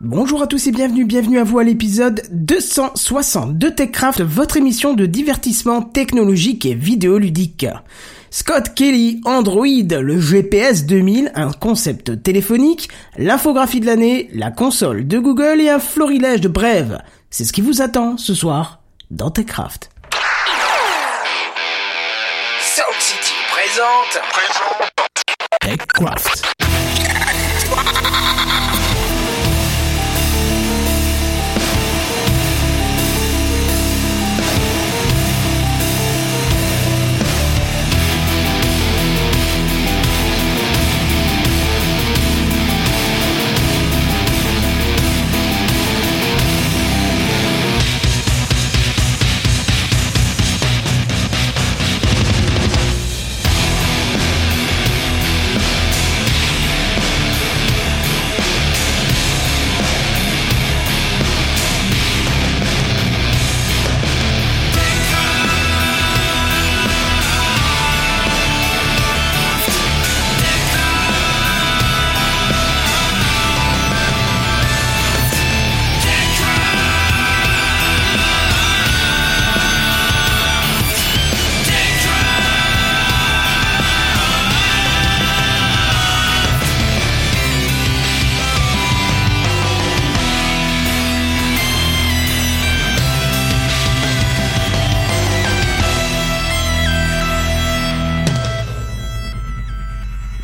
Bonjour à tous et bienvenue, bienvenue à vous à l'épisode 260 de TechCraft, votre émission de divertissement technologique et vidéoludique. Scott Kelly, Android, le GPS 2000, un concept téléphonique, l'infographie de l'année, la console de Google et un florilège de brèves. C'est ce qui vous attend ce soir dans TechCraft. Soul City présente. TechCraft.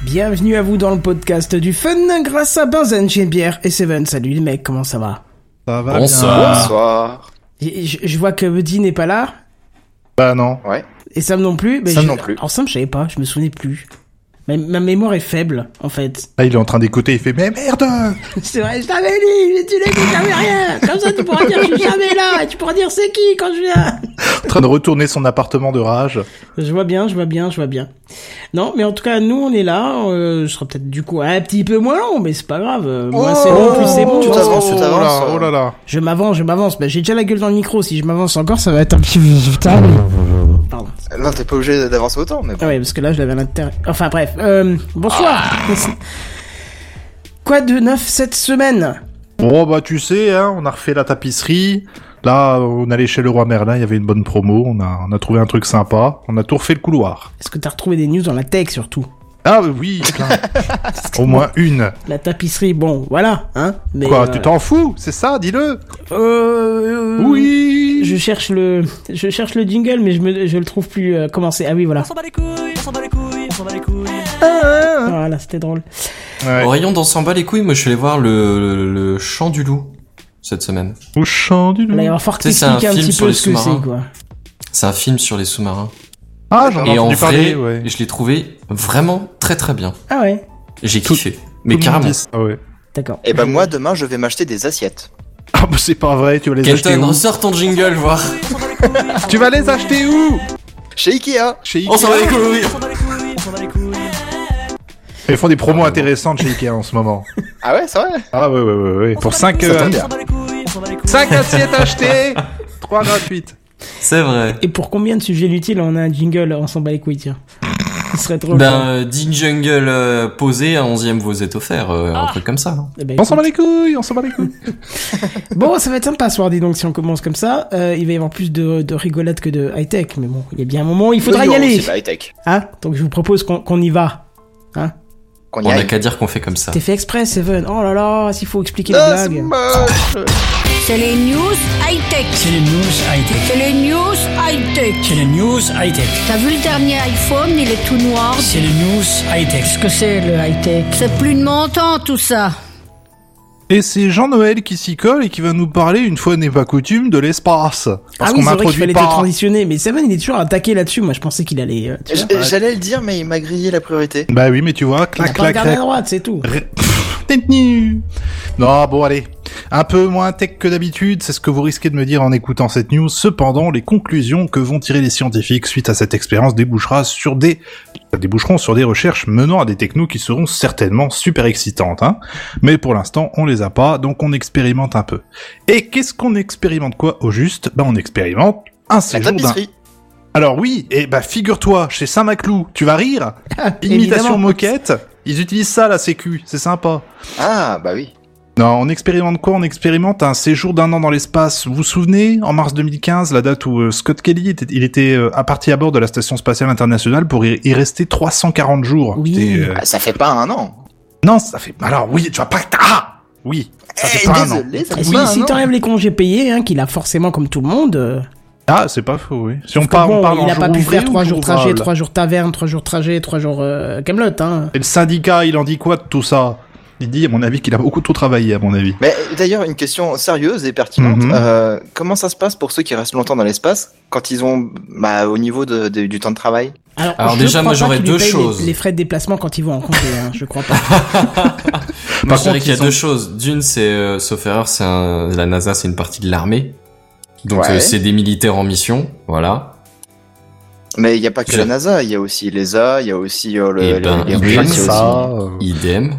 Bienvenue à vous dans le podcast du fun grâce à Benzen, Bière et Seven. Salut les mecs, comment ça va Ça va Bonsoir. Bonsoir. Et Je, je vois que Buddy n'est pas là, bien Bah non. Ah. Ouais. et Sam non plus. Mais Sam je- non plus. Alors Sam, je savais pas, je me souvenais plus. Ma, ma mémoire est faible, en fait. Là, il est en train d'écouter, il fait Mais merde C'est vrai, je t'avais dit, mais tu l'as dit, j'avais rien. Comme ça, tu pourras dire, je suis jamais là. Et tu pourras dire, c'est qui quand je viens En train de retourner son appartement de rage. Je vois bien, je vois bien, je vois bien. Non, mais en tout cas, nous, on est là. Euh, je serai peut-être du coup un petit peu moins long, mais c'est pas grave. Euh, moins c'est long, plus c'est bon. tu t'avances, tu Oh t'avances. là, Oh là là. Je m'avance, je m'avance. Bah, j'ai déjà la gueule dans le micro. Si je m'avance encore, ça va être un petit peu. Putain, mais- Pardon. Non, t'es pas obligé d'avancer autant, mais bon. Ah ouais, parce que là, je l'avais à l'intérieur. Enfin, bref. Euh, bonsoir. Quoi de neuf cette semaine Bon bah tu sais, hein, on a refait la tapisserie. Là, on allait chez le roi Merlin, il y avait une bonne promo, on a, on a trouvé un truc sympa, on a tout refait le couloir. Est-ce que t'as retrouvé des news dans la tech surtout Ah oui, plein. au moins une. La tapisserie, bon, voilà, hein. Mais Quoi, euh, tu t'en fous C'est ça, dis-le euh, euh, Oui Je cherche le, je cherche le jingle, mais je me, je le trouve plus. euh, comment c'est Ah oui, voilà. On s'en bat les couilles, on s'en bat les couilles, on s'en bat les couilles. Ah, Voilà, c'était drôle. Ouais. Au rayon d'en s'en bat les couilles, moi je suis allé voir le, le, le chant du loup cette semaine. Au chant du Mm. loup. Là, il va falloir que Tu sais, c'est t'expliques un un film petit sur peu les ce que c'est, sous-marins. quoi. C'est un film sur les sous-marins. Ah, j'en ai Et en entendu vrai, parler, ouais. je l'ai trouvé vraiment très très bien. Ah ouais, J'ai Tout- kiffé. Mais Tout le monde carrément. dit ça, ouais. d'accord. Et ben moi, demain, je vais m'acheter des assiettes. Ah bah c'est pas vrai, tu vas les acheter Kelton, où ressors ton jingle, voir. Tu vas les acheter où Chez Ikea. Chez On s'en Ikea bat les couilles On s'en bat les couilles, on s'en bat les couilles. Ils font des promos intéressantes chez Ikea en ce moment. Ah ouais, c'est vrai Ah ouais, ouais, ouais, ouais. Pour euh, 5 Ça tombe bien. On s'en bat les couilles, on s'en bat les couilles. assiettes achetées 3 gratuites. C'est vrai. Et pour combien de sujets utiles on a un jingle On s'en bat les couilles, tiens. Ce serait drôle. ça. Ben, 10 jungle euh, posé, un 11 vous êtes offert, euh, un truc comme ça. hein. Eh ben, On s'en bat les couilles, on s'en bat les couilles. Bon, ça va être sympa ce soir, dis donc, si on commence comme ça. Euh, il va y avoir plus de, de rigolade que de high-tech, mais bon, il y a bien un moment, où il faudra Non, y non, aller. C'est pas high-tech. Hein donc je vous propose qu'on qu'on y va. Qu'on y On n'a aille. qu'à dire qu'on fait comme ça. T'es fait exprès, Seven. Oh là là, s'il faut expliquer Ah, la c'est blague. moche. C'est les news high-tech. C'est les news high-tech. C'est les news high-tech. C'est les news high-tech. T'as vu le dernier iPhone, il est tout noir. C'est les news high-tech. Qu'est-ce que c'est le high-tech C'est plus de mon temps tout ça. Et c'est Jean-Noël qui s'y colle et qui va nous parler, une fois n'est pas coutume, de l'espace. Ah Parce oui, c'est vrai qu'on qu'il m'introduit fallait te pas. transitionner, mais Seven, il est toujours attaqué là-dessus. Moi, je pensais qu'il allait. euh, tu vois. J- J'allais le dire, mais il m'a grillé la priorité. Bah oui, mais tu vois, Il a clac, pas clac, regardé à clac. droite, c'est tout. Ré- Pff, t'es tenu. Non, bon, allez. Un peu moins tech que d'habitude, c'est ce que vous risquez de me dire en écoutant cette news. Cependant, les conclusions que vont tirer les scientifiques suite à cette expérience débouchera sur des déboucheront sur des recherches menant à des technos qui seront certainement super excitantes. Hein. Mais pour l'instant, on les a pas, donc on expérimente un peu. Et qu'est-ce qu'on expérimente quoi au juste Ben, on expérimente un La séjour d'un tapisserie. alors oui, et bah figure-toi, chez Saint-Maclou, tu vas rire, imitation Ah, évidemment. moquette, ils utilisent ça la sécu, c'est sympa. Ah, bah oui. Non, on expérimente quoi On expérimente un séjour d'un an dans l'espace. Vous vous souvenez, en mars 2015, la date où euh, Scott Kelly était, il était euh, à parti à bord de la station spatiale internationale pour y, y rester 340 jours. Oui. C'était, euh, Ah, ça fait pas un an. Non, ça fait. Alors oui, tu vas pas. Ah, oui. Ça fait Eh, pas un an. Et désolé, ça fait Ah, si, pas si un an. t'enlèves les congés payés, hein, qu'il a forcément comme tout le monde, euh, Ah, c'est pas faux, oui. Si on, parce que part, bon, on parle en il a jour pas pu ouvré faire ou trois jour jours trajet, ouvrable trois jours taverne, trois jours trajet, trois jours euh, Camelot. Hein. Et le syndicat, il en dit quoi de tout ça Il dit, à mon avis, qu'il a beaucoup trop travaillé, à mon avis. Mais euh, d'ailleurs, une question sérieuse et pertinente. Mhm. euh, comment ça se passe pour ceux qui restent longtemps dans l'espace quand ils ont, bah, au niveau de- de- du temps de travail Alors je déjà, crois moi, pas j'aurais qu'il lui deux paye les- choses. Les, frais de déplacement quand ils vont en congé, hein, je crois pas. Moi, Par je dirais contre, qu'il y a ils ont- deux choses. D'une, c'est, euh, sauf erreur, c'est un- la NASA, c'est une partie de l'armée. Donc, Ouais. euh, c'est des militaires en mission, voilà. Mais il n'y a pas que Je- la NASA, il y a aussi l'ESA, il y a aussi euh, le, Eh les- ben, les il Russes, y a il y a ça. euh. aussi- Idem.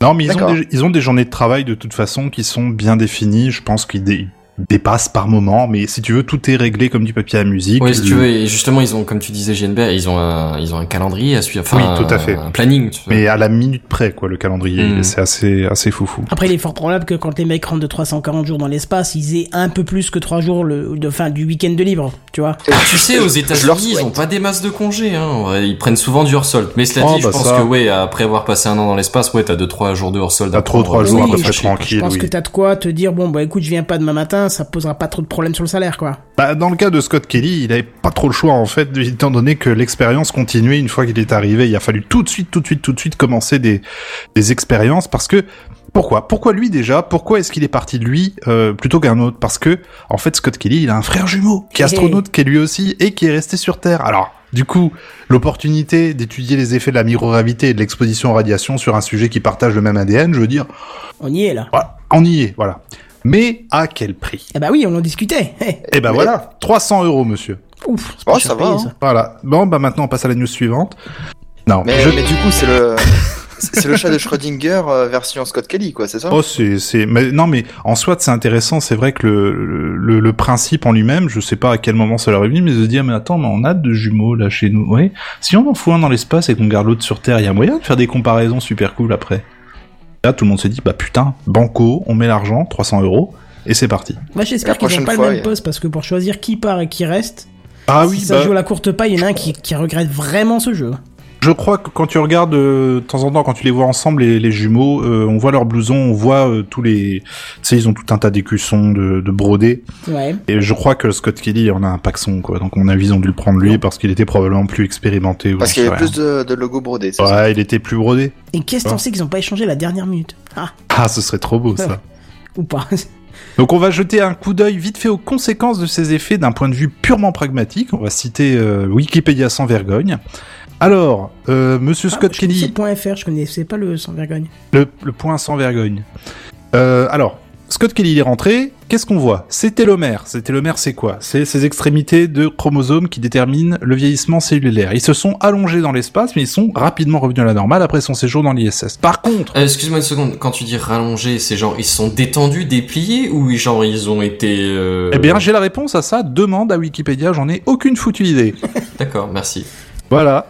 Non, mais ils ont, D'accord. des, ils ont des journées de travail de toute façon qui sont bien définies. Je pense qu'ils dé- dépassent par moment, mais si tu veux, tout est réglé comme du papier à musique. Oui, si tu Le- veux, et justement, ils ont, comme tu disais, JNB, ils ont un, ils ont un calendrier à suivre. Enfin, Oui, tout à un- fait. Un planning, tu vois. Mais à la minute près, quoi, le calendrier. Mm. C'est assez, assez foufou. Après, il est fort probable que quand les mecs rentrent de 340 jours dans l'espace, ils aient un peu plus que trois jours le, de fin du week-end de libre, tu vois. Ah, tu sais, aux Je leur États-Unis, ils souhaite. ont pas des masses de congés, hein. en vrai. Ils prennent souvent du hors-sol. Mais cela Oh, dit, bah je pense ça. que, ouais, après avoir passé un an dans l'espace, ouais, t'as deux, trois jours de hors-sol. T'as trop d'apprendre. trois jours Oui, à peu près je- Je tranquille. pense oui. que t'as de quoi te dire, bon, bah écoute, je viens pas demain matin, ça posera pas trop de problèmes sur le salaire, quoi. Bah, dans le cas de Scott Kelly, il avait pas trop le choix en fait, étant donné que l'expérience continuait une fois qu'il est arrivé. Il a fallu tout de suite, tout de suite, tout de suite commencer des, des expériences parce que pourquoi Pourquoi lui déjà Pourquoi est-ce qu'il est parti de lui euh, plutôt qu'un autre Parce que en fait, Scott Kelly, il a un frère jumeau qui est Hey. astronaute, qui est lui aussi et qui est resté sur Terre. Alors. Du coup, l'opportunité d'étudier les effets de la microgravité et de l'exposition aux radiations sur un sujet qui partage le même ADN, je veux dire, On y est, là. voilà, on y est, voilà. Mais à quel prix Eh bah oui, on en discutait. Eh, Eh ben Mais- voilà, 300 euros, monsieur. Ouf, c'est Oh, pas cher ça va, payé, hein. ça. Voilà. Bon, bah maintenant on passe à la news suivante. Non. Mais, je... mais du coup, c'est le, c'est le chat de Schrödinger euh, version Scott Kelly, quoi, c'est ça Oh, c'est, c'est, mais non, mais en soi, c'est intéressant. C'est vrai que le, le, le principe en lui-même, je sais pas à quel moment ça leur est venu, mais de se dire, mais attends, mais on a deux jumeaux là chez nous. Oui. Si on en fout un dans l'espace et qu'on garde l'autre sur Terre, il y a moyen de faire des comparaisons super cool après. Là, tout le monde s'est dit, bah putain, banco, on met l'argent, 300 euros, et c'est parti. Moi, j'espère La qu'ils ont prochaine pas fois, le même oui. poste, parce que pour choisir qui part et qui reste, Ah si ça joue à la courte paille, il y en a un qui, qui regrette vraiment ce jeu. Je crois que quand tu regardes euh, de temps en temps, quand tu les vois ensemble, les, les jumeaux, euh, on voit leurs blousons, on voit euh, tous les... Tu sais, ils ont tout un tas d'écussons de, de brodés. Ouais. Et je crois que Scott Kelly en a un paxon, quoi. Donc on a ils ont dû le prendre lui parce qu'il était probablement plus expérimenté. ou Parce j'en qu'il y sais avait rien. plus de, de logos brodés, c'est ça Ouais, il était plus brodé. Et qu'est-ce que Ah. t'en sais qu'ils ont pas échangé la dernière minute Ah, Ah, ce serait trop beau, ça. ou pas. Donc on va jeter un coup d'œil vite fait aux conséquences de ces effets d'un point de vue purement pragmatique. On va citer euh, Wikipédia sans vergogne. Alors, euh, Monsieur Scott Ah, Je Kelly... connaissais le .fr, je connaissais pas le sans vergogne. Le, le point sans vergogne. Euh, alors, Scott Kelly il est rentré. Qu'est-ce qu'on voit C'est télomère. C'est télomère, c'est quoi C'est ces extrémités de chromosomes qui déterminent le vieillissement cellulaire. Ils se sont allongés dans l'espace, mais ils sont rapidement revenus à la normale après son séjour dans l'ISS. Par contre, Euh, Excuse-moi une seconde, quand tu dis rallonger, c'est genre, ils se sont détendus, dépliés, ou genre, ils ont été, euh... eh bien, j'ai la réponse à ça. Demande à Wikipédia, j'en ai aucune foutue idée. D'accord, merci. Voilà.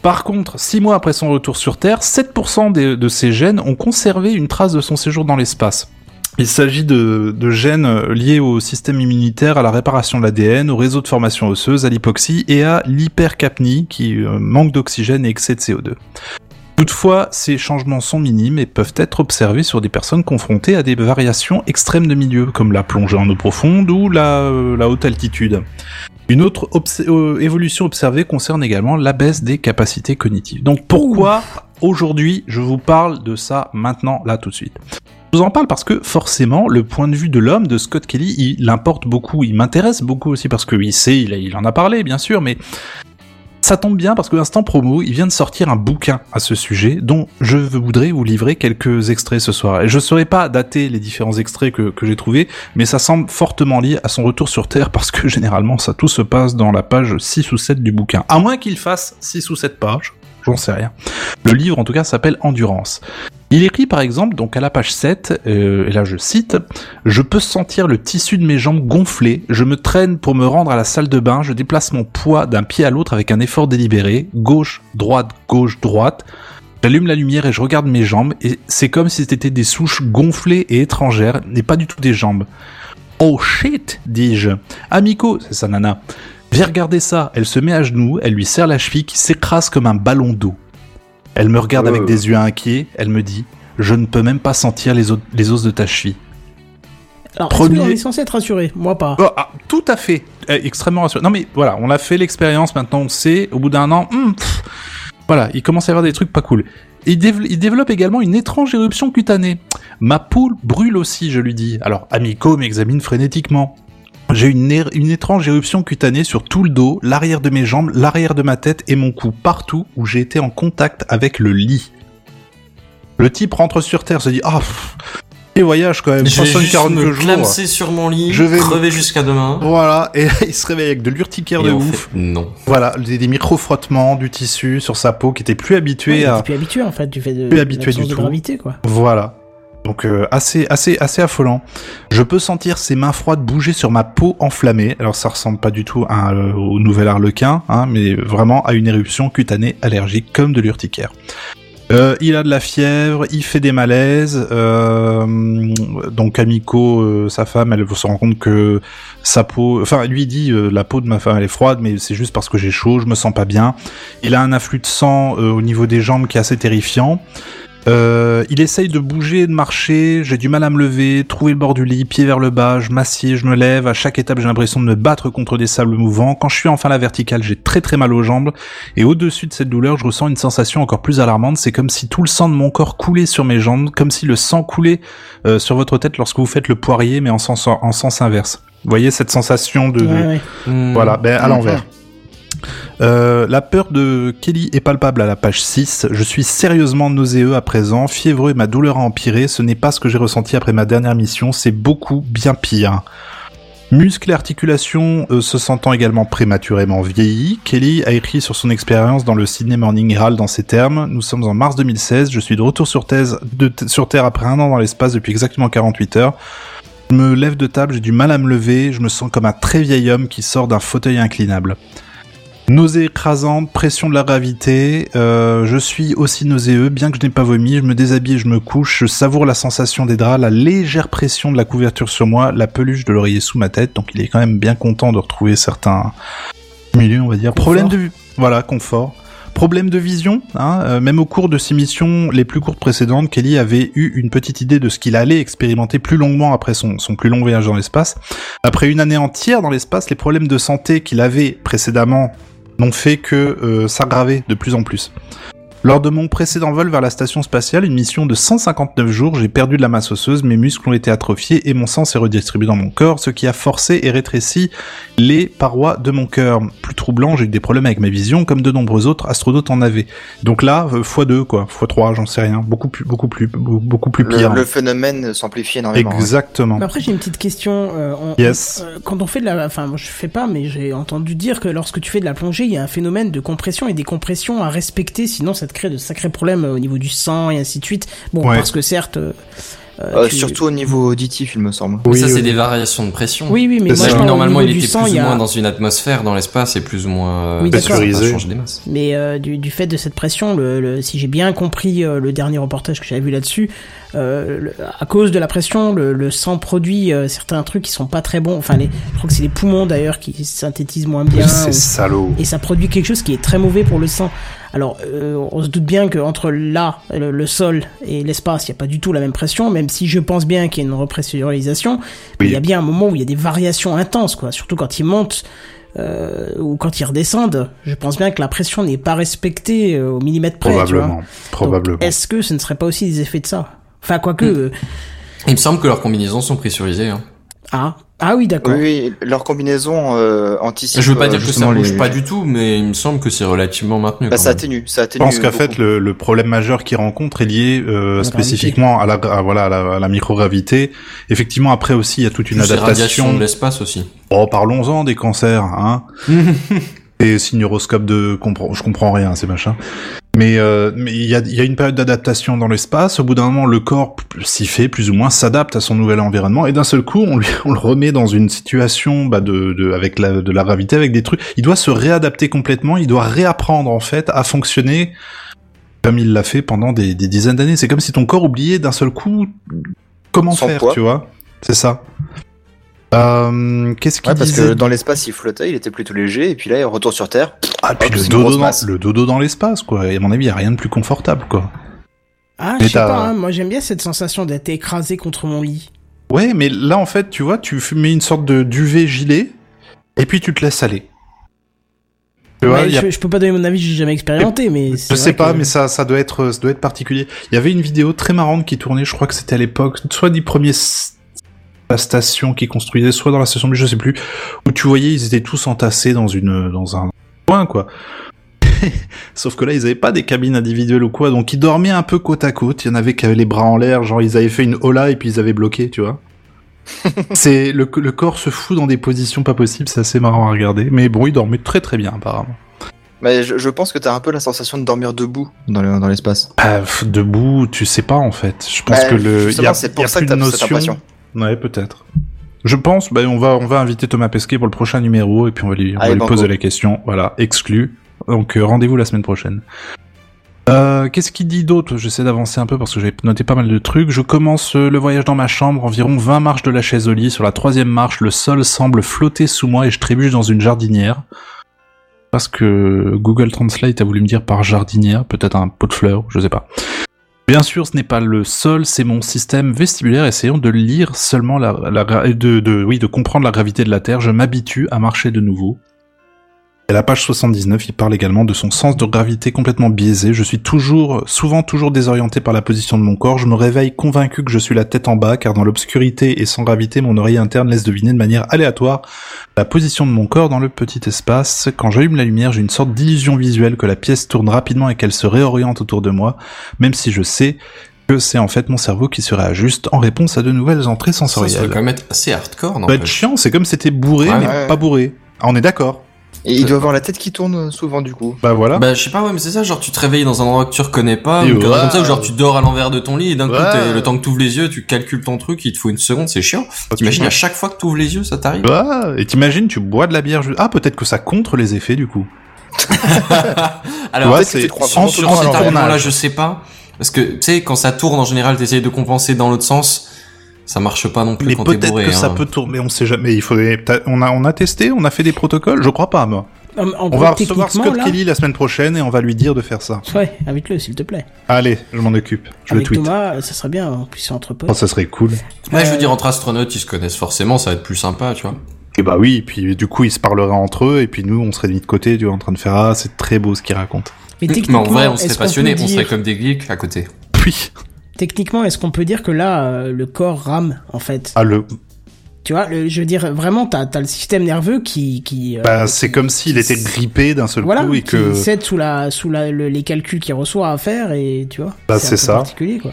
Par contre, six mois après son retour sur Terre, 7% des- de ces gènes ont conservé une trace de son séjour dans l'espace. Il s'agit de, de gènes euh, liés au système immunitaire, à la réparation de l'ADN, au réseau de formation osseuse, à l'hypoxie et à l'hypercapnie, qui euh, manque d'oxygène et excès de CO2. Toutefois, ces changements sont minimes et peuvent être observés sur des personnes confrontées à des variations extrêmes de milieu, comme la plongée en eau profonde ou la, euh, la haute altitude. Une autre obs- euh, évolution observée concerne également la baisse des capacités cognitives. Donc pourquoi aujourd'hui je vous parle de ça maintenant, là tout de suite Je vous en parle parce que forcément le point de vue de l'homme, de Scott Kelly, il importe beaucoup, il m'intéresse beaucoup aussi parce que il sait, il, a- il en a parlé bien sûr, mais ça tombe bien parce que Instant Promo, il vient de sortir un bouquin à ce sujet dont je voudrais vous livrer quelques extraits ce soir. Et je ne saurais pas dater les différents extraits que, que j'ai trouvés, mais ça semble fortement lié à son retour sur Terre parce que généralement ça tout se passe dans la page 6 ou 7 du bouquin. À moins qu'il fasse 6 ou 7 pages, j'en sais rien. Le livre en tout cas s'appelle Endurance. Il écrit par exemple, donc à la page 7, euh, et là je cite, Je peux sentir le tissu de mes jambes gonfler, je me traîne pour me rendre à la salle de bain, je déplace mon poids d'un pied à l'autre avec un effort délibéré, gauche, droite, gauche, droite. J'allume la lumière et je regarde mes jambes et c'est comme si c'était des souches gonflées et étrangères et pas du tout des jambes. Oh shit, dis-je. Amico, c'est sa nana. Viens regarder ça. Elle se met à genoux, elle lui serre la cheville qui s'écrase comme un ballon d'eau. Elle me regarde avec des yeux inquiets, elle me dit Je ne peux même pas sentir les, os- les os de ta cheville. Alors, Premier- est-ce qu'on est censé être rassuré Moi pas. Bon, ah, tout à fait, Euh, extrêmement rassurant. Non mais voilà, on a fait l'expérience, maintenant on le sait, au bout d'un an, hum, pff, voilà, il commence à y avoir des trucs pas cool. Il, dév- il développe également une étrange éruption cutanée. Ma peau brûle aussi, je lui dis. Alors, Amico m'examine frénétiquement. J'ai une, ér- une étrange éruption cutanée sur tout le dos, l'arrière de mes jambes, l'arrière de ma tête et mon cou, partout où j'ai été en contact avec le lit. Le type rentre sur Terre, se dit Ah, pff, et voyage quand même, Je vais juste 342 me jours. clamser sur mon lit, Je vais me- crever jusqu'à demain. Voilà, et là, il se réveille avec de l'urticaire Et de en ouf. fait, non. Voilà, des, des micro-frottements du tissu sur sa peau qui était plus Ouais, habituée il à... était plus habitué en fait du fait de plus habitué l'absence du de tout. gravité quoi. Voilà. Donc euh, assez, assez, assez affolant. Je peux sentir ses mains froides bouger sur ma peau enflammée. Alors ça ressemble pas du tout à, euh, au nouvel arlequin, hein, mais vraiment à une éruption cutanée allergique comme de l'urticaire. Euh, il a de la fièvre, il fait des malaises. euh, donc Amico, euh, sa femme, elle se rend compte que sa peau, enfin lui il dit euh, la peau de ma femme elle est froide, mais c'est juste parce que j'ai chaud, je me sens pas bien. Il a un afflux de sang euh, au niveau des jambes qui est assez terrifiant. Euh, il essaye de bouger, de marcher, j'ai du mal à me lever, trouver le bord du lit, pied vers le bas, je m'assieds, je me lève, à chaque étape j'ai l'impression de me battre contre des sables mouvants, quand je suis enfin à la verticale j'ai très très mal aux jambes, et au-dessus de cette douleur je ressens une sensation encore plus alarmante, c'est comme si tout le sang de mon corps coulait sur mes jambes, comme si le sang coulait euh, sur votre tête lorsque vous faites le poirier mais en sens, en sens inverse. Vous voyez cette sensation de... Ouais, ouais. Hmm. Voilà, ben, à l'envers. Euh, la peur de Kelly est palpable à la page 6. Je suis sérieusement nauséeux à présent, fiévreux et ma douleur a empiré. Ce n'est pas ce que j'ai ressenti après ma dernière mission, c'est beaucoup bien pire. Muscles et articulations euh, se sentant également prématurément vieillis, Kelly a écrit sur son expérience dans le Sydney Morning Herald dans ces termes Nous sommes en mars 2016, je suis de retour sur, thèse- de- sur Terre après un an dans l'espace depuis exactement 48 heures. Je me lève de table, j'ai du mal à me lever, je me sens comme un très vieil homme qui sort d'un fauteuil inclinable. Nausée écrasante, pression de la gravité, euh, je suis aussi nauséeux, bien que je n'ai pas vomi, je me déshabille, et je me couche, je savoure la sensation des draps, la légère pression de la couverture sur moi, la peluche de l'oreiller sous ma tête, donc il est quand même bien content de retrouver certains milieux, on va dire. Problème de vue. Voilà, confort. Problème de vision, hein, euh, même au cours de ses missions les plus courtes précédentes, Kelly avait eu une petite idée de ce qu'il allait expérimenter plus longuement après son, son plus long voyage dans l'espace. Après une année entière dans l'espace, les problèmes de santé qu'il avait précédemment n'ont fait que euh, s'aggraver de plus en plus. Lors de mon précédent vol vers la station spatiale, une mission de 159 jours, j'ai perdu de la masse osseuse, mes muscles ont été atrophiés et mon sang s'est redistribué dans mon corps, ce qui a forcé et rétréci les parois de mon cœur. Plus troublant, j'ai eu des problèmes avec ma vision, comme de nombreux autres astronautes en avaient. Donc là, euh, x2 quoi, x3, j'en sais rien, beaucoup plus, beaucoup plus, beaucoup plus Le, pire. le phénomène s'amplifie énormément. Exactement. Mais après j'ai une petite question. euh, on- Yes. euh, quand on fait de la, enfin moi je fais pas, mais j'ai entendu dire que lorsque tu fais de la plongée, il y a un phénomène de compression et des compressions à respecter, sinon ça te crée de sacrés problèmes euh, au niveau du sang et ainsi de suite. Bon Ouais. parce que certes. euh, Euh, tu- Surtout au niveau auditif, il me semble. Mais ça, c'est des variations de pression. Oui oui, mais C'est moi ça. je Parce que parle au normalement, niveau il du était sang, plus il y ou moins a. dans une atmosphère dans l'espace et plus ou moins. euh, Oui, d'accord. Pressurisé. Ça change des masses. Mais euh, du, du fait de cette pression, le, le- si j'ai bien compris euh, le dernier reportage que j'avais vu là-dessus, euh, le- à cause de la pression, le, le sang produit euh, certains trucs qui sont pas très bons. Enfin, les, je crois que c'est les poumons d'ailleurs qui synthétisent moins bien. C'est ou- salaud. et ça produit quelque chose qui est très mauvais pour le sang. Alors, euh, on se doute bien qu'entre là, le, le sol et l'espace, il n'y a pas du tout la même pression, même si je pense bien qu'il y a une repressurisation. mais Oui. Il y a bien un moment où il y a des variations intenses, quoi. Surtout quand ils montent euh, ou quand ils redescendent. Je pense bien que la pression n'est pas respectée euh, au millimètre près. tu vois. Probablement. Donc, Probablement. Mm. Est-ce que ce ne serait pas aussi des effets de ça Enfin, quoique. euh, Il me semble que leurs combinaisons sont pressurisées. Hein. ah, ah oui, d'accord. Oui, oui, leur combinaison euh, anticipe. Je veux pas euh, dire que ça justement bouge les- pas du tout, mais il me semble que c'est relativement maintenu. Bah, quand ça même. atténue, ça Je atténue. pense qu'en fait, beaucoup. le, le problème majeur qu'il rencontre est lié euh, La spécifiquement à la, gra- à, voilà, à la, à la microgravité. Effectivement, après aussi, il y a toute une Plus les radiations adaptation. de l'espace aussi. Oh, parlons-en des cancers, hein. Et signoroscope de... compre- Je comprends rien, à ces machins. Mais euh, mais il y, a, il y a une période d'adaptation dans l'espace. Au bout d'un moment, le corps p- s'y fait plus ou moins, s'adapte à son nouvel environnement. Et d'un seul coup, on, lui, on le remet dans une situation bah, de, de, avec la, de la gravité, avec des trucs. Il doit se réadapter complètement. Il doit réapprendre en fait à fonctionner comme il l'a fait pendant des, des dizaines d'années. C'est comme si ton corps oubliait d'un seul coup comment Son faire, poids. tu vois. C'est ça. Euh, Qu'est-ce qu'il Ouais, parce disait que dans l'espace, il flottait, il était plutôt léger, et puis là, il retourne sur Terre. Ah, puis hop, le c'est une grosse dodo, dans, masse. le dodo dans l'espace, quoi. Et à mon avis, il a rien de plus confortable, quoi. Ah, Mais je sais t'as- pas, hein, moi j'aime bien cette sensation d'être écrasé contre mon lit. Ouais, mais là, en fait, tu vois, tu f- mets une sorte de duvet gilet, et puis tu te laisses aller. Tu vois, Mais il y a- je, je peux pas donner mon avis, j'ai jamais expérimenté, mais Je c'est sais vrai pas, que- mais ça, ça doit être, ça doit être particulier. Il y avait une vidéo très marrante qui tournait, je crois que c'était à l'époque, soit des premiers s- la station qui construisait, soit dans la station, mais je sais plus, où tu voyais, ils étaient tous entassés dans une, dans un coin, quoi. Sauf que là, ils avaient pas des cabines individuelles ou quoi, donc ils dormaient un peu côte à côte. Il y en avait qui avaient les bras en l'air, genre ils avaient fait une hola et puis ils avaient bloqué, tu vois. c'est le, co- le corps se fout dans des positions pas possibles, c'est assez marrant à regarder. Mais bon, ils dormaient très très bien apparemment. Mais je, je pense que t'as un peu la sensation de dormir debout dans le- dans l'espace. Ah, pff, debout, tu sais pas en fait. Je pense Bah, que le il y justement, a, c'est y pour a ça plus que de t'as cette notion. impression. Ouais, peut-être. Je pense. Bah, on va on va inviter Thomas Pesquet pour le prochain numéro et puis on va lui, on va Allez, lui banco. poser la question. Voilà, exclu. Donc euh, rendez-vous la semaine prochaine. Euh, Qu'est-ce qu'il dit d'autre J'essaie d'avancer un peu parce que j'ai noté pas mal de trucs. Je commence euh, le voyage dans ma chambre, environ 20 marches de la chaise au lit. Sur la troisième marche, le sol semble flotter sous moi et je trébuche dans une jardinière. Parce que Google Translate a voulu me dire par jardinière, peut-être un pot de fleurs, je sais pas. Bien sûr, ce n'est pas le sol, c'est mon système vestibulaire. Essayant de lire seulement la, la gra- de, de- oui, de comprendre la gravité de la Terre, je m'habitue à marcher de nouveau. Et à la page 79, il parle également de son sens de gravité complètement biaisé. Je suis toujours, souvent toujours désorienté par la position de mon corps. Je me réveille convaincu que je suis la tête en bas, car dans l'obscurité et sans gravité, mon oreille interne laisse deviner de manière aléatoire la position de mon corps dans le petit espace. Quand j'allume la lumière, j'ai une sorte d'illusion visuelle que la pièce tourne rapidement et qu'elle se réoriente autour de moi, même si je sais que c'est en fait mon cerveau qui se réajuste en réponse à de nouvelles entrées Ça, ça doit sensorielles. quand même être assez hardcore, non Ça doit être chiant, c'est comme si c'était bourré, Ouais, mais ouais. pas bourré. Ah, on est d'accord. Et il doit avoir la tête qui tourne euh, souvent, du coup. Bah voilà. Bah, je sais pas, ouais, mais c'est ça, genre, tu te réveilles dans un endroit que tu reconnais pas, Et ou quelque chose ouais. comme ça, ou genre, tu dors à l'envers de ton lit, et d'un coup, Ouais. t'es- le temps que t'ouvres les yeux, tu calcules ton truc, il te faut une seconde, c'est chiant. Bah, T'imagines, à chaque fois que t'ouvres les yeux, ça t'arrive. Ah, et t'imagines, tu bois de la bière. ju- Ah, peut-être que ça contre les effets du coup. Alors, ouais, peut-être que tu te crois en sur, sur tournant cet en argument-là, tournage. je sais pas. Parce que, tu sais, quand ça tourne, en général, t'essayes de compenser dans l'autre sens, ça marche pas non plus Mais quand t'es peut-être bourré. que ça hein. peut tourner. On sait jamais. Il faudrait. peut-être- On a, on a testé, on a fait des protocoles. Je crois pas, moi. En, en On gros, va recevoir Scott là- Kelly la semaine prochaine et on va lui dire de faire ça. Ouais, invite-le s'il te plaît. Allez, je m'en occupe. Je le Avec tweet. Thomas, ça serait bien, en plus entre Oh, potes. ça serait cool. Ouais, je veux dire, entre astronautes, ils se connaissent forcément, ça va être plus sympa, tu vois. Et bah oui, puis du coup ils se parleraient entre eux et puis nous on serait mis de côté, tu vois, en train de faire ah c'est très beau ce qu'ils racontent. Mais Mais en vrai, on est-ce serait qu'on peut passionnés, on dire- serait comme des geeks à côté. Puis Techniquement, est-ce qu'on peut dire que là, euh, le corps rame, en fait ah le Tu vois, le- je veux dire, vraiment, t'as as le système nerveux qui... qui euh, bah c'est comme s'il était grippé d'un seul voilà, coup et qui que cède sous, la, sous la, le- les calculs qu'il reçoit à faire, et tu vois, Bah, un c'est peu ça. particulier, quoi.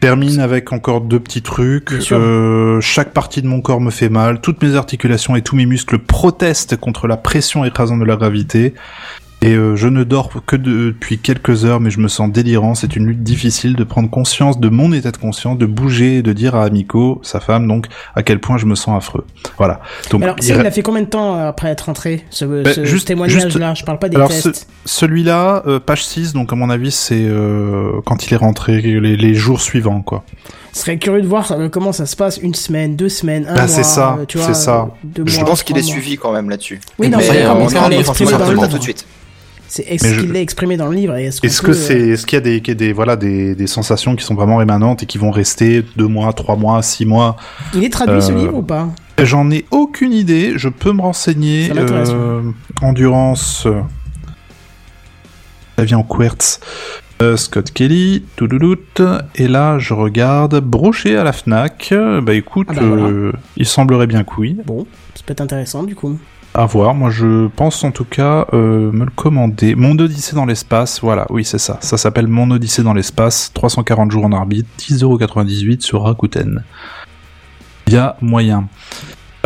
termine avec encore deux petits trucs. Bien sûr. Euh, chaque partie de mon corps me fait mal. Toutes mes articulations et tous mes muscles protestent contre la pression écrasante de la gravité. Et euh, je ne dors que de- depuis quelques heures, mais je me sens délirant. C'est une lutte difficile de prendre conscience de mon état de conscience, de bouger et de dire à Amico, sa femme, donc, à quel point je me sens affreux. Voilà. Donc, Mais Alors, il ça, re- il a fait combien de temps euh, après être rentré, ce, ce juste- témoignage-là Je parle pas des Alors, ce- tests. celui-là, euh, page 6, donc à mon avis, c'est euh, quand il est rentré, les, les jours suivants, quoi. Ce serait curieux de voir euh, comment ça se passe une semaine, deux semaines, un Bah, mois. c'est ça, euh, tu vois, c'est ça. euh, deux Je mois, pense qu'il trois est mois. suivi euh, quand même là-dessus. Oui, non, Mais mais d'accord, on mais en ça, on parle l'a forcément, exprimé dans le Certainement livre. tout de suite. C'est est-ce Mais je- qu'il l'a exprimé dans le livre et est-ce, euh, qu'on Est-ce peut, que c'est, est-ce qu'il y a des, qu'il y a des, voilà, des, des sensations qui sont vraiment émanantes et qui vont rester deux mois, trois mois, six mois euh, Il est traduit ce Euh, livre ou pas J'en ai aucune idée. Je peux me renseigner. Ça m'intéresse, Euh, endurance. euh, Ça vient en quartz. Euh, Scott Kelly, tout Et là, je regarde broché à la Fnac. Euh, Bah écoute, Ah bah voilà. euh, il semblerait bien que oui. Bon, ça peut être intéressant du coup. À voir. Moi, je pense en tout cas euh, me le commander. Mon Odyssée dans l'espace. Voilà, oui, c'est ça. Ça s'appelle Mon Odyssée dans l'espace. 340 jours en orbite. 10,98€ sur Rakuten. Il y a moyen.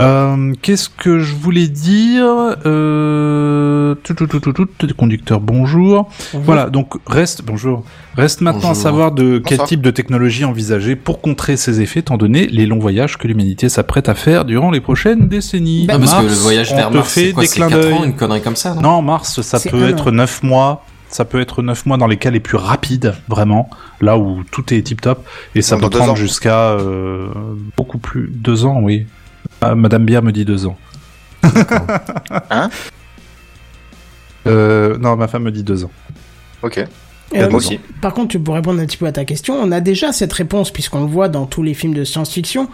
Euh, Qu'est-ce que je voulais dire euh... tout, tout, tout, tout, tout, tout, Conducteur, bonjour. Bonjour. Voilà, donc reste, bonjour. Reste maintenant à Bonjour. savoir de quel Bonsoir. type de technologie envisager pour contrer ces effets, étant donné les longs voyages que l'humanité s'apprête à faire durant les prochaines décennies. Bah, Non, Bah, parce que Mars, le voyage on vers te Mars, fait c'est quoi, des c'est clins 4 ans, d'œil. une connerie comme ça, non Non, Mars, ça C'est peut un être 9 mois. Ça peut être 9 mois dans les cas les plus rapides, vraiment, là où tout est tip top, et ça Dans peut deux prendre ans. jusqu'à euh, beaucoup plus deux ans, oui. Ah, Madame Bière me dit deux ans. Hein Euh, Non, ma femme me dit deux ans. Ok. Euh, moi aussi. Par contre, tu- pour répondre un petit peu à ta question, on a déjà cette réponse, puisqu'on le voit dans tous les films de science-fiction.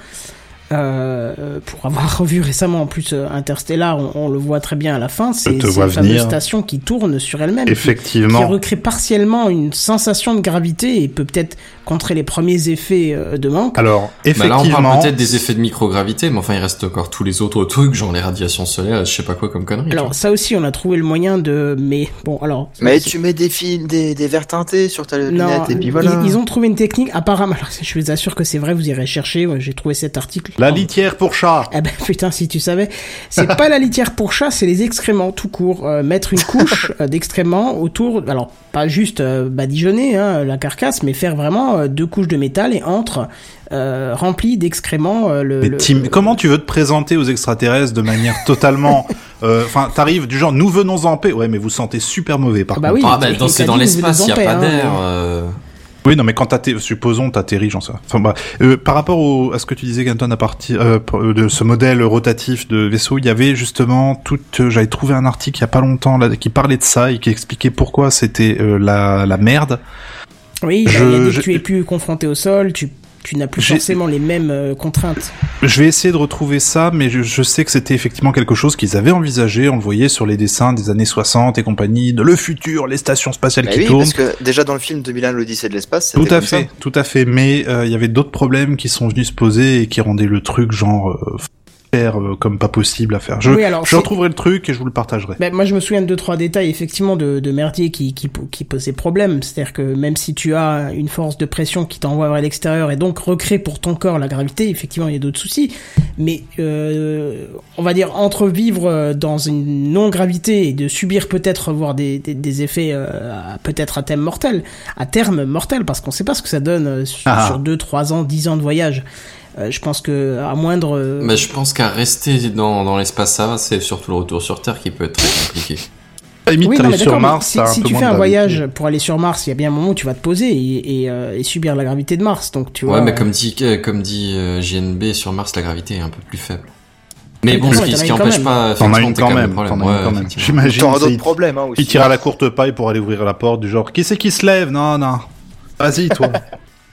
Euh, pour avoir revu récemment en plus euh, Interstellar, on, on le voit très bien à la fin, c'est te c'est vois la fameuse venir. station qui tourne sur elle-même, qui- qui Effectivement. recrée partiellement une sensation de gravité et peut peut-être contrer les premiers effets euh, de manque. Alors, Bah là, on parle effectivement, peut-être des effets de microgravité, mais enfin, il reste encore tous les autres trucs, genre les radiations solaires, je sais pas quoi comme conneries. Alors ça aussi, on a trouvé le moyen de... Mais bon, alors... Mais tu mets des fils, des, des verres teintés sur ta Non, lunette et puis ils, voilà. ils ont trouvé une technique apparemment. Alors, je vous assure que c'est vrai, vous irez chercher. ouais, J'ai trouvé cet article. la litière pour chat. Ah ben putain, si tu savais. C'est pas la litière pour chat, c'est les excréments tout court. Euh, mettre une couche euh, d'excréments autour, alors pas juste euh, badigeonner hein, la carcasse, mais faire vraiment euh, deux couches de métal et entre euh, rempli d'excréments euh, le, Mais le- Tim, comment tu veux te présenter aux extraterrestres de manière totalement, euh, enfin, t'arrives du genre, nous venons en paix. Ouais, mais vous sentez super mauvais, par Ah bah contre. oui, ah, mais bah, il dans- t'a c'est dans dit, vous l'espace, vous il a en pas paix, hein. d'air. euh, Oui, non, mais quand t'atterris, supposons t'atterris, j'en sais. rien. Enfin, bah, euh, par rapport au, à ce que tu disais, Ganton, à partir euh, pour- euh, de ce modèle rotatif de vaisseau, il y avait justement toute. euh, J'avais trouvé un article il y a pas longtemps là, qui parlait de ça et qui expliquait pourquoi c'était euh, la, la merde. Oui, bah, Je- il y a des- je- tu es plus confronté au sol, tu, tu n'as plus J'ai- forcément les mêmes euh, contraintes. Je vais essayer de retrouver ça, mais je, je sais que c'était effectivement quelque chose qu'ils avaient envisagé. On le voyait sur les dessins des années 60 et compagnie, de le futur, les stations spatiales Bah qui oui, tournent. parce que déjà dans le film 2001, l'Odyssée de l'espace, Tout c'était à comme ça. fait, tout à fait. Mais euh, il y avait d'autres problèmes qui sont venus se poser et qui rendaient le truc genre euh, faire euh, comme pas possible à faire. Je, Oui, alors, je c'est- retrouverai le truc et je vous le partagerai. Ben, moi, je me souviens de deux, trois détails, effectivement, de, de Merdier qui, qui, po- qui posait problème. C'est-à-dire que même si tu as une force de pression qui t'envoie vers l'extérieur et donc recrée pour ton corps la gravité, effectivement, il y a d'autres soucis. Mais, euh, on va dire, entre vivre euh, dans une non-gravité et de subir peut-être, voire des, des, des effets, euh, à- peut-être à thème mortel, à terme mortel, parce qu'on sait pas ce que ça donne euh, sur, Ah. sur deux, trois ans, dix ans de voyage. Euh, je pense que, à moindre, euh, bah, je pense qu'à rester dans, dans l'espace, ça va, c'est surtout le retour sur Terre qui peut être très compliqué. À la limite, Oui, non, t'arrives mais sur d'accord, mais Mars, si, t'as si peu tu moins fais de un gravité. voyage euh, pour aller sur Mars, il y a bien un moment où tu vas te poser et, et, euh, et subir la gravité de Mars. Donc tu Ouais, vois. mais comme dit, euh, comme dit euh, JNB, sur Mars, la gravité est un peu plus faible. Mais Mais bon, t'en ce as qui, ce une qui quand empêche même. pas. T'en as effectivement, une t'as quand même, le t'en problème. as une Ouais, quand même. effectivement. J'imagine. T'auras c'est- d'autres problèmes, hein, aussi. Il tire à la courte paille pour aller ouvrir la porte du genre qui c'est qui se lève Non, non. Vas-y toi.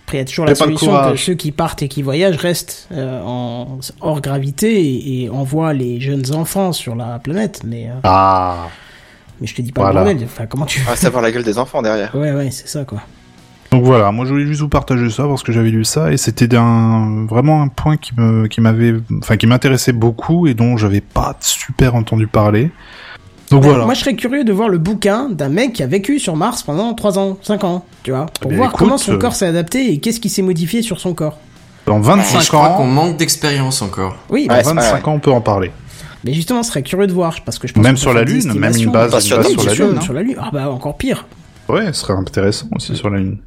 Après, il y a toujours j'ai la pas le solution que courage. ceux qui partent et qui voyagent restent euh, en, hors gravité et, et envoient les jeunes enfants sur la planète. Mais, euh, ah. mais je te dis pas Voilà. le bordel. Enfin, comment tu. On va savoir la gueule des enfants derrière. Ouais, ouais, c'est ça quoi. Donc voilà, moi je voulais juste vous partager ça parce que j'avais lu ça et c'était d'un vraiment un point qui me qui m'avait enfin qui m'intéressait beaucoup et dont j'avais pas super entendu parler. Donc voilà. Moi, je serais curieux de voir le bouquin d'un mec qui a vécu sur Mars pendant 3 ans, 5 ans, tu vois, pour Mais voir écoute, comment son euh, corps s'est adapté et qu'est-ce qui s'est modifié sur son corps. Dans Enfin, 25 je crois qu'on ans, manque d'expérience encore. Oui, dans Ouais, c'est pas 25 ans, on peut en parler. mais justement, ce serait curieux de voir parce que je pense Même qu'on sur peut la faire des Lune, même une estimations. base, une Passionnant, base Oui, sur la bien sûr, Lune. sur la Lune. Ah bah encore pire. hein. Ouais, ce serait intéressant aussi sur la Lune.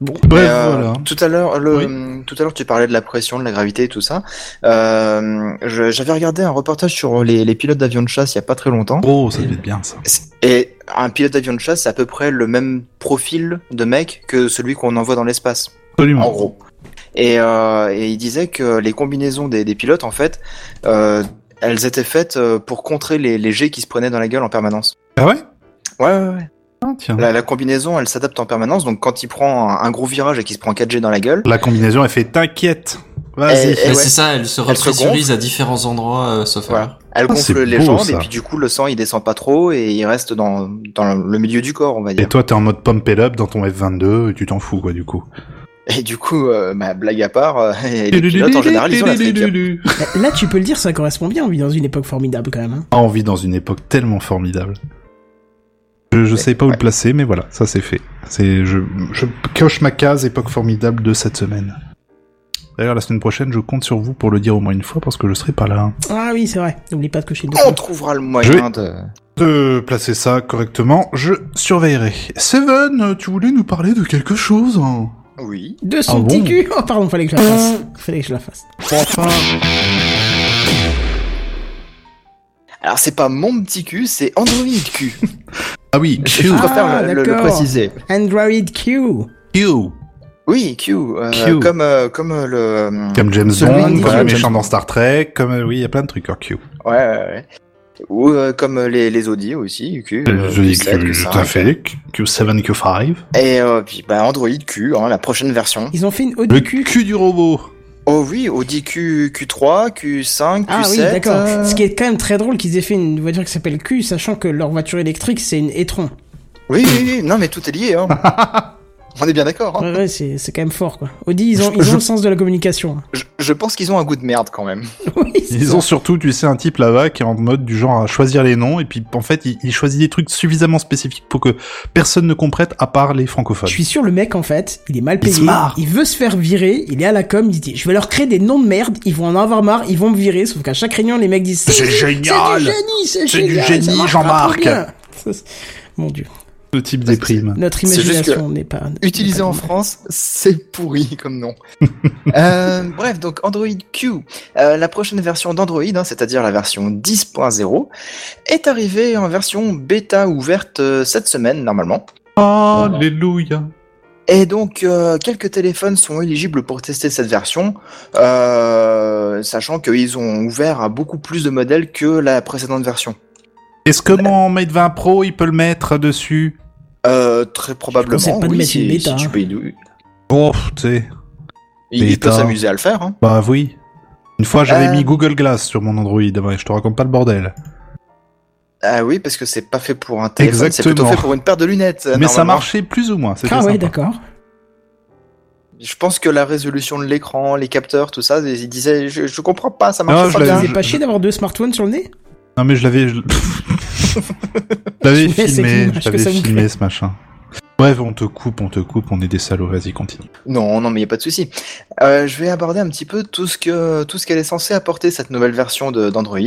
Bon. Bref, Mais, euh, voilà. Tout à l'heure, le, tout à l'heure, tu parlais de la pression, de la gravité et tout ça. Euh, je- j'avais regardé un reportage sur euh, les, les pilotes d'avions de chasse il y a pas très longtemps. Oh, ça devait être bien ça. Et un pilote d'avion de chasse, c'est à peu près le même profil de mec que celui qu'on envoie dans l'espace, en Absolument. gros. Et, euh, et il disait que les combinaisons des, des pilotes, en fait, euh, elles étaient faites euh, pour contrer les, les jets qui se prenaient dans la gueule en permanence. Ah ouais Ouais, ouais, ouais. Ah, Tiens. La... La, la combinaison, elle s'adapte en permanence. Donc, quand il prend un, un gros virage et qu'il se prend 4G dans la gueule, combinaison elle fait t'inquiète. Vas-y. Eh, Mais ouais. c'est ça, elle se Elle se repressurise à différents endroits, euh, sauf voilà, elle Ah, c'est gonfle les beau, jambes ça. et puis du coup, le sang il descend pas trop et il reste dans, dans le milieu du corps, on va Et dire. toi t'es en mode pump it up dans ton F22 et tu t'en fous quoi du coup. Et, du coup, euh, bah, blague à part, euh, et les pilotes en général, ils ont la trique. Là, Là, tu peux le dire, ça correspond bien. On vit dans une époque formidable quand même. hein. Ah, on vit dans une époque tellement formidable. Je, je sais pas où le placer, mais voilà, ça c'est fait. C'est, je, je coche ma case époque formidable de cette semaine. D'ailleurs, la semaine prochaine, je compte sur vous pour le dire au moins une fois parce que je serai pas là. hein. Ah oui, c'est vrai. N'oublie pas de cocher deux. On trouvera le Je moyen vais- de. De placer ça correctement, je surveillerai. Seven, euh, tu voulais nous parler de quelque chose hein Oui. De son Ah bon petit cul. Oh pardon, fallait que je la fasse. Fallait que je la fasse. Enfin, Alors, c'est pas mon petit cul, c'est Android cul. Ah oui, Q. Je préfère Ah, le- le- le d'accord. préciser. Android Q. Q. Oui, Q, euh, Q. comme euh, comme euh, le. Comme James Celui Bond, qui- comme voilà, les méchants James- dans Star Trek, comme euh, oui, il y a plein de trucs en Q. Ouais, ouais, ouais. Ou euh, comme les les Audi aussi, Q. euh, je dis Q7, Q, Q5. tout à fait. Q- Q7, Q5. Et euh, puis bah Android Q, hein, la prochaine version. Ils ont fait une Le Audi Q. Q du robot. Oh oui, Audi Q, Q3, Q5, Q7. Ah oui, d'accord. euh, Ce qui est quand même très drôle qu'ils aient fait une voiture qui s'appelle Q, sachant que leur voiture électrique, c'est une Etron. Oui, oui, oui, non mais tout est lié. Hein. On est bien d'accord. hein. Ouais, ouais, c'est c'est quand même fort, quoi. Audi, ils ont, Je- ils ont je- le sens de la communication. hein. Je, je pense qu'ils ont un goût de merde quand même. Oui, c'est Ils ça. ont surtout, tu sais, un type là-bas qui est en mode du genre à choisir les noms et puis en fait il, il choisit des trucs suffisamment spécifiques pour que personne ne comprenne à part les francophones. Je suis sûr, le mec, en fait, il est mal Il se payé. marre. Il, veut se faire virer. Il est à la com. Il dit, je vais leur créer des noms de merde. Ils vont en avoir marre. Ils vont me virer. Sauf qu'à chaque réunion, les mecs disent, C'est génial. C'est du génie, c'est C'est du génial, génie, ça marchera trop Jean-Marc. bien. Ça, c'est- Mon dieu. Le type déprime. Notre C'est juste imagination n'est pas. n'est Utilisé pas en comme- France, c'est pourri comme nom. Euh, bref, donc Android Q, euh, la prochaine version d'Android, hein, c'est-à-dire la version 10.0, est arrivée en version bêta ouverte euh, cette semaine normalement. Alléluia. Et donc, euh, quelques téléphones sont éligibles pour tester cette version, euh, sachant qu'ils ont ouvert à beaucoup plus de modèles que la précédente version. Est-ce que mon Mate 20 Pro il peut le mettre dessus Euh, très probablement, Je conseille pas de oui, mettre une si, bêta, si tu hein. peux y- Oh, tu sais. il, il peut Bêta. s'amuser à le faire. hein. Bah oui. Une fois j'avais Euh. mis Google Glass sur mon Android, ouais, je te raconte pas le bordel. Ah oui, parce que c'est pas fait pour un téléphone, c'est plutôt Exactement. fait pour une paire de lunettes. euh, Mais ça normalement. marchait plus ou moins, c'était Ah ouais, sympa. Bah, d'accord. Je pense que la résolution de l'écran, les capteurs, tout ça, ils disaient, je, je comprends pas, ça Ah, marche je pas bien. l'avais- T'es pas chier d'avoir deux smartphones sur le nez Non mais je l'avais... Je je l'avais Je sais, c'est filmé, l'image je que l'avais ça vous filmé ce machin. Bref, on te coupe, on te coupe, on est des salauds, vas-y continue. Non, non, mais il n'y a pas de souci. Euh, je vais aborder un petit peu tout ce que tout ce qu'elle est censée apporter cette nouvelle version de- d'Android.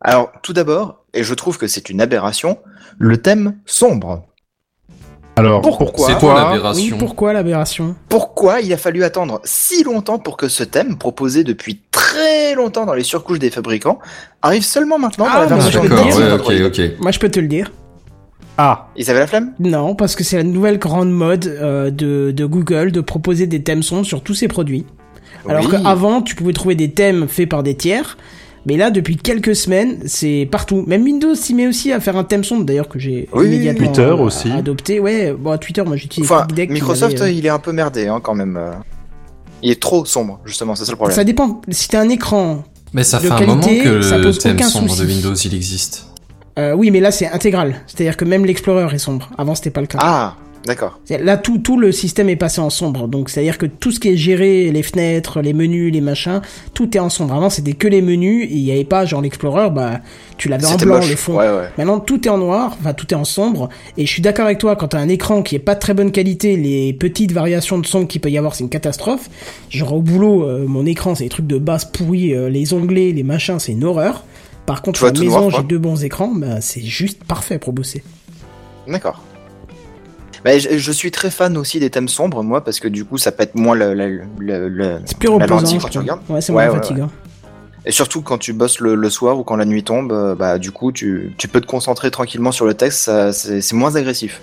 Alors, tout d'abord, et je trouve que c'est une aberration, le thème sombre. Alors, Pourquoi C'est quoi Oui, l'aberration pourquoi l'aberration Pourquoi il a fallu attendre si longtemps pour que ce thème, proposé depuis très longtemps dans les surcouches des fabricants, arrive seulement maintenant dans Ah, la mais version je peux te D'accord, 10 dire, ouais, d'Android ok, ok. Moi, je peux te le dire. Ah, Ils avaient la flemme Non, parce que c'est la nouvelle grande mode euh, de, de Google de proposer des thèmes sombres sur tous ses produits. Alors Oui. qu'avant, tu pouvais trouver des thèmes faits par des tiers. Mais là, depuis quelques semaines, c'est partout. Même Windows s'y met aussi à faire un thème sombre, d'ailleurs, que j'ai Oui, immédiatement Twitter euh, aussi. adopté. Ouais, bon, Twitter, moi j'utilise Enfin, TweetDeck, qui Microsoft, m'avait, euh, il est un peu merdé hein, quand même. euh. Il est trop sombre, justement, c'est ça le problème. Ça dépend. Si t'as un écran. Mais ça De fait un qualité, moment que ça le pose thème aucun sombre de souci. Windows il existe. euh, oui, mais là, c'est intégral. C'est-à-dire que même l'Explorer est sombre. Avant, c'était pas le cas. Ah, d'accord. C'est- Là, tout, tout le système est passé en sombre. Donc, c'est-à-dire que tout ce qui est géré, les fenêtres, les menus, les machins, tout est en sombre. Avant, c'était que les menus. et Il n'y avait pas, genre, l'Explorer, bah, tu l'avais en C'était blanc, moche. le fond. Ouais, ouais. Maintenant, tout est en noir, enfin, tout est en sombre. Et je suis d'accord avec toi, quand t'as un écran qui est pas de très bonne qualité, les petites variations de sombre qu'il peut y avoir, c'est une catastrophe. Genre, au boulot, euh, mon écran, c'est des trucs de base pourris, euh, les onglets, les machins, c'est une horreur. Par Tu contre, vois à la tout maison, noir, quoi. j'ai deux bons écrans, bah, c'est juste parfait pour bosser. D'accord. Mais je, je suis très fan aussi des thèmes sombres, moi, parce que du coup, ça pète moins le, le- le- le- C'est plus la reposant. lentille je quand tu trouve. regardes. Ouais, c'est Ouais, moins ouais, fatigant. Et surtout quand tu bosses le, le soir ou quand la nuit tombe, euh, bah du coup, tu, tu peux te concentrer tranquillement sur le texte, ça- c'est c'est moins agressif.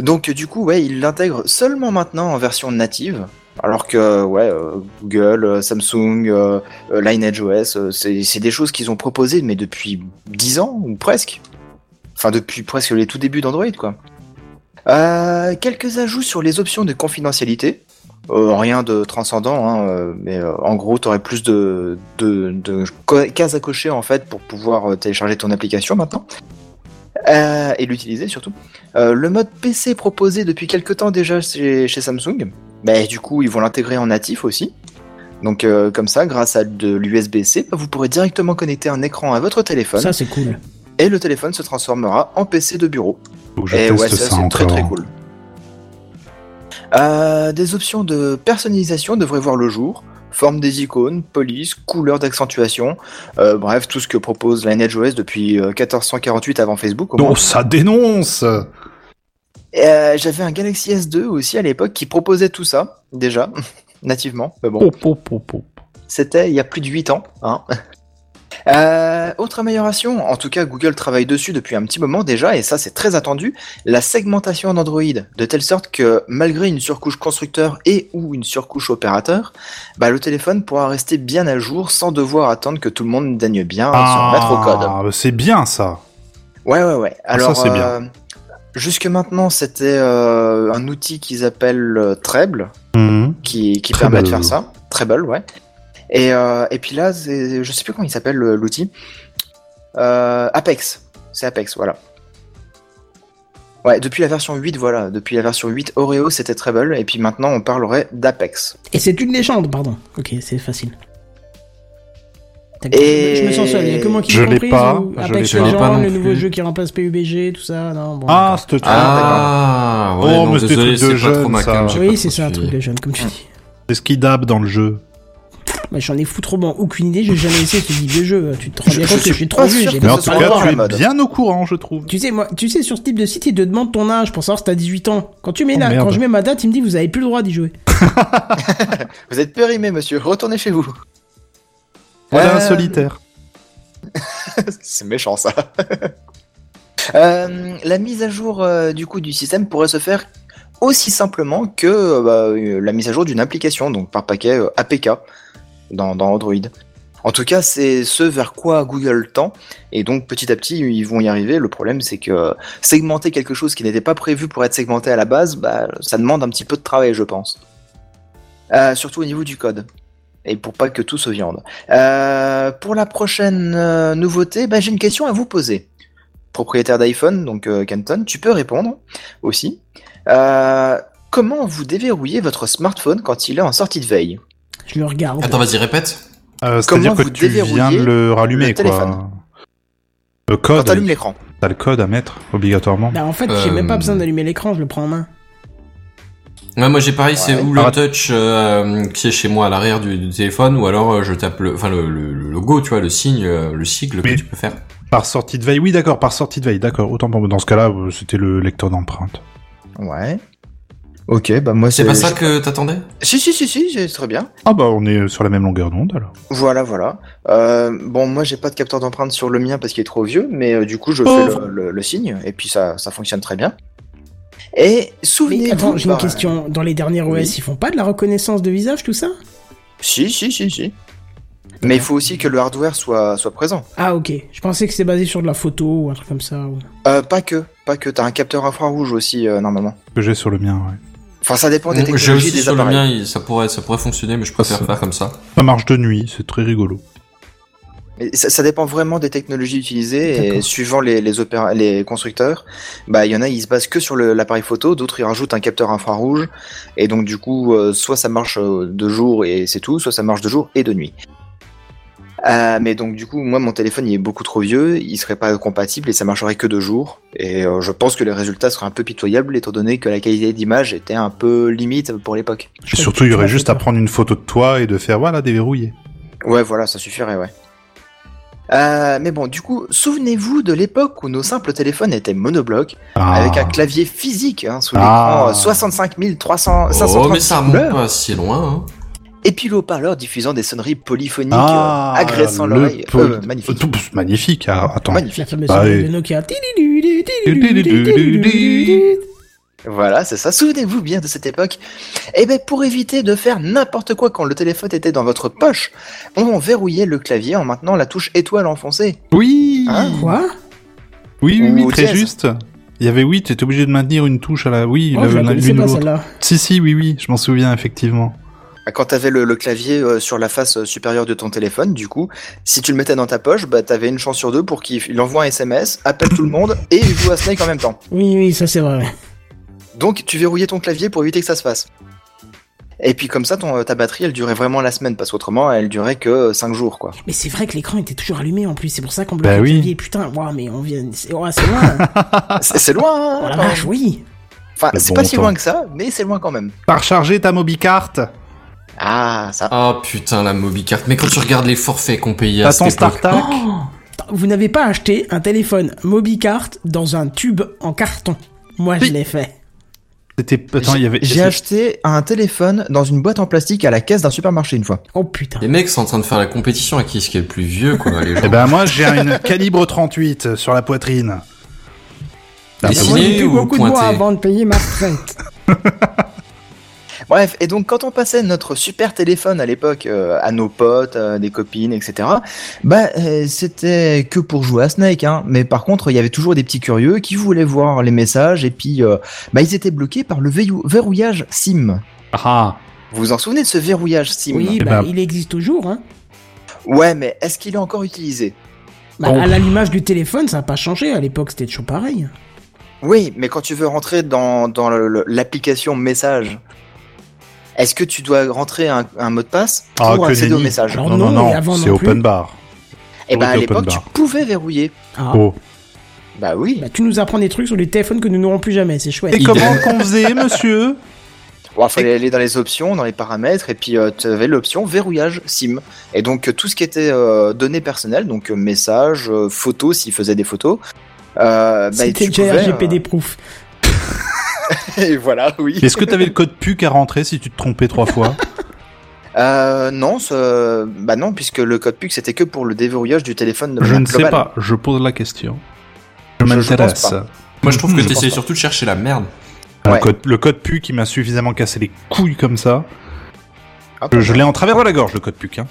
Donc du coup, ouais, il l'intègre seulement maintenant en version native. Alors que, ouais, euh, Google, euh, Samsung, euh, euh, Lineage OS, euh, c'est c'est des choses qu'ils ont proposées, mais depuis 10 ans, ou presque. Enfin, depuis presque les tout débuts d'Android, quoi. Euh, quelques ajouts sur les options de confidentialité. Euh, rien de transcendant, hein, euh, mais euh, en gros, tu aurais plus de, de, de co- cases à cocher en fait pour pouvoir euh, télécharger ton application maintenant Euh, et l'utiliser surtout. Euh, le mode PC proposé depuis quelques temps déjà chez, chez Samsung, bah, du coup, ils vont l'intégrer en natif aussi. Donc, euh, comme ça, grâce à de l'USB-C, bah, vous pourrez directement connecter un écran à votre téléphone Ça, c'est cool. et le téléphone se transformera en PC de bureau faut que je et teste Eh ouais, ça, ça c'est encore. très très cool. Euh, des options de personnalisation devraient voir le jour. Forme des icônes, police, couleur d'accentuation, euh, bref, tout ce que propose la NHOS depuis euh, 1448 avant Facebook. au Non, moins. ça dénonce Ah, Euh, J'avais un Galaxy S2 aussi à l'époque qui proposait tout ça, déjà, nativement, mais bon. Pop, pop, pop, pop. C'était il y a plus de 8 ans. Hein. Euh, autre amélioration, en tout cas Google travaille dessus depuis un petit moment déjà, et ça c'est très attendu, la segmentation d'Android, de telle sorte que malgré une surcouche constructeur et ou une surcouche opérateur, bah, le téléphone pourra rester bien à jour sans devoir attendre que tout le monde daigne bien euh, se remettre au code. bah, c'est bien ça. Ouais, ouais, ouais. Alors, Ah, c'est bien. euh, jusque maintenant, c'était euh, un outil qu'ils appellent euh, Treble, Hmm. qui, qui Treble. permet de faire ça. Treble, ouais. Et, euh, et puis là, c'est- je sais plus comment il s'appelle le- l'outil. Euh, Apex. C'est Apex, voilà. Ouais, depuis la version 8, voilà. Depuis la version 8, Oreo, c'était Treble. Et puis maintenant, on parlerait d'Apex. Et c'est une légende, pardon. Ok, c'est facile. T'as- Et- Je me sens seul, il y a que moi qui Je l'ai l'ai comprise, pas, ou je Apex l'ai pas. Je l'ai pas Legends, non le nouveau plus. jeu qui remplace PUBG, tout ça, non, bon. Ah, c'est Ah, ouais, Oh, non, mais c'est désolé, des trucs c'est de pas trop jeunes, ma ça. came, j'ai pas oui, c'est ça, un continué. truc de jeune, comme tu dis. C'est ce qui dab dans le jeu. Bah, J'en ai foutrement aucune idée, j'ai jamais essayé ce type de jeu. euh, Tu te rends Je- bien je compte que suis je suis trop pas vieux, sûr j'ai que Mais même en ce pas tout soit le le droit. cas, droit, tu la es mode. bien au courant, je trouve. Tu sais, moi, tu sais, sur ce type de site, il te demande ton âge pour savoir si t'as 18 ans. Quand tu mets Oh, là, merde. quand je mets ma date, il me dit vous avez plus le droit d'y jouer. Vous êtes périmé, monsieur. Retournez chez vous. Voilà Euh, un solitaire. C'est méchant ça. Euh, la mise à jour euh, du coup du système pourrait se faire aussi simplement que euh, bah, euh, la mise à jour d'une application, donc par paquet euh, APK dans, dans Android. En tout cas, c'est ce vers quoi Google tend, et donc petit à petit, ils vont y arriver. Le problème, c'est que euh, segmenter quelque chose qui n'était pas prévu pour être segmenté à la base, bah, ça demande un petit peu de travail, je pense. Euh, surtout au niveau du code, et pour pas que tout se viande. Euh, pour la prochaine euh, nouveauté, bah, j'ai une question à vous poser. Propriétaire d'iPhone, donc euh, Canton, tu peux répondre aussi. Euh, comment vous déverrouillez votre smartphone quand il est en sortie de veille Je le regarde. Attends, vas-y, répète. Euh, C'est-à-dire comment que vous tu viens de déverrouillez le rallumer, le quoi. téléphone Le Quand code, t'allumes l'écran. t'as le code à mettre, obligatoirement. Bah en fait, j'ai Euh, même pas besoin d'allumer l'écran, je le prends en main. Ouais, moi j'ai pareil, c'est Ouais. ou le Ah. touch euh, qui est chez moi à l'arrière du, du téléphone, ou alors euh, je tape le, enfin le, le- le logo, tu vois, le signe, euh, le sigle Mais- que tu peux faire. Par sortie de veille, oui, d'accord, par sortie de veille, d'accord. Autant pour moi. Dans ce cas-là, euh, c'était le lecteur d'empreinte. Ouais. Ok, bah moi C'est pas ça que t'attendais Si, si, si, si, c'est très bien. Ah bah, on est sur la même longueur d'onde, alors. Voilà, voilà. Euh, bon, moi, j'ai pas de capteur d'empreinte sur le mien parce qu'il est trop vieux, mais euh, du coup, je fais Pauvre. le, le- le signe et puis ça, ça fonctionne très bien. Et Mais souvenez-vous. attends, j'ai une bah, question. Dans les dernières OS, oui. ils font pas de la reconnaissance de visage, tout ça Si, si, si, si. Mais il faut aussi que le hardware soit, soit présent. Ah ok, je pensais que c'était basé sur de la photo ou un truc comme ça. ou- Euh, pas que, pas que. T'as un capteur infrarouge aussi, euh, normalement. Que j'ai sur le mien, ouais. Enfin, ça dépend des Euh, J'ai technologies aussi des sur le appareils. mien, il- ça pourrait, ça pourrait fonctionner, mais je préfère Ça, ça- faire comme ça. Ça marche de nuit, c'est très rigolo. Mais ça, ça dépend vraiment des technologies utilisées et D'accord. suivant les, les, opéra- les constructeurs, bah il y en a ils se basent que sur le- l'appareil photo, d'autres ils rajoutent un capteur infrarouge et donc du coup euh, soit ça marche euh, de jour et c'est tout, soit ça marche de jour et de nuit. Euh, mais donc du coup moi mon téléphone il est beaucoup trop vieux, il serait pas compatible et ça marcherait que de jour et euh, je pense que les résultats seraient un peu pitoyables étant donné que la qualité d'image était un peu limite pour l'époque. Je Et crois surtout, que il y tu aurait m'as fait juste à peur. prendre une photo de toi et de faire, voilà, déverrouiller. Ouais, voilà, ça suffirait, ouais. Euh, mais bon, du coup, souvenez-vous de l'époque où nos simples téléphones étaient monoblocs, Ah. avec un euh, clavier physique hein, sous Ah. l'écran euh, 65 300, Oh, mais ça 536 remonte couleurs, pas si loin. Hein. et puis le haut-parleur diffusant des sonneries polyphoniques Ah, euh, agressant le l'oreille. po- Euh, magnifique. Tout- pff, magnifique, ah, attends. La Magnifique. fameuse Bah, sonnerie oui. de Nokia. Voilà, c'est ça. Souvenez-vous bien de cette époque. Et ben, pour éviter de faire n'importe quoi quand le téléphone était dans votre poche, on verrouillait le clavier en maintenant la touche étoile enfoncée. Oui, Hein Quoi oui, oui, oui, Ou très dièse. juste. Il y avait oui, t'étais obligé de maintenir une touche à la oui, Oh, la- Je la la- connaissais l'une ou pas l'autre. celle-là. Si, si, oui, oui, je m'en souviens effectivement. Ah, Quand t'avais le, le clavier euh, sur la face euh, supérieure de ton téléphone, du coup, si tu le mettais dans ta poche, bah t'avais une chance sur deux pour qu'il il envoie un SMS, appelle tout le monde et il joue à Snake en même temps. Oui, oui, ça c'est vrai. Donc tu verrouillais ton clavier pour éviter que ça se fasse. Et puis comme ça, ton, euh, ta batterie, elle durait vraiment la semaine, parce qu'autrement, elle durait que 5 jours, quoi. Mais c'est vrai que l'écran était toujours allumé en plus, c'est pour ça qu'on bloquait Bah oui. le clavier. Putain, waouh, mais on vient. C'est ouah, c'est loin. hein. Ah. C'est c'est loin, oh hein, la quand même. vache, oui. Enfin, Mais c'est bon, pas si attends. loin que ça, mais c'est loin quand même. Par recharger ta mobicarte, Ah, ça. Ah putain, la MobiCard. Mais quand tu regardes les forfaits qu'on payait à t'as ton cette époque, StarTac. Oh Attends, Vous n'avez pas acheté un téléphone MobiCart dans un tube en carton. Moi, je Oui. l'ai fait. C'était. Attends, il y avait. J'ai acheté un téléphone dans une boîte en plastique à la caisse d'un supermarché une fois. Oh putain. Les mecs sont en train de faire la compétition à qui est-ce qui est le plus vieux, quoi, les gens. Eh ben moi j'ai une calibre 38 sur la poitrine. Ah, bah Moi, j'ai Dessiner plus ou beaucoup de mois pointer avant de payer ma retraite. Bref, et donc quand on passait notre super téléphone à l'époque euh, à nos potes, euh, des copines, etc., bah euh, c'était que pour jouer à Snake, hein. mais par contre il y avait toujours des petits curieux qui voulaient voir les messages, et puis euh, bah, ils étaient bloqués par le verrou- verrouillage SIM. Ah. Vous vous en souvenez de ce verrouillage SIM Oui, Eh bah, ben. il existe toujours. Hein. Ouais, mais est-ce qu'il est encore utilisé Bah, Bon. À l'allumage du téléphone, ça n'a pas changé. À l'époque, c'était toujours pareil. Oui, mais quand tu veux rentrer dans, dans le- le- l'application message, est-ce que tu dois rentrer un, un mot de passe pour Ah, que accéder au nenni. message Alors Non non non, mais non, avant c'est non plus. open bar. Et bah à open l'époque tu bar. pouvais verrouiller. Ah. Oh. Bah oui. Bah, tu nous apprends des trucs sur les téléphones que nous n'aurons plus jamais. C'est chouette. Et comment qu'on faisait monsieur Il fallait aller dans les options, dans les paramètres, et puis tu avais l'option verrouillage SIM. Et donc euh, tout ce qui était euh, données personnelles, donc euh, messages, euh, photos s'il faisait des photos. Euh, bah, C'était tu déjà pouvais, RGPD proof. euh, et voilà, oui. Est-ce que t'avais le code PUC à rentrer si tu te trompais trois fois Euh, non, ce- bah non, puisque le code PUC c'était que pour le déverrouillage du téléphone. de Je manière ne sais globale. pas, je pose la question. Je Je- je m'intéresse. pense pas. Moi, je trouve que Je pense t'essayes pas. surtout de chercher la merde. Le Ouais. code- Le code PUC qui m'a suffisamment cassé les couilles comme ça. Ah, Je, je l'ai en travers de la gorge le code PUC. Hein.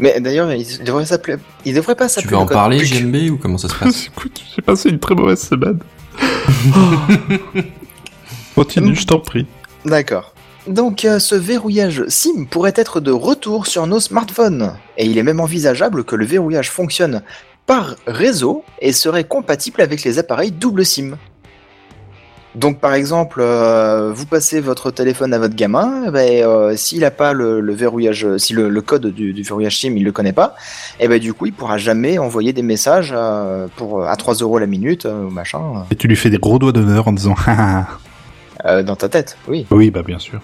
Mais d'ailleurs, il devrait s'appeler. Il devrait pas s'appeler. Tu veux en le code parler, PUC. JMB, ou comment ça se passe Écoute, j'ai passé une très mauvaise semaine. Continue, je t'en prie. D'accord. Donc, euh, ce verrouillage SIM pourrait être de retour sur nos smartphones. Et il est même envisageable que le verrouillage fonctionne par réseau et serait compatible avec les appareils double SIM. Donc, par exemple, euh, vous passez votre téléphone à votre gamin, eh ben, euh, s'il n'a pas le, le verrouillage, euh, si le, le code du, du verrouillage SIM, il le connaît pas, et ben, du coup, il pourra jamais envoyer des messages euh, pour, à 3 euros la minute, euh, ou machin, Et tu lui fais des gros doigts d'honneur en disant Ah, ah, euh, dans ta tête, oui. ah. Oui, bah bien sûr.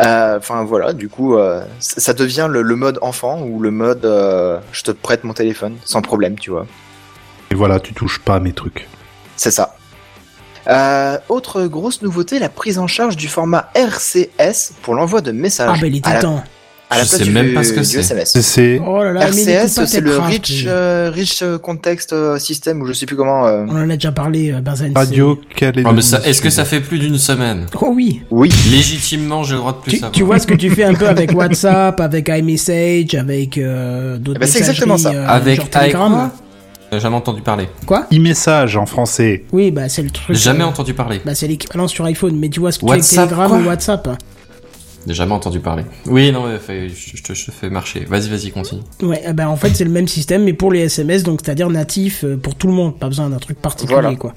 Euh, Enfin voilà, du coup, euh, ça ça devient le, le mode enfant ou le mode euh, je te prête mon téléphone sans problème, tu vois. Et voilà, tu touches pas à mes trucs. C'est ça. Euh, autre grosse nouveauté, la prise en charge du format RCS pour l'envoi de messages. Ah, bah, il à était la, temps. à la Je place sais du- même pas ce que du c'est. SMS. CC. Oh là là, mais il était RCS, pas c'est le Techcraft. rich, euh, rich euh, context euh, system ou je sais plus comment. euh. On en a déjà parlé, euh, Benzen. Radio Calédonie. Oh, mais ça, est-ce que ça fait plus d'une semaine c'est- Oh oui. Oui. Légitimement, j'ai le droit de plus Tu, savoir. tu vois ce que tu fais un peu avec WhatsApp, avec iMessage, avec euh, d'autres Eh ben, c'est exactement ça. messageries, euh, Avec genre Telegram. avec quoi J'ai jamais entendu parler. Quoi e-message en français. Oui, bah c'est le truc. J'ai jamais euh, entendu parler. Bah c'est l'équivalent sur iPhone, mais tu vois ce que tu fais WhatsApp, avec Telegram quoi ou WhatsApp. hein. J'ai jamais entendu parler. Oui, non, mais fais- je je te je te fais marcher. Vas-y, vas-y, continue. Ouais, eh ben en fait c'est le même système, mais pour les SMS, donc c'est-à-dire natif euh, pour tout le monde, pas besoin d'un truc particulier Voilà. quoi.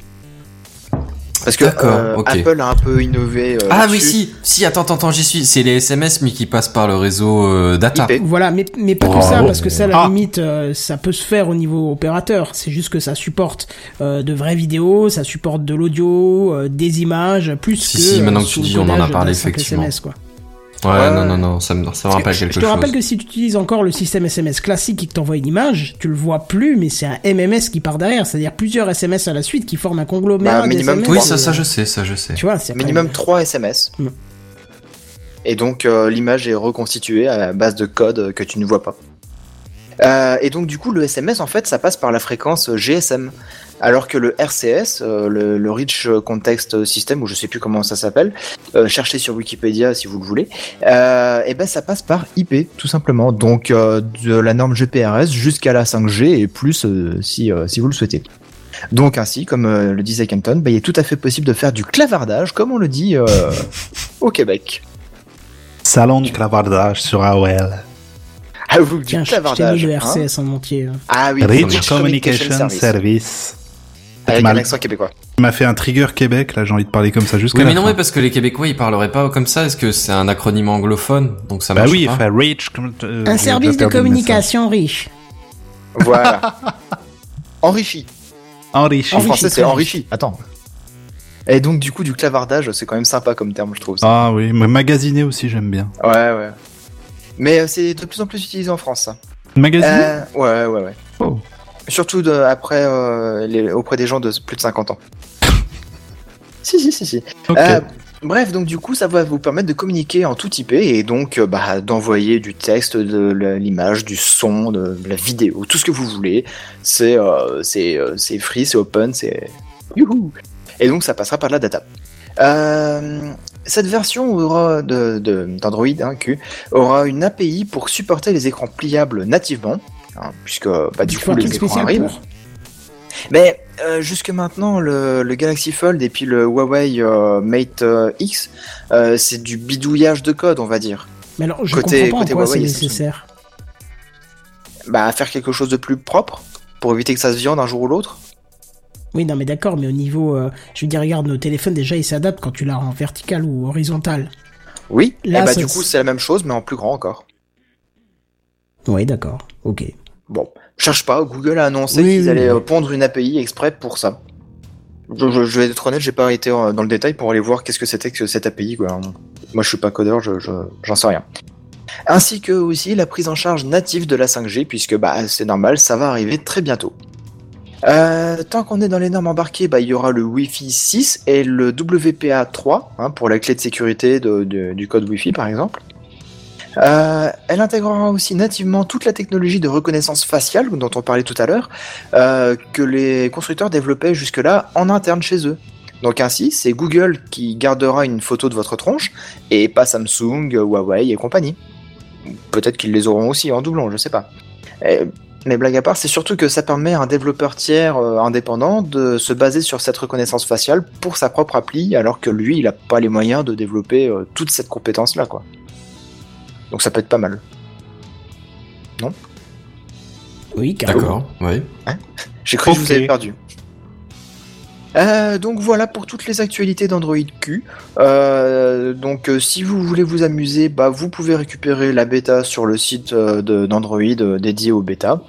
Parce que D'accord, euh, ok. Apple a un peu innové. euh, Ah oui, là-dessus. si, si, attends, attends, attends, j'y suis. C'est les SMS, mais qui passent par le réseau euh, data. IP. Voilà, mais, mais pas que Bravo. ça, parce que ça, à la Ah. limite, euh, ça peut se faire au niveau opérateur. C'est juste que ça supporte euh, de vraies vidéos, ça supporte de l'audio, euh, des images, plus Si, que. si, maintenant euh, que tu sous le dis, on en a codage parlé, d'un simple effectivement. SMS, quoi. Ouais, Ouais. non, non, non, ça me, ça me Parce que rappelle je- quelque je te rappelle chose. que si tu utilises encore le système SMS classique et que t'envoies une image, tu le vois plus, mais c'est un MMS qui part derrière, c'est-à-dire plusieurs SMS à la suite qui forment un conglomérat. Bah, minimum d' SMS, Oui, trois. ça, euh, ça, je sais, ça, je sais. Tu vois, c'est quand Minimum même- 3 SMS. Mm. Et donc euh, l'image est reconstituée à la base de code euh, que tu ne vois pas. Euh, et donc du coup le SMS en fait ça passe par la fréquence euh, GSM. Alors que le RCS, euh, le, le Rich Context System, ou je sais plus comment ça s'appelle, euh, cherchez sur Wikipédia si vous le voulez, euh, et ben ça passe par IP tout simplement. Donc euh, de la norme GPRS jusqu'à la 5G et plus euh, si, euh, si vous le souhaitez. Donc ainsi, comme euh, le disait Kenton, bah, il est tout à fait possible de faire du clavardage, comme on le dit euh, au Québec. Salon de clavardage sur AOL. Ah vous, du Tiens, je- je t'ai mis clavardage. le hein. RCS en entier. là. ah oui, Rich Communication Service. Avec un Mal. accent québécois. Tu m'as fait un trigger Québec, là j'ai envie de parler comme ça jusqu'à Oui, la mais non, fin. mais parce que les Québécois, ils parleraient pas comme ça. Est-ce que c'est un acronyme anglophone Donc ça Bah marche oui, pas. enfin, Rich... comme- euh, Un j'ai service déjà de perdu le message. communication riche. Voilà. enrichi. Enrichi. En Enrichi, français, c'est très enrichi. Attends. Et donc du coup, du clavardage, c'est quand même sympa comme terme, je trouve. ça. Ah oui, mais magasiné aussi, j'aime bien. Ouais, ouais. Mais euh, c'est de plus en plus utilisé en France. ça. Magasiné Euh, ouais, ouais, ouais. Oh. Surtout de- après, euh, les- auprès des gens de plus de 50 ans. Si, si, si, si. Ok. Euh, bref, donc du coup, ça va vous permettre de communiquer en tout type et donc euh, bah, d'envoyer du texte, de la- l'image, du son, de la vidéo, tout ce que vous voulez. C'est euh, c'est euh, c'est free, c'est open, c'est youhou. Et donc ça passera par la data. Euh, cette version aura de- de- d'Android hein, Q aura une API pour supporter les écrans pliables nativement, hein, puisque bah, du Faut coup un les truc écrans spécial arrivent. pour. Mais euh, jusque maintenant, le, le Galaxy Fold et puis le Huawei euh, Mate euh, X, euh, c'est du bidouillage de code, on va dire. Mais alors, je Côté- comprends pas côté en quoi Huawei, c'est il y a Samsung. nécessaire. Bah, faire quelque chose de plus propre pour éviter que ça se viande un jour ou l'autre. Oui, non, mais d'accord, mais au niveau. euh, je veux dire, regarde, nos téléphones, déjà, ils s'adaptent quand tu l'as en vertical ou horizontal. Oui. Là, et bah, ça- du coup, c'est la même chose, mais en plus grand encore. Oui, d'accord, ok. Bon, cherche pas. Google a annoncé Oui, qu'ils oui, allaient oui. euh, pondre une API exprès pour ça. Je, je- je vais être honnête, j'ai pas été euh, dans le détail pour aller voir qu'est-ce que c'était que cette API. Quoi. Moi, je suis pas codeur, je, je- j'en sais rien. Ainsi que aussi la prise en charge native de la 5G, puisque bah, c'est normal, ça va arriver très bientôt. Euh, tant qu'on est dans les normes embarquées, bah, il y aura le Wi-Fi 6 et le WPA 3 hein, pour la clé de sécurité de- de- du code Wi-Fi par exemple. Euh, elle intégrera aussi nativement toute la technologie de reconnaissance faciale dont on parlait tout à l'heure, euh, que les constructeurs développaient jusque-là en interne chez eux. Donc ainsi, c'est Google qui gardera une photo de votre tronche et pas Samsung, Huawei et compagnie. Peut-être qu'ils les auront aussi en doublon, je sais pas. Euh, mais blague à part, c'est surtout que ça permet à un développeur tiers euh, indépendant de se baser sur cette reconnaissance faciale pour sa propre appli, alors que lui, il n'a pas les moyens de développer euh, toute cette compétence-là, quoi. Donc ça peut être pas mal. Oui, car. D'accord, oui. J'ai cru que Ok. je vous avais perdu. Euh, donc voilà pour toutes les actualités d'Android Q. Euh, donc euh, si vous voulez vous amuser, bah, vous pouvez récupérer la bêta sur le site euh, de- d'Android euh, dédié aux bêta.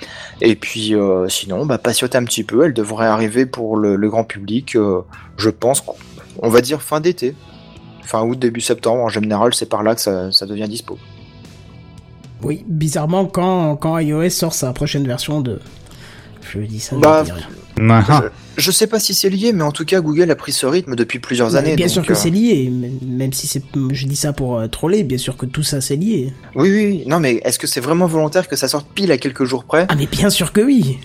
Et puis euh, sinon, bah, patientez un petit peu, elle devrait arriver pour le, le grand public, euh, je pense, qu'on- on va dire fin d'été. Fin août, début septembre, en général c'est par là que ça, ça devient dispo. Oui, bizarrement, quand, quand iOS sort sa prochaine version de. Je dis ça, je Bah, dis rien. Ah, Je sais pas si c'est lié, mais en tout cas Google a pris ce rythme depuis plusieurs Mais années. bien sûr donc, que euh, c'est lié, m- même si c'est, je dis ça pour euh, troller, bien sûr que tout ça c'est lié. Oui, oui, oui. non, mais est-ce que c'est vraiment volontaire que ça sorte pile à quelques jours près Ah mais bien sûr que oui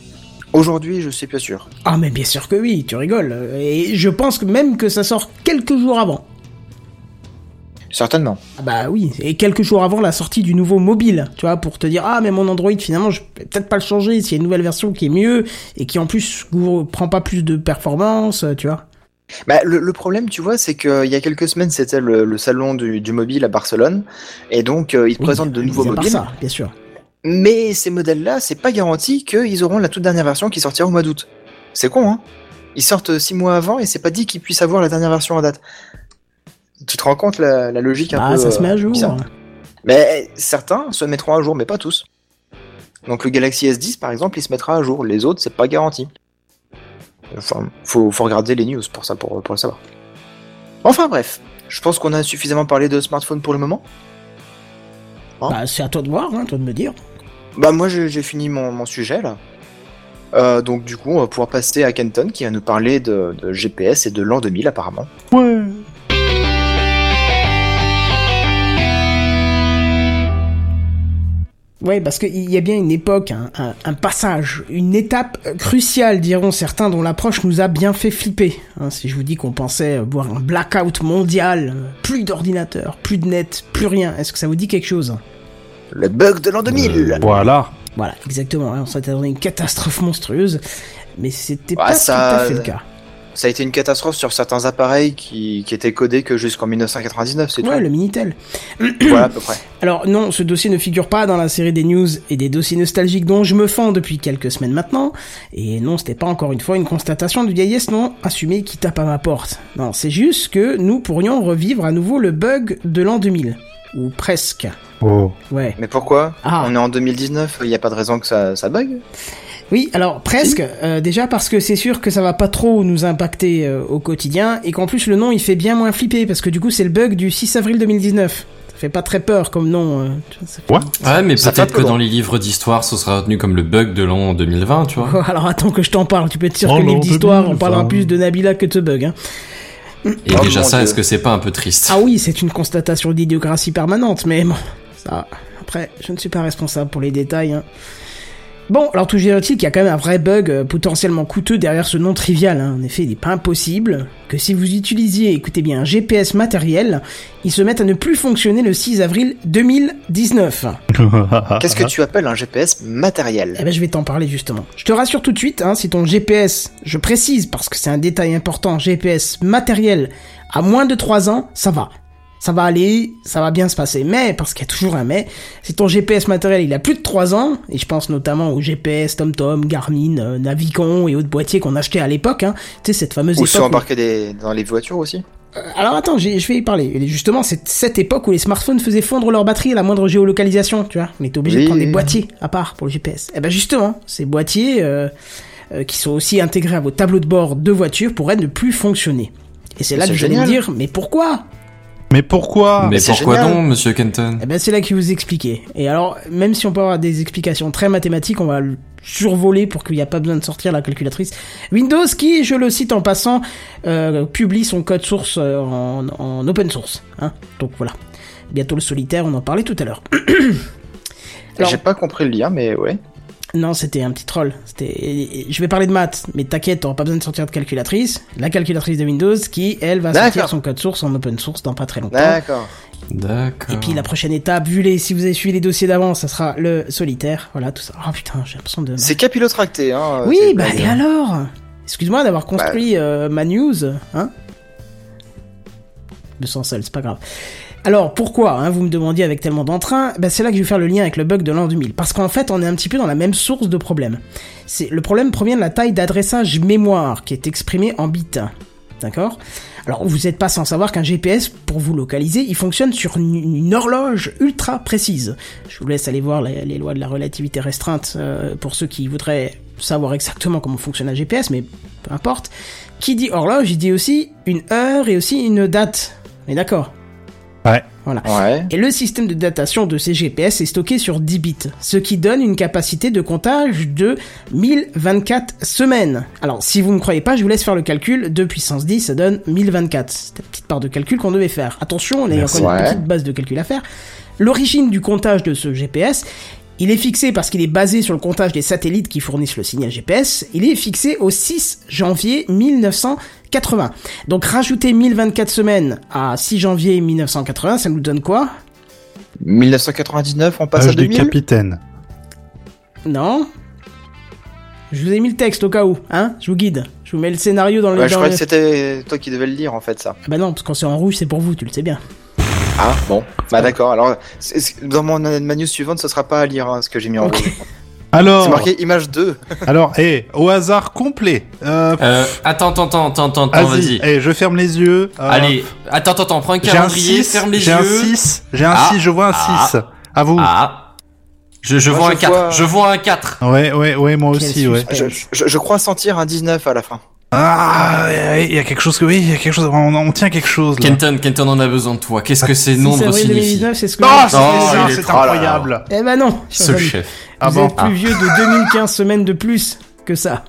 Aujourd'hui, je sais pas sûr. Ah mais bien sûr que oui, tu rigoles. Et je pense que même que ça sort quelques jours avant. Certainement. Ah bah oui, et quelques jours avant la sortie du nouveau mobile, tu vois, pour te dire, ah mais mon Android finalement, je vais peut-être pas le changer s'il y a une nouvelle version qui est mieux et qui en plus gou- prend pas plus de performance, euh, tu vois. Bah, le, le problème, tu vois, c'est qu'il y a quelques semaines, c'était le, le salon du, du mobile à Barcelone, et donc euh, ils te Oui, présentent de mis nouveaux à part mobiles. ça, bien sûr. Mais ces modèles-là, c'est pas garanti qu'ils auront la toute dernière version qui sortira au mois d'août. C'est con, hein Ils sortent six mois avant et c'est pas dit qu'ils puissent avoir la dernière version en date. Tu te rends compte la, la logique un Bah peu ça se met à euh, jour. bizarre. Mais certains se mettront à jour, mais pas tous. Donc le Galaxy S10, par exemple, il se mettra à jour. Les autres, c'est pas garanti. Enfin, faut, faut regarder les news pour ça, pour, pour le savoir. Enfin bref, je pense qu'on a suffisamment parlé de smartphone pour le moment. Bah c'est à toi de voir, hein, toi de me dire. Bah moi, j'ai j'ai fini mon, mon sujet là. Euh, donc du coup, on va pouvoir passer à Kenton qui va nous parler de, de GPS et de l'an 2000 apparemment. Ouais, parce qu'il y a bien une époque, un, un- un passage, une étape euh, cruciale, diront certains, dont l'approche nous a bien fait flipper. Hein, si je vous dis qu'on pensait euh, voir un blackout mondial, euh, plus d'ordinateur, plus de net, plus rien, est-ce que ça vous dit quelque chose Le bug de l'an 2000. Euh. Voilà. Voilà, exactement, hein, on s'attendait à une catastrophe monstrueuse, mais c'était Ouais, pas ça- tout à fait le cas. Ça a été une catastrophe sur certains appareils qui, qui étaient codés que jusqu'en 1999, c'est Ouais, tout. le Minitel. Voilà à peu près. Alors non, ce dossier ne figure pas dans la série des news et des dossiers nostalgiques dont je me fends depuis quelques semaines maintenant. Et non, c'était pas encore une fois une constatation de vieillesse non assumée qui tape à ma porte. Non, c'est juste que nous pourrions revivre à nouveau le bug de l'an 2000. Ou presque. Oh. Ouais. Mais pourquoi Ah. On est en 2019, il n'y a pas de raison que ça, ça bug Oui, alors presque. euh, déjà parce que c'est sûr que ça va pas trop nous impacter euh, au quotidien et qu'en plus le nom il fait bien moins flipper parce que du coup c'est le bug du 6 avril 2019. Ça fait pas très peur comme nom. euh, tu vois, ça fait- What Ouais, mais Ça peut-être tape que comment dans les livres d'histoire, ce sera retenu comme le bug de l'an 2020, tu vois. Oh, alors attends que je t'en parle, tu peux être sûr Oh, que l'an livre d'histoire, on 2000, parlera enfin. plus de Nabila que de ce bug. Hein. Et Oh déjà mon ça, Dieu. est-ce que c'est pas un peu triste Ah oui, c'est une constatation d'idiocratie permanente, mais bon, ça. Après, je ne suis pas responsable pour les détails. hein. Bon, alors toujours est-il qu'il y a quand même un vrai bug euh, potentiellement coûteux derrière ce nom trivial. hein. En effet, il n'est pas impossible que si vous utilisiez, écoutez bien, un GPS matériel, il se mette à ne plus fonctionner le 6 avril 2019. Qu'est-ce que tu appelles un GPS Ah, Eh matériel ben, je vais t'en parler justement. Je te rassure tout de suite, hein, si ton GPS, je précise parce que c'est un détail important, GPS matériel à moins de 3 ans, ça va. Ça va aller, ça va bien se passer. Mais, parce qu'il y a toujours un mais, si ton GPS matériel il a plus de 3 ans, et je pense notamment aux GPS TomTom, Garmin, euh, Navicon et autres boîtiers qu'on achetait à l'époque, hein, tu sais, cette fameuse Ou ceux époque. où- embarqués des- dans les voitures aussi Euh, alors attends, j'ai- je vais y parler. Et Justement, c'est cette époque où les smartphones faisaient fondre leur batterie à la moindre géolocalisation, tu vois. On était obligé de Oui, prendre des oui. boîtiers à part pour le GPS. Et ben justement, ces boîtiers euh, euh, qui sont aussi intégrés à vos tableaux de bord de voiture pourraient ne plus fonctionner. Et c'est là C'est que je vais me génial. dire, mais pourquoi Ah, Mais pourquoi Mais c'est pourquoi génial. non, monsieur Kenton Eh ben c'est là que vous expliquez. Et alors, même si on peut avoir des explications très mathématiques, on va le survoler pour qu'il n'y a pas besoin de sortir la calculatrice. Windows qui, je le cite en passant, euh, publie son code source euh, en, en open source. hein. Donc voilà. Bientôt le solitaire, on en parlait tout à l'heure. Alors- J'ai pas compris le lien, mais ouais. Non, c'était un petit troll. C'était. Je vais parler de maths, mais t'inquiète, t'auras pas besoin de sortir de calculatrice. La calculatrice de Windows qui, elle, va sortir D'accord. son code source en open source dans pas très longtemps. D'accord. D'accord. Et puis la prochaine étape, vu les, si vous avez suivi les dossiers d'avant, ça sera le solitaire. Voilà, tout ça. Oh putain, j'ai l'impression de. C'est capillotracté, hein. Oui, c'est- bah et alors Excuse-moi d'avoir construit euh, ma news, hein Je me sens seul, c'est pas grave. Alors pourquoi hein, Vous me demandiez avec tellement d'entrain. Bah, c'est là que je vais faire le lien avec le bug de l'an 2000. Parce qu'en fait, on est un petit peu dans la même source de problème. C'est le problème provient de la taille d'adressage mémoire qui est exprimée en bits. D'accord Alors vous n'êtes pas sans savoir qu'un GPS, pour vous localiser, il fonctionne sur une, une horloge ultra précise. Je vous laisse aller voir les, les lois de la relativité restreinte euh, pour ceux qui voudraient savoir exactement comment fonctionne un GPS, mais peu importe. Qui dit horloge, il dit aussi une heure et aussi une date. On est d'accord Ouais. Voilà. Ouais. Et le système de datation de ces GPS est stocké sur 10 bits, ce qui donne une capacité de comptage de 1024 semaines. Alors, si vous ne me croyez pas, je vous laisse faire le calcul. 2 puissance 10, ça donne 1024. C'était la petite part de calcul qu'on devait faire. Attention, on a Merci. encore une Ouais. petite base de calcul à faire. L'origine du comptage de ce GPS, il est fixé parce qu'il est basé sur le comptage des satellites qui fournissent le signal GPS. Il est fixé au 6 janvier 1980. Donc rajouter 1024 semaines à 6 janvier 1980, ça nous donne quoi 1999, on Ah, passe à Âge du 2000 capitaine. Non Je vous ai mis le texte au cas où, hein Je vous guide. Je vous mets le scénario dans le... Ouais, Je dans croyais le- que c'était toi qui devais le lire, en fait, ça. Ah bah non, parce que quand c'est en rouge, c'est pour vous, tu le sais bien. Ah, bon. Bah d'accord, alors, c'est- c'est- dans mon ma news suivante, ce sera pas à lire, hein, ce que j'ai mis en Ok. Oh. rouge. C'est Alors, marqué image 2. alors, eh, au hasard complet. Euh, Euh, attends, attends, attends, attends, attends, attends, vas-y. vas-y. Eh, je ferme les yeux. Euh, Allez, attends, attends, attends, prends un J'ai un calendrier, 6. ferme les J'ai un yeux. 6. J'ai un Ah. 6. Je vois un Ah. 6. À vous. Ah. Je, je Moi, vois un je 4. vois- Je vois un 4. Ouais, ouais, ouais, moi Quel aussi, ouais. suspense. Je, je- je crois sentir un 19 à la fin. Ah, ouais, il y a quelque chose que oui, il y a quelque chose. On, on tient quelque chose là. Kenton, Kenton, on a besoin de toi. Qu'est-ce que ces Si c'est nombres avril signifient 2019, c'est ce que... Ah, c'est Non, bizarre, il est- c'est oh là là. incroyable. eh bah non Ce chef. Ah vous bon êtes plus vieux de 2015 semaines de plus que ça.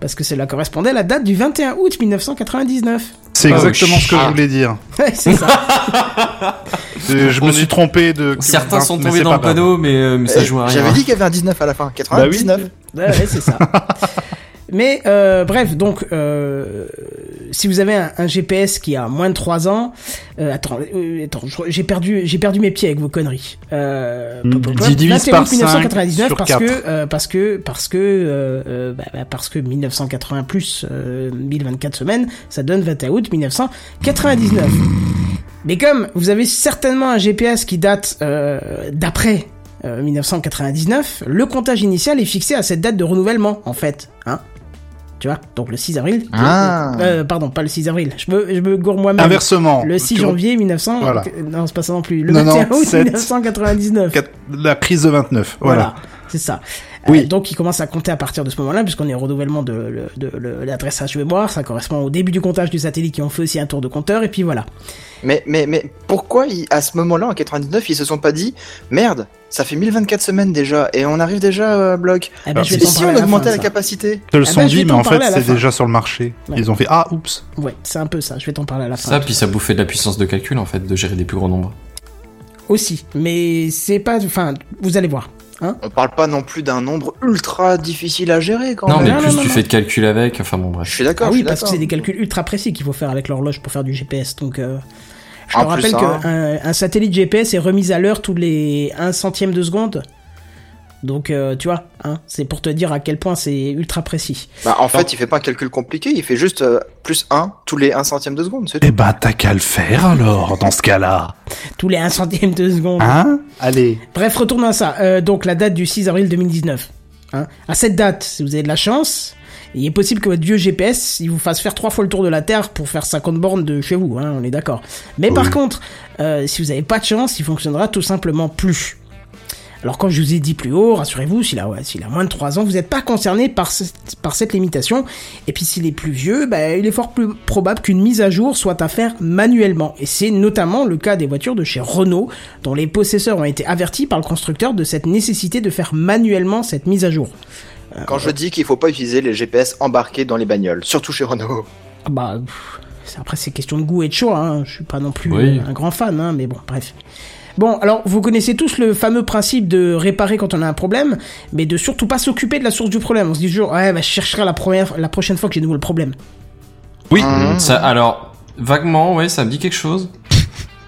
Parce que cela correspondait à la date du 21 août 1999. C'est Ah, exactement oui. ce que je voulais dire. Ouais, c'est ça. Euh, Je On me est- suis trompé de. Certains d'un- sont mais tombés c'est dans pas grave. le panneau, mais, euh, mais ça Eh, joue à rien. J'avais dit qu'il y avait un 19 à la Bah fin. 99 Ouais, ouais, c'est ça. Mais euh, bref, donc, euh, si vous avez un, un GPS qui a moins de 3 ans... euh, attends, euh, attends je- j'ai perdu, j'ai perdu mes pieds avec vos conneries. Euh, Mm, pop, pop, pop. 10 divise 21 par août 1999 sur parce que, euh, parce que, parce que, euh, euh, bah, bah, parce que 1980 plus euh, 1024 semaines, ça donne 21 août 1999. Mais comme vous avez certainement un GPS qui date euh, d'après euh, 1999, le comptage initial est fixé à cette date de renouvellement, en fait. Hein tu vois Donc le 6 avril. Ah. Euh, pardon, pas le 6 avril. Je me, je me gourre moi-même. Inversement. Le 6 tu- janvier 1900. Voilà. Non, c'est pas ça non plus. Le Non, non, 21 août sept. 1999. La crise de 29. Voilà. Voilà, c'est ça. Euh, Oui. donc il commence à compter à partir de ce moment-là, puisqu'on est au renouvellement de, de- de- de l'adressage mémoire, ça correspond au début du comptage du satellite qui en fait aussi un tour de compteur, et puis voilà. Mais, mais, mais pourquoi ils- à ce moment-là, en 99, ils se sont pas dit Merde, ça fait 1024 semaines déjà et on arrive déjà à bloc. Eh Alors, je vais Et t'en si parler on à la fin augmentait de la ça. capacité Ils te le Ah sont bah, je vais dit, mais t'en en fait, parler à la c'est fin. déjà sur le marché. Ouais. Ils ont fait Ah, oups. Ouais, c'est un peu ça, je vais t'en parler à la fin. Ça, puis ça bouffait de la puissance de calcul, en fait, de gérer des plus gros nombres. Aussi, mais c'est pas... Enfin, vous allez voir. On parle pas non plus d'un nombre ultra difficile à gérer quand Non, même. mais non, plus non, tu non. fais de calcul avec, enfin bon, Je bref. suis d'accord. Ah je oui, suis parce que d'accord. c'est des calculs ultra précis qu'il faut faire avec l'horloge pour faire du GPS. Donc, euh, je En te rappelle plus, hein. qu'un un satellite GPS est remis à l'heure tous les 1 centième de seconde. Donc, euh, tu vois, hein, c'est pour te dire à quel point c'est ultra précis. Bah, en fait, il fait pas un calcul compliqué, il fait juste euh, plus 1 tous les 1 centième de seconde, c'est tout. Eh ben, t'as qu'à le faire alors, dans ce cas-là. Tous les 1 centième de Ah, seconde. Hein Allez. Bref, retournons à ça. Euh, donc, la date du 6 avril 2019. Hein. À cette date, si vous avez de la chance, il est possible que votre vieux GPS il vous fasse faire trois fois le tour de la Terre pour faire 50 bornes de chez vous, hein, on est d'accord. Mais par contre, euh, si vous n'avez pas de chance, il fonctionnera tout simplement plus. Alors quand je vous ai dit plus haut, rassurez-vous, s'il a, ouais, s'il a moins de 3 ans, vous n'êtes pas concerné par, ce- par cette limitation. Et puis s'il est plus vieux, bah, il est fort plus probable qu'une mise à jour soit à faire manuellement. Et c'est notamment le cas des voitures de chez Renault, dont les possesseurs ont été avertis par le constructeur de cette nécessité de faire manuellement cette mise à jour. Quand je dis qu'il faut pas utiliser les GPS embarqués dans les bagnoles, surtout chez Renault. Ah Bah, pff, c'est- après, c'est question de goût et de choix. Hein. Je suis pas non plus Oui. euh, un grand fan, hein, mais bon, bref. Bon, alors, vous connaissez tous le fameux principe de réparer quand on a un problème, mais de surtout pas s'occuper de la source du problème. On se dit toujours, ouais, bah, je chercherai la, première, la prochaine fois que j'ai de nouveau le problème. Oui. Mm-hmm. Ça, alors, vaguement, ouais, ça me dit quelque chose.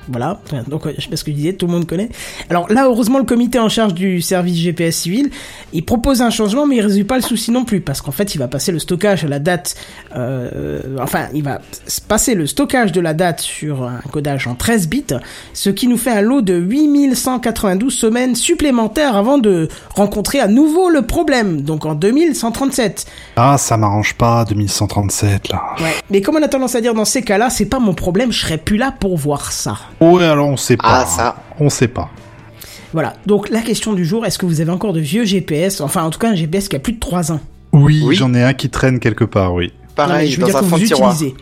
Voilà, Enfin, donc euh, je sais pas ce que je disais, tout le monde connaît. Alors là, heureusement, le comité en charge du service GPS civil, il propose un changement, mais il résout pas le souci non plus, parce qu'en fait, il va passer le stockage à la date, euh, enfin, il va s- passer le stockage de la date sur un codage en 13 bits, ce qui nous fait un lot de 8192 semaines supplémentaires avant de rencontrer à nouveau le problème, donc en 2137. Ah, ça m'arrange pas, 2137, là. Ouais. Mais comme on a tendance à dire dans ces cas-là, c'est pas mon problème, je serais plus là pour voir ça. Ouais, alors on sait pas. Ah, ça. On sait pas. Voilà, donc la question du jour, est-ce que vous avez encore de vieux GPS Enfin, en tout cas, un GPS qui a plus de 3 ans. Oui, Oui. j'en ai un qui traîne quelque part, oui. Non, mais Pareil, je veux dans dire un que fond de vous tiroir. utilisez.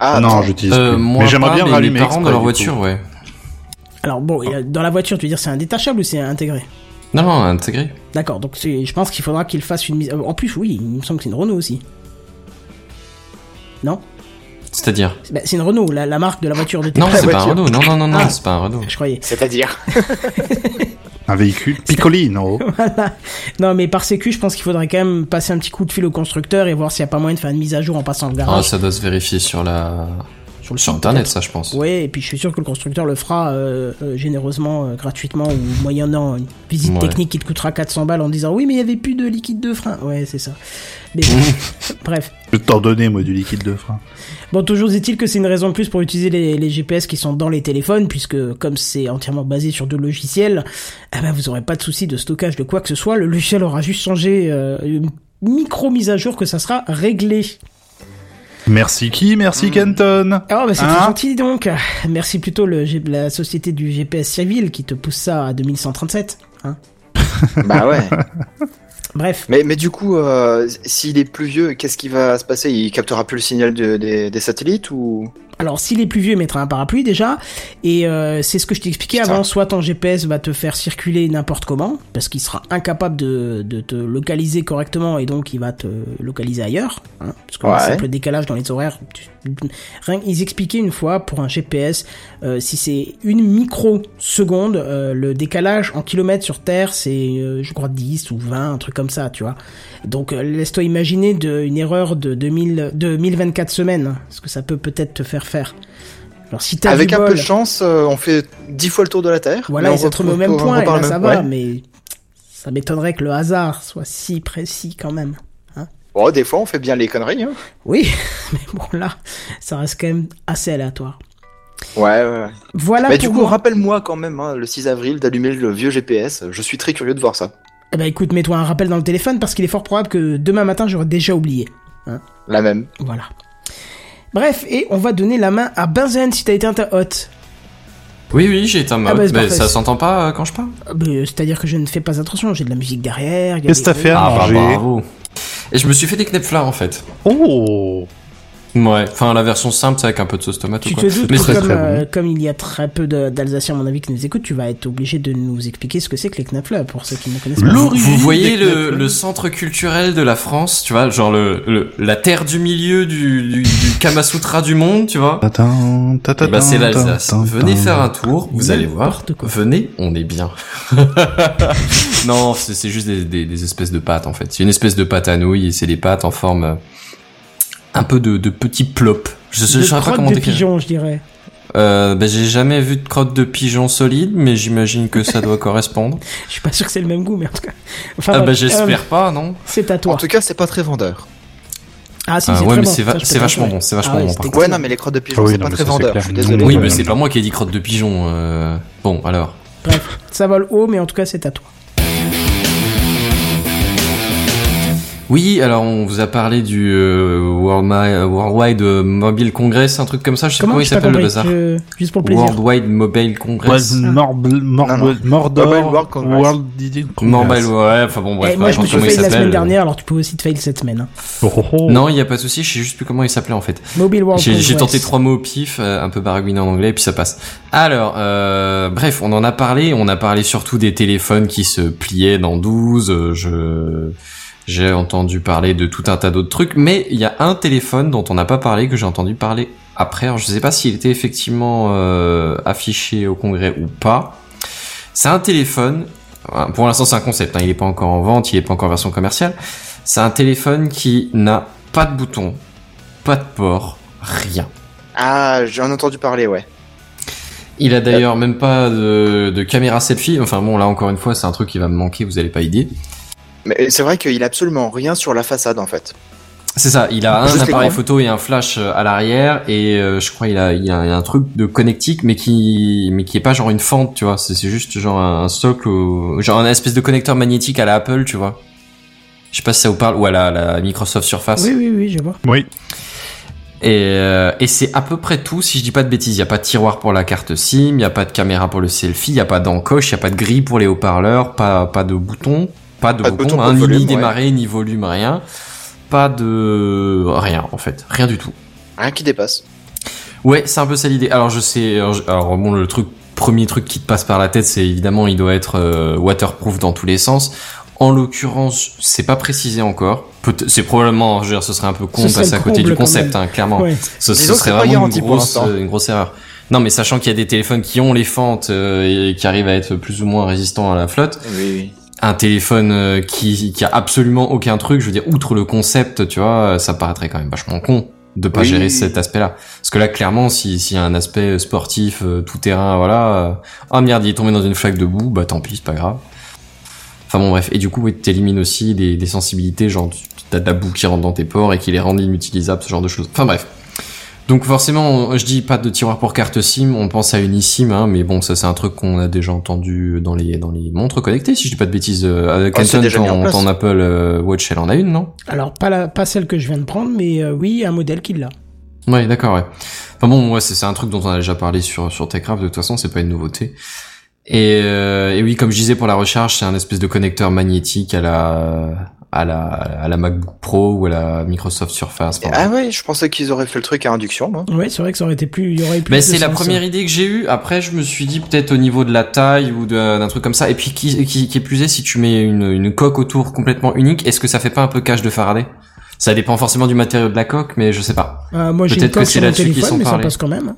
Ah, non, attends. j'utilise Euh, plus. moi, mais j'aimerais pas, bien mais rallumer les parents de exprès, leur du voiture, coup. ouais. Alors bon, Oh. il y a- dans la voiture, tu veux dire c'est indétachable ou c'est intégré Non, non, intégré. D'accord, donc c'est- je pense qu'il faudra qu'il fasse une mise... euh, En plus, oui, il me semble que c'est une Renault aussi. Non C'est-à-dire. C'est bah, c'est une Renault, la, la marque de la voiture de tes Non, parents. c'est pas un Renault. Non, non, non, non, Ah. c'est pas un Renault. Je croyais. C'est-à-dire Un véhicule oh. Piccolino. Voilà. Non, mais par sécu, je pense qu'il faudrait quand même passer un petit coup de fil au constructeur et voir s'il n'y a pas moyen de faire une mise à jour en passant le Ah, garage. ça doit se vérifier sur la. Sur le Sur site, internet, peut-être. ça, je pense. Ouais, et puis je suis sûr que le constructeur le fera euh, euh, généreusement, euh, gratuitement ou moyennant une visite Ouais. technique qui te coûtera 400 balles en disant oui, mais il n'y avait plus de liquide de frein. Ouais, c'est ça. Mais bon, bref. Je vais t'en donner, moi, du liquide de frein. Bon, toujours est-il que c'est une raison de plus pour utiliser les, les GPS qui sont dans les téléphones, puisque comme c'est entièrement basé sur deux logiciels, eh ben, vous n'aurez pas de souci de stockage de quoi que ce soit. Le logiciel aura juste changé euh, une micro mise à jour que ça sera réglé. Merci qui Hmm. Merci Kenton Ah bah c'est Hein très gentil dis donc. Merci plutôt le, G- la société du GPS civil qui te pousse ça à 2137. Hein Bah ouais. Bref, Mais, mais du coup, euh, s'il est plus vieux, qu'est-ce qui va se passer Il captera plus le signal de- des, des satellites ou alors s'il est plus vieux, il mettra un parapluie déjà. Et euh, c'est ce que je t'expliquais Putain. avant. Soit ton GPS va te faire circuler n'importe comment, parce qu'il sera incapable de, de te localiser correctement et donc il va te localiser ailleurs. Hein, parce qu'on a un Ouais. simple décalage dans les horaires. tu- Rien, que- ils expliquaient une fois pour un GPS, euh, si c'est une microseconde, euh, le décalage en kilomètres sur Terre, c'est euh, je crois 10 ou 20, un truc comme ça, tu vois. Donc euh, laisse-toi imaginer de, une erreur de, 2000, de 1024 semaines, hein, ce que ça peut peut-être te faire faire. Alors si t'as Avec du un bol, peu de chance, euh, on fait dix fois le tour de la Terre. voilà, mais ils on se retrouvent au retrouve- même on point, et repart là le ça même- va, ouais. mais ça m'étonnerait que le hasard soit si précis quand même. Bon, des fois, on fait bien les conneries. Hein. Oui, mais bon là, ça reste quand même assez aléatoire. Ouais, ouais. ouais. Voilà pour mais Bah, du coup, moi. rappelle-moi quand même, hein, le 6 avril, d'allumer le vieux GPS. Je suis très curieux de voir ça. Eh ben écoute, mets-toi un rappel dans le téléphone parce qu'il est fort probable que demain matin j'aurai déjà oublié. La même. Voilà. Bref, et on va donner la main à Benzen si t'as été inter hot. Oui, oui, j'ai éteint ma Ah bah, haute- c'est mais parfait. ça s'entend pas euh, quand je parle Ah, bah, C'est-à-dire que je ne fais pas attention, j'ai de la musique derrière. il y a Qu'est-ce que des t'as fait à Ah, bah, manger bravo. Et je me suis fait des knepflars en fait. Oh Ouais, enfin la version simple, c'est avec un peu de sauce tomate Tu ou te quoi. doutes Mais que ça- comme, très euh, comme il y a très peu de- d'Alsaciens, à mon avis, qui nous écoutent, tu vas être obligé de nous expliquer ce que c'est que les knapfla, pour ceux qui ne connaissent pas. Vous- L'origine Vous voyez des le, knepflars. le centre culturel de la France, tu vois, genre le, le- la terre du milieu du, du, du Kama Sutra du monde, tu vois. Tatin, tatin, Eh ben, c'est l'Alsace. tatin, Venez tatin. faire un tour, vous allez voir. N'importe quoi. Venez, on est bien. non, c'est c'est juste des, des- des espèces de pâtes en fait. C'est une espèce de pâte à nouilles et c'est des pâtes en forme euh, un peu de, de petits plops. Je, je, de je saurais pas crottes comment de décrire. pigeon, je dirais. Euh, ben, j'ai jamais vu de crotte de pigeon solide, mais j'imagine que ça doit correspondre. Je suis pas sûr que c'est le même goût, mais en tout cas. Enfin, Ah bref, bah j'espère euh, pas, non c'est à toi. En tout cas, c'est pas très vendeur. Ah si, Ah, c'est ouais, très mais bon. c'est va- Ça, je peux c'est te vachement rassurer. bon, c'est vachement Ah ouais, bon, c'est par contre. Ouais, non, mais les crottes de pigeon, Ah oui, c'est non, pas mais très ça, c'est vendeur. clair. Je suis désolé. Ouais, Oui, ouais, mais ouais. c'est pas moi qui ai dit crotte de pigeon. euh, Bon, alors. Bref, ça vole haut, mais en tout cas, c'est à toi. Oui, alors on vous a parlé du euh, World Mi- Worldwide euh, Mobile Congress, un truc comme ça, je sais pas Comment comment il j'ai pas s'appelle le compris bazar. Je- Juste pour le plaisir. Worldwide Mobile Congress. Was Morble- Mor- Non, non. Mordor Mobile World Congress. World Didn't Mobile, ouais, enfin bon, bref, Eh, moi, ouais, je me suis comment il fait la s'appelle. semaine dernière, alors tu peux aussi te fail cette semaine. hein. Oh, oh, oh. Non, il y a pas de souci, je sais juste plus comment il s'appelait en fait. Mobile World J'ai j'ai tenté Congress. trois mots au pif, euh, un peu baragouiné en anglais, et puis ça passe. Alors, euh, bref, on en a parlé. On a parlé surtout des téléphones qui se pliaient dans 12. euh, Je j'ai entendu parler de tout un tas d'autres trucs, mais il y a un téléphone dont on n'a pas parlé que j'ai entendu parler après. Alors, je sais pas s'il était effectivement euh, affiché au congrès ou pas. C'est un téléphone. euh, Pour l'instant, c'est un concept. hein, il est pas encore en vente, il est pas encore en version commerciale. C'est un téléphone qui n'a pas de bouton, pas de port, rien. Ah, j'en ai entendu parler, ouais. Il a d'ailleurs même pas de, de caméra selfie. Enfin bon, là encore une fois, c'est un truc qui va me manquer, vous allez pas aider. Mais c'est vrai qu'il a absolument rien sur la façade, en fait. C'est ça, il a un Juste appareil l'écran. photo et un flash euh, à l'arrière et euh, je crois il a, il a un truc de connectique mais qui mais qui est pas genre une fente, tu vois, c'est c'est juste genre un, un socle ou genre un espèce de connecteur magnétique à la Apple, tu vois. Je sais pas si ça vous parle ou à la, la Microsoft Surface. Oui, oui, oui, je vois. Oui. Et, euh, et c'est à peu près tout, si je dis pas de bêtises. Il n'y a pas de tiroir pour la carte SIM, il n'y a pas de caméra pour le selfie, il n'y a pas d'encoche, il n'y a pas de grille pour les haut-parleurs, pas, pas de bouton, pas de Pas de bouton, bouton pour hein, le ni, volume, ni ouais. démarrer, ni volume, rien. Pas de... Rien, en fait. Rien du tout. Rien qui dépasse. Ouais, c'est un peu ça l'idée. Alors je sais, alors, je- alors, bon le truc premier truc qui te passe par la tête, c'est évidemment il doit être euh, waterproof dans tous les sens. En l'occurrence, c'est pas précisé encore. Peut- C'est probablement, je veux dire, ce serait un peu con Ce de serait passer à le côté du comble, quand concept, hein, clairement. Ouais. Ce, ce Disons que serait c'est pas vraiment garanti une pour grosse, l'instant. euh, une grosse erreur. Non, mais sachant qu'il y a des téléphones qui ont les fentes euh, et qui arrivent à être plus ou moins résistants à la flotte, Oui, un téléphone euh, qui, qui a absolument aucun truc, je veux dire, outre le concept, tu vois, ça paraîtrait quand même vachement con de pas Oui. gérer cet aspect-là. Parce que là, clairement, si- s'il y a un aspect sportif, euh, tout terrain, voilà, euh, ah merde, il est tombé dans une flaque de boue, bah tant pis, c'est pas grave. Enfin bon, bref. Et du coup, oui, t'élimines aussi des, des sensibilités, genre tu- t'as de la boue qui rentre dans tes pores et qui les rend inutilisables, ce genre de choses. Enfin bref. Donc forcément, on- je dis pas de tiroir pour carte SIM, on pense à une eSIM, hein, mais bon, ça c'est un truc qu'on a déjà entendu dans les dans les montres connectées, si je dis pas de bêtises. Euh, avec Ah, c'est Anton, déjà mis en ton, place. ton Apple euh, Watch, elle en a une, non Alors, pas, la, pas celle que je viens de prendre, mais euh, oui, un modèle qui l'a. Ouais, d'accord, ouais. Enfin bon, ouais, c'est c'est un truc dont on a déjà parlé sur, sur Techcraft, de toute façon, c'est pas une nouveauté. Et, euh, et oui, comme je disais pour la recharge, c'est un espèce de connecteur magnétique à la, à la, à la MacBook Pro ou à la Microsoft Surface. enfin, Ah ouais, je pensais qu'ils auraient fait le truc à induction, moi. Ouais, c'est vrai que ça aurait été plus. Il y aurait eu plus Ben, de c'est la sens. première idée que j'ai eue. Après, je me suis dit peut-être au niveau de la taille ou de- d'un truc comme ça. Et puis, qui, qui, qui est plus est, si tu mets une, une coque autour complètement unique, est-ce que ça fait pas un peu cache de Faraday Ça dépend forcément du matériau de la coque, mais je sais pas. Euh, moi, j'ai une Peut-être que coque c'est sur mon là-dessus qu'ils téléphone, sont mais ça parlés. passe quand même. hein.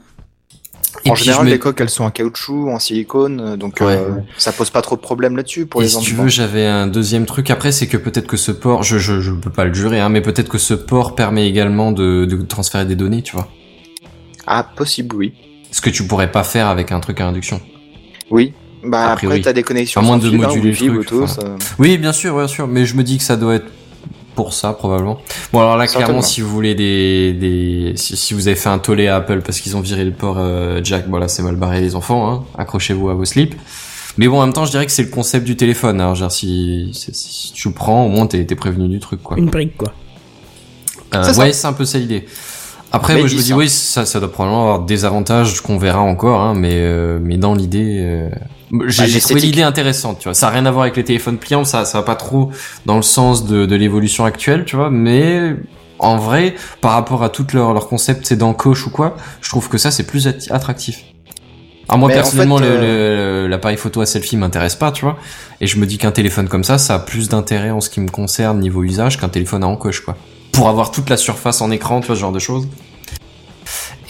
Et en puis, général, je me- les coques, elles sont en caoutchouc, en silicone, euh, donc Ouais. euh, ça pose pas trop de problème là-dessus pour et les si tu enfants. veux, j'avais un deuxième truc après, c'est que peut-être que ce port, je, je, je peux pas le jurer, hein, mais peut-être que ce port permet également de, de transférer des données, tu vois. Ah, possible, oui. Ce que tu pourrais pas faire avec un truc à induction. Oui. Bah A après, priori. t'as des connexions. À moins sans de fil, hein, moduler le Wi-Fi, truc, Bluetooth, enfin. euh, Oui, bien sûr, bien sûr, mais je me dis que ça doit être pour ça probablement. Bon alors là clairement Certainement. si vous voulez des, des si, si vous avez fait un tollé à Apple parce qu'ils ont viré le port euh, jack, voilà, c'est mal barré les enfants hein. Accrochez-vous à vos slips. Mais bon, en même temps, je dirais que c'est le concept du téléphone. Alors, genre, si, si, si tu prends, au moins, t'es t'es prévenu du truc, quoi. Une brique, quoi. Euh, C'est ça. ouais, c'est un peu ça l'idée. Après, Mais moi, je ils me dis, sont- oui, ça, ça doit probablement avoir des avantages qu'on verra encore, hein, mais, euh, mais dans l'idée, euh, j'ai j'ai trouvé l'esthétique. l'idée intéressante, tu vois. Ça n'a rien à voir avec les téléphones pliants, ça, ça va pas trop dans le sens de, de l'évolution actuelle, tu vois, mais en vrai, par rapport à tout leur, leur concept, c'est d'encoche ou quoi, je trouve que ça, c'est plus atti- attractif. Alors moi Mais en personnellement fait, euh, le- le- l'appareil photo à selfie m'intéresse pas tu vois et je me dis qu'un téléphone comme ça ça a plus d'intérêt en ce qui me concerne niveau usage qu'un téléphone à encoche quoi pour avoir toute la surface en écran tu vois ce genre de choses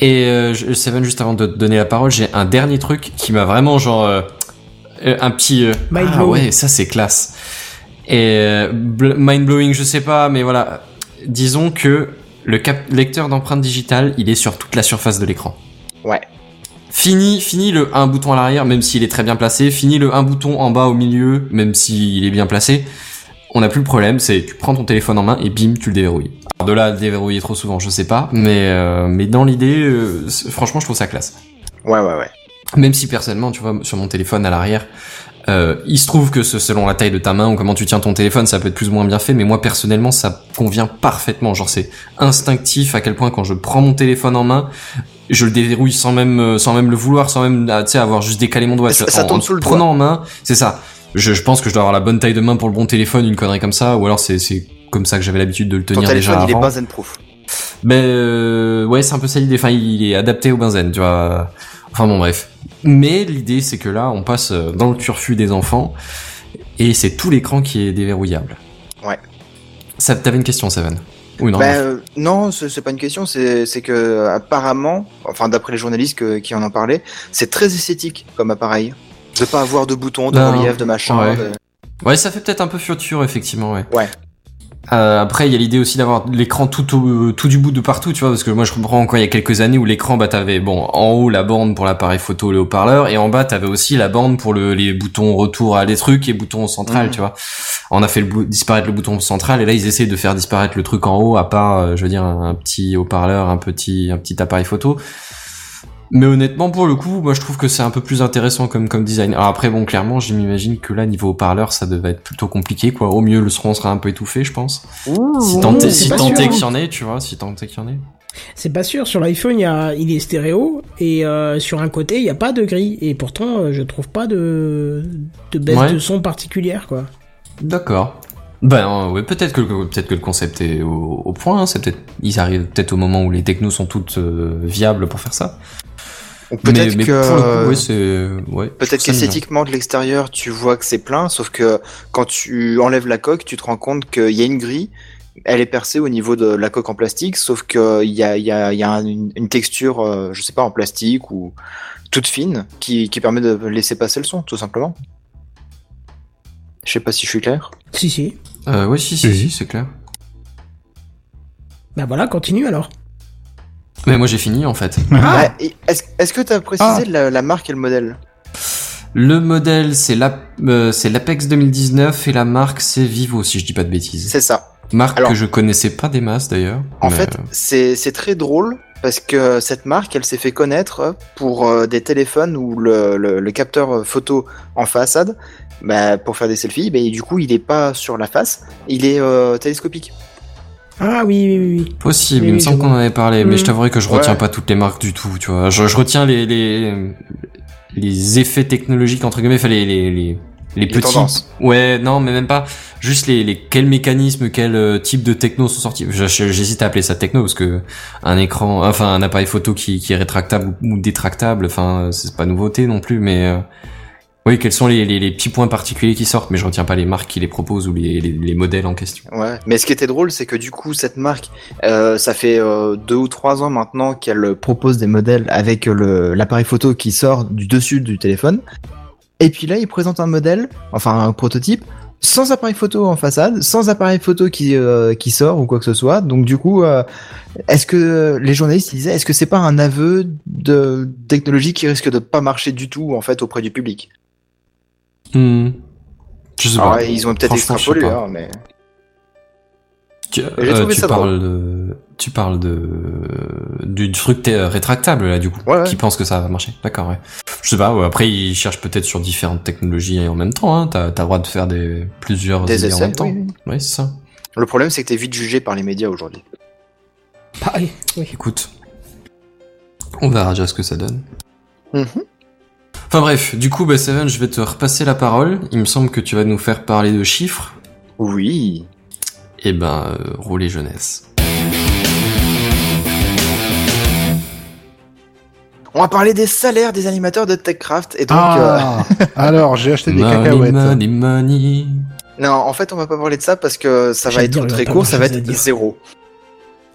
et euh, je- Seven, juste avant de te donner la parole, j'ai un dernier truc qui m'a vraiment genre euh, euh, un petit euh, Mind ah blown. ouais ça c'est classe et euh, bl- mind blowing je sais pas mais voilà disons que le cap- lecteur d'empreintes digitales il est sur toute la surface de l'écran Ouais. Fini, fini le un bouton à l'arrière, même s'il est très bien placé. Fini le un bouton en bas au milieu, même s'il est bien placé. On n'a plus le problème, c'est tu prends ton téléphone en main et bim, tu le déverrouilles. Alors de là, à le déverrouiller trop souvent, je sais pas, mais euh, mais dans l'idée, euh, c'est- franchement, je trouve ça classe. Ouais, ouais, ouais. Même si personnellement, tu vois, sur mon téléphone à l'arrière, euh, il se trouve que ce- selon la taille de ta main ou comment tu tiens ton téléphone, ça peut être plus ou moins bien fait, mais moi personnellement, ça convient parfaitement. Genre, c'est instinctif à quel point quand je prends mon téléphone en main, je le déverrouille sans même, euh, sans même le vouloir, sans même, ah, tu sais, avoir juste décalé mon doigt. Ça- Tu vois, ça en- tombe en sous le prenant en main, c'est ça. Je, je pense que je dois avoir la bonne taille de main pour le bon téléphone, une connerie comme ça, ou alors c'est, c'est comme ça que j'avais l'habitude de le Ton tenir déjà téléphone, il est avant. pas zen-proof. Ben euh, ouais, c'est un peu ça l'idée. Enfin, il est adapté au benzène, tu vois. Enfin bon, bref. Mais l'idée, c'est que là, on passe euh, dans le turfu des enfants et c'est tout l'écran qui est déverrouillable. Ouais. Ça, t'avais une question, Seven Ou une Bah, remarque euh, non, ce- c'est pas une question, c'est c'est que apparemment, enfin d'après les journalistes que- qui en ont parlé, c'est très esthétique comme appareil. De pas avoir de boutons, de Non. relief, de machin. euh, Ouais. de- Ouais, ça fait peut-être un peu futur, effectivement, ouais. Ouais. Euh, après, il y a l'idée aussi d'avoir l'écran tout, au- tout du bout de partout, tu vois, parce que moi je comprends encore il y a quelques années où l'écran, bah t'avais bon en haut la bande pour l'appareil photo, le haut-parleur, et en bas t'avais aussi la bande pour le, les boutons retour à des trucs et boutons central, Mhm. tu vois. On a fait le bou- disparaître le bouton central, et là ils essayent de faire disparaître le truc en haut, à part, euh, je veux dire, un, un petit haut-parleur, un petit, un petit appareil photo. Mais honnêtement, pour le coup, moi je trouve que c'est un peu plus intéressant comme, comme design. Alors après, bon, clairement, je m'imagine que là, niveau haut-parleur, ça devait être plutôt compliqué, quoi. Au mieux, le son sera un peu étouffé, je pense. si tant est- c'est si pas tant sûr, est hein. qu'il y en ait, tu vois, si tant est qu'il y en ait. C'est pas sûr, sur l'iPhone, il, y a- il est stéréo, et euh, sur un côté, il n'y a pas de gris. Et pourtant, euh, je trouve pas de, de baisse Ouais. de son particulière, quoi. D'accord. Ben euh, ouais, peut-être que le- peut-être que le concept est au, au point. hein. C'est peut-être ils arrivent peut-être au moment où les technos sont toutes euh, viables pour faire ça. Ou Peut-être mais, mais que pour le euh, coup, ouais, c'est ouais. peut-être ça me vient. qu'esthétiquement de l'extérieur, tu vois que c'est plein, sauf que quand tu enlèves la coque, tu te rends compte qu'il y a une grille. Elle est percée au niveau de la coque en plastique, sauf que il y a, il y a, il y a un- une, une texture, euh, je sais pas, en plastique ou toute fine, qui, qui permet de laisser passer le son, tout simplement. Je sais pas si je suis clair. Si, si. Euh, ouais, si, si, si, c'est clair. Bah voilà, continue alors. Mais moi j'ai fini en fait. Ouais, Ah, et Est-ce est-ce que tu as précisé la, la marque et le modèle Le modèle c'est l'Ap- euh, c'est l'Apex 2019 et la marque c'est Vivo si je dis pas de bêtises. C'est ça. Marque Alors- que je connaissais pas des masses d'ailleurs. En mais, fait, euh, c'est c'est très drôle parce que cette marque, elle s'est fait connaître pour euh, des téléphones où le, le- le capteur photo en façade, bah, pour faire des selfies, bah, du coup, il est pas sur la face, il est euh, télescopique. Ah oui, oui, oui, oui. Possible, Oui, il me oui, semble je qu'on en avait parlé, Mm. mais je t'avouerai que je retiens Ouais. pas toutes les marques du tout, tu vois. Je, je retiens les, les, les effets technologiques, entre guillemets, enfin les, les, les, les petits. tendances. Ouais, non, mais même pas. Juste les, les quels mécanismes, quel euh, type de techno sont sortis. Je- je- J'hésite à appeler ça techno parce que un écran, enfin un appareil photo qui, qui est rétractable ou détractable, enfin euh, c'est pas nouveauté non plus, mais euh, oui, quels sont les, les, les petits points particuliers qui sortent, mais je retiens pas les marques qui les proposent ou les, les, les modèles en question. Ouais. Mais ce qui était drôle, c'est que du coup, cette marque, euh, ça fait euh, deux ou trois ans maintenant qu'elle propose des modèles avec le- l'appareil photo qui sort du dessus du téléphone. Et puis là, ils présentent un modèle, enfin un prototype, sans appareil photo en façade, sans appareil photo qui, euh, qui sort ou quoi que ce soit. Donc du coup, euh, est-ce que les journalistes ils disaient, est-ce que c'est pas un aveu de technologie qui risque de pas marcher du tout en fait auprès du public Hmm. Je sais Alors, pas. Ah Ils ont peut-être Ah, Franchement, je sais extrapolé, pas. hein, mais Tu, j'ai euh, trouvé tu ça parles de, tu parles de du truc t- euh, rétractable là du coup, Ouais, ouais. qui pense que ça va marcher. D'accord, ouais. Je sais pas. ouais, Après, ils cherchent peut-être sur différentes technologies en même temps. Hein. T'as t'as le droit de faire des plusieurs des idées en essais. même temps. oui, oui. Oui, c'est ça. Le problème, c'est que t'es vite jugé par les médias aujourd'hui. Pareil, oui. Écoute, on verra déjà ce que ça donne. Mhm. Enfin bref, du coup, bah, Seven, je vais te repasser la parole. Il me semble que tu vas nous faire parler de chiffres. Oui. Eh ben, euh, roulez jeunesse. On va parler des salaires des animateurs de TechCraft et donc. euh, Ah, alors j'ai acheté des Money, cacahuètes. money, money. Non, en fait, on va pas parler de ça parce que ça va J'allais être dire, il y a très pas court, grand ça va chose à être dire. zéro.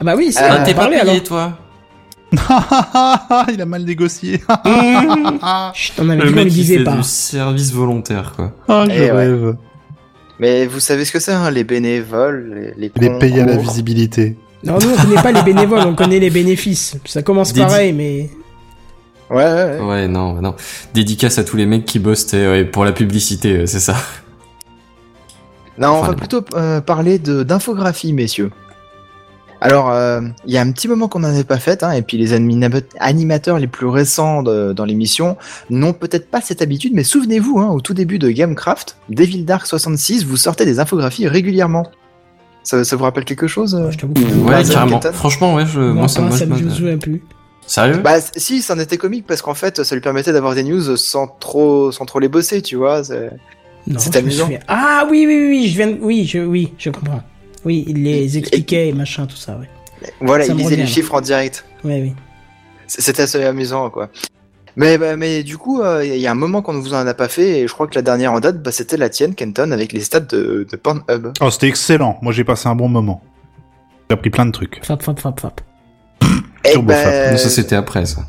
Ah bah oui, ça, Ah, on Ah, va t'es pas parler, payé, alors. toi Il a mal négocié. Ah, Chut, on avait Le dit qu'on mec, le il fait disait pas. du service volontaire, quoi. Ah, je Eh ouais. rêve. Mais vous savez ce que c'est, hein, les bénévoles, les, oh. Il est payé à la concours. visibilité. Non, nous, on connaît pas les bénévoles, on connaît les bénéfices. Ça commence Dédi- pareil, mais... Ouais, ouais, ouais. Ouais, non, bah non. Dédicace à tous les mecs qui bossent t'es, ouais, pour la publicité, euh, c'est ça. Non, on Enfin, va bon. plutôt euh, parler de d'infographie, messieurs. Alors, euh, il y a un petit moment qu'on n'en avait pas fait, hein, et puis les anima- animateurs les plus récents de- dans l'émission n'ont peut-être pas cette habitude, mais souvenez-vous, hein, au tout début de Gamecraft, Devil Dark 66, vous sortez des infographies régulièrement. Ça, ça vous rappelle quelque chose euh oh, Je t'avoue que... Ouais, Razor carrément. Keaton Franchement, ouais, je, Euh, moi, Non, ça pas, me ça moi, me je- souviens plus. Sérieux Bah c- si, c'en était comique parce qu'en fait, ça lui permettait d'avoir des news sans trop, sans trop les bosser, tu vois. c'est- Non, C'est je me amusant. souviens. Ah oui, oui, oui, oui, je viens de... Oui, je, oui, je comprends. Oui, il les expliquait et machin, tout ça, ouais. Voilà, Ça il me lisait les revient. chiffres en direct. Ouais, oui. C- C'était assez amusant, quoi. Mais, bah, mais du coup, il y a un moment qu'on ne vous en a pas fait, et je crois que la dernière en date, bah, c'était la tienne, Kenton, avec les stats de, de Pornhub. Oh, c'était excellent. Moi, j'ai passé un bon moment. J'ai appris plein de trucs. Fap, fap, fap, fap. Eh Turbo ben, Fab. Non, Ça, c'était après, ça.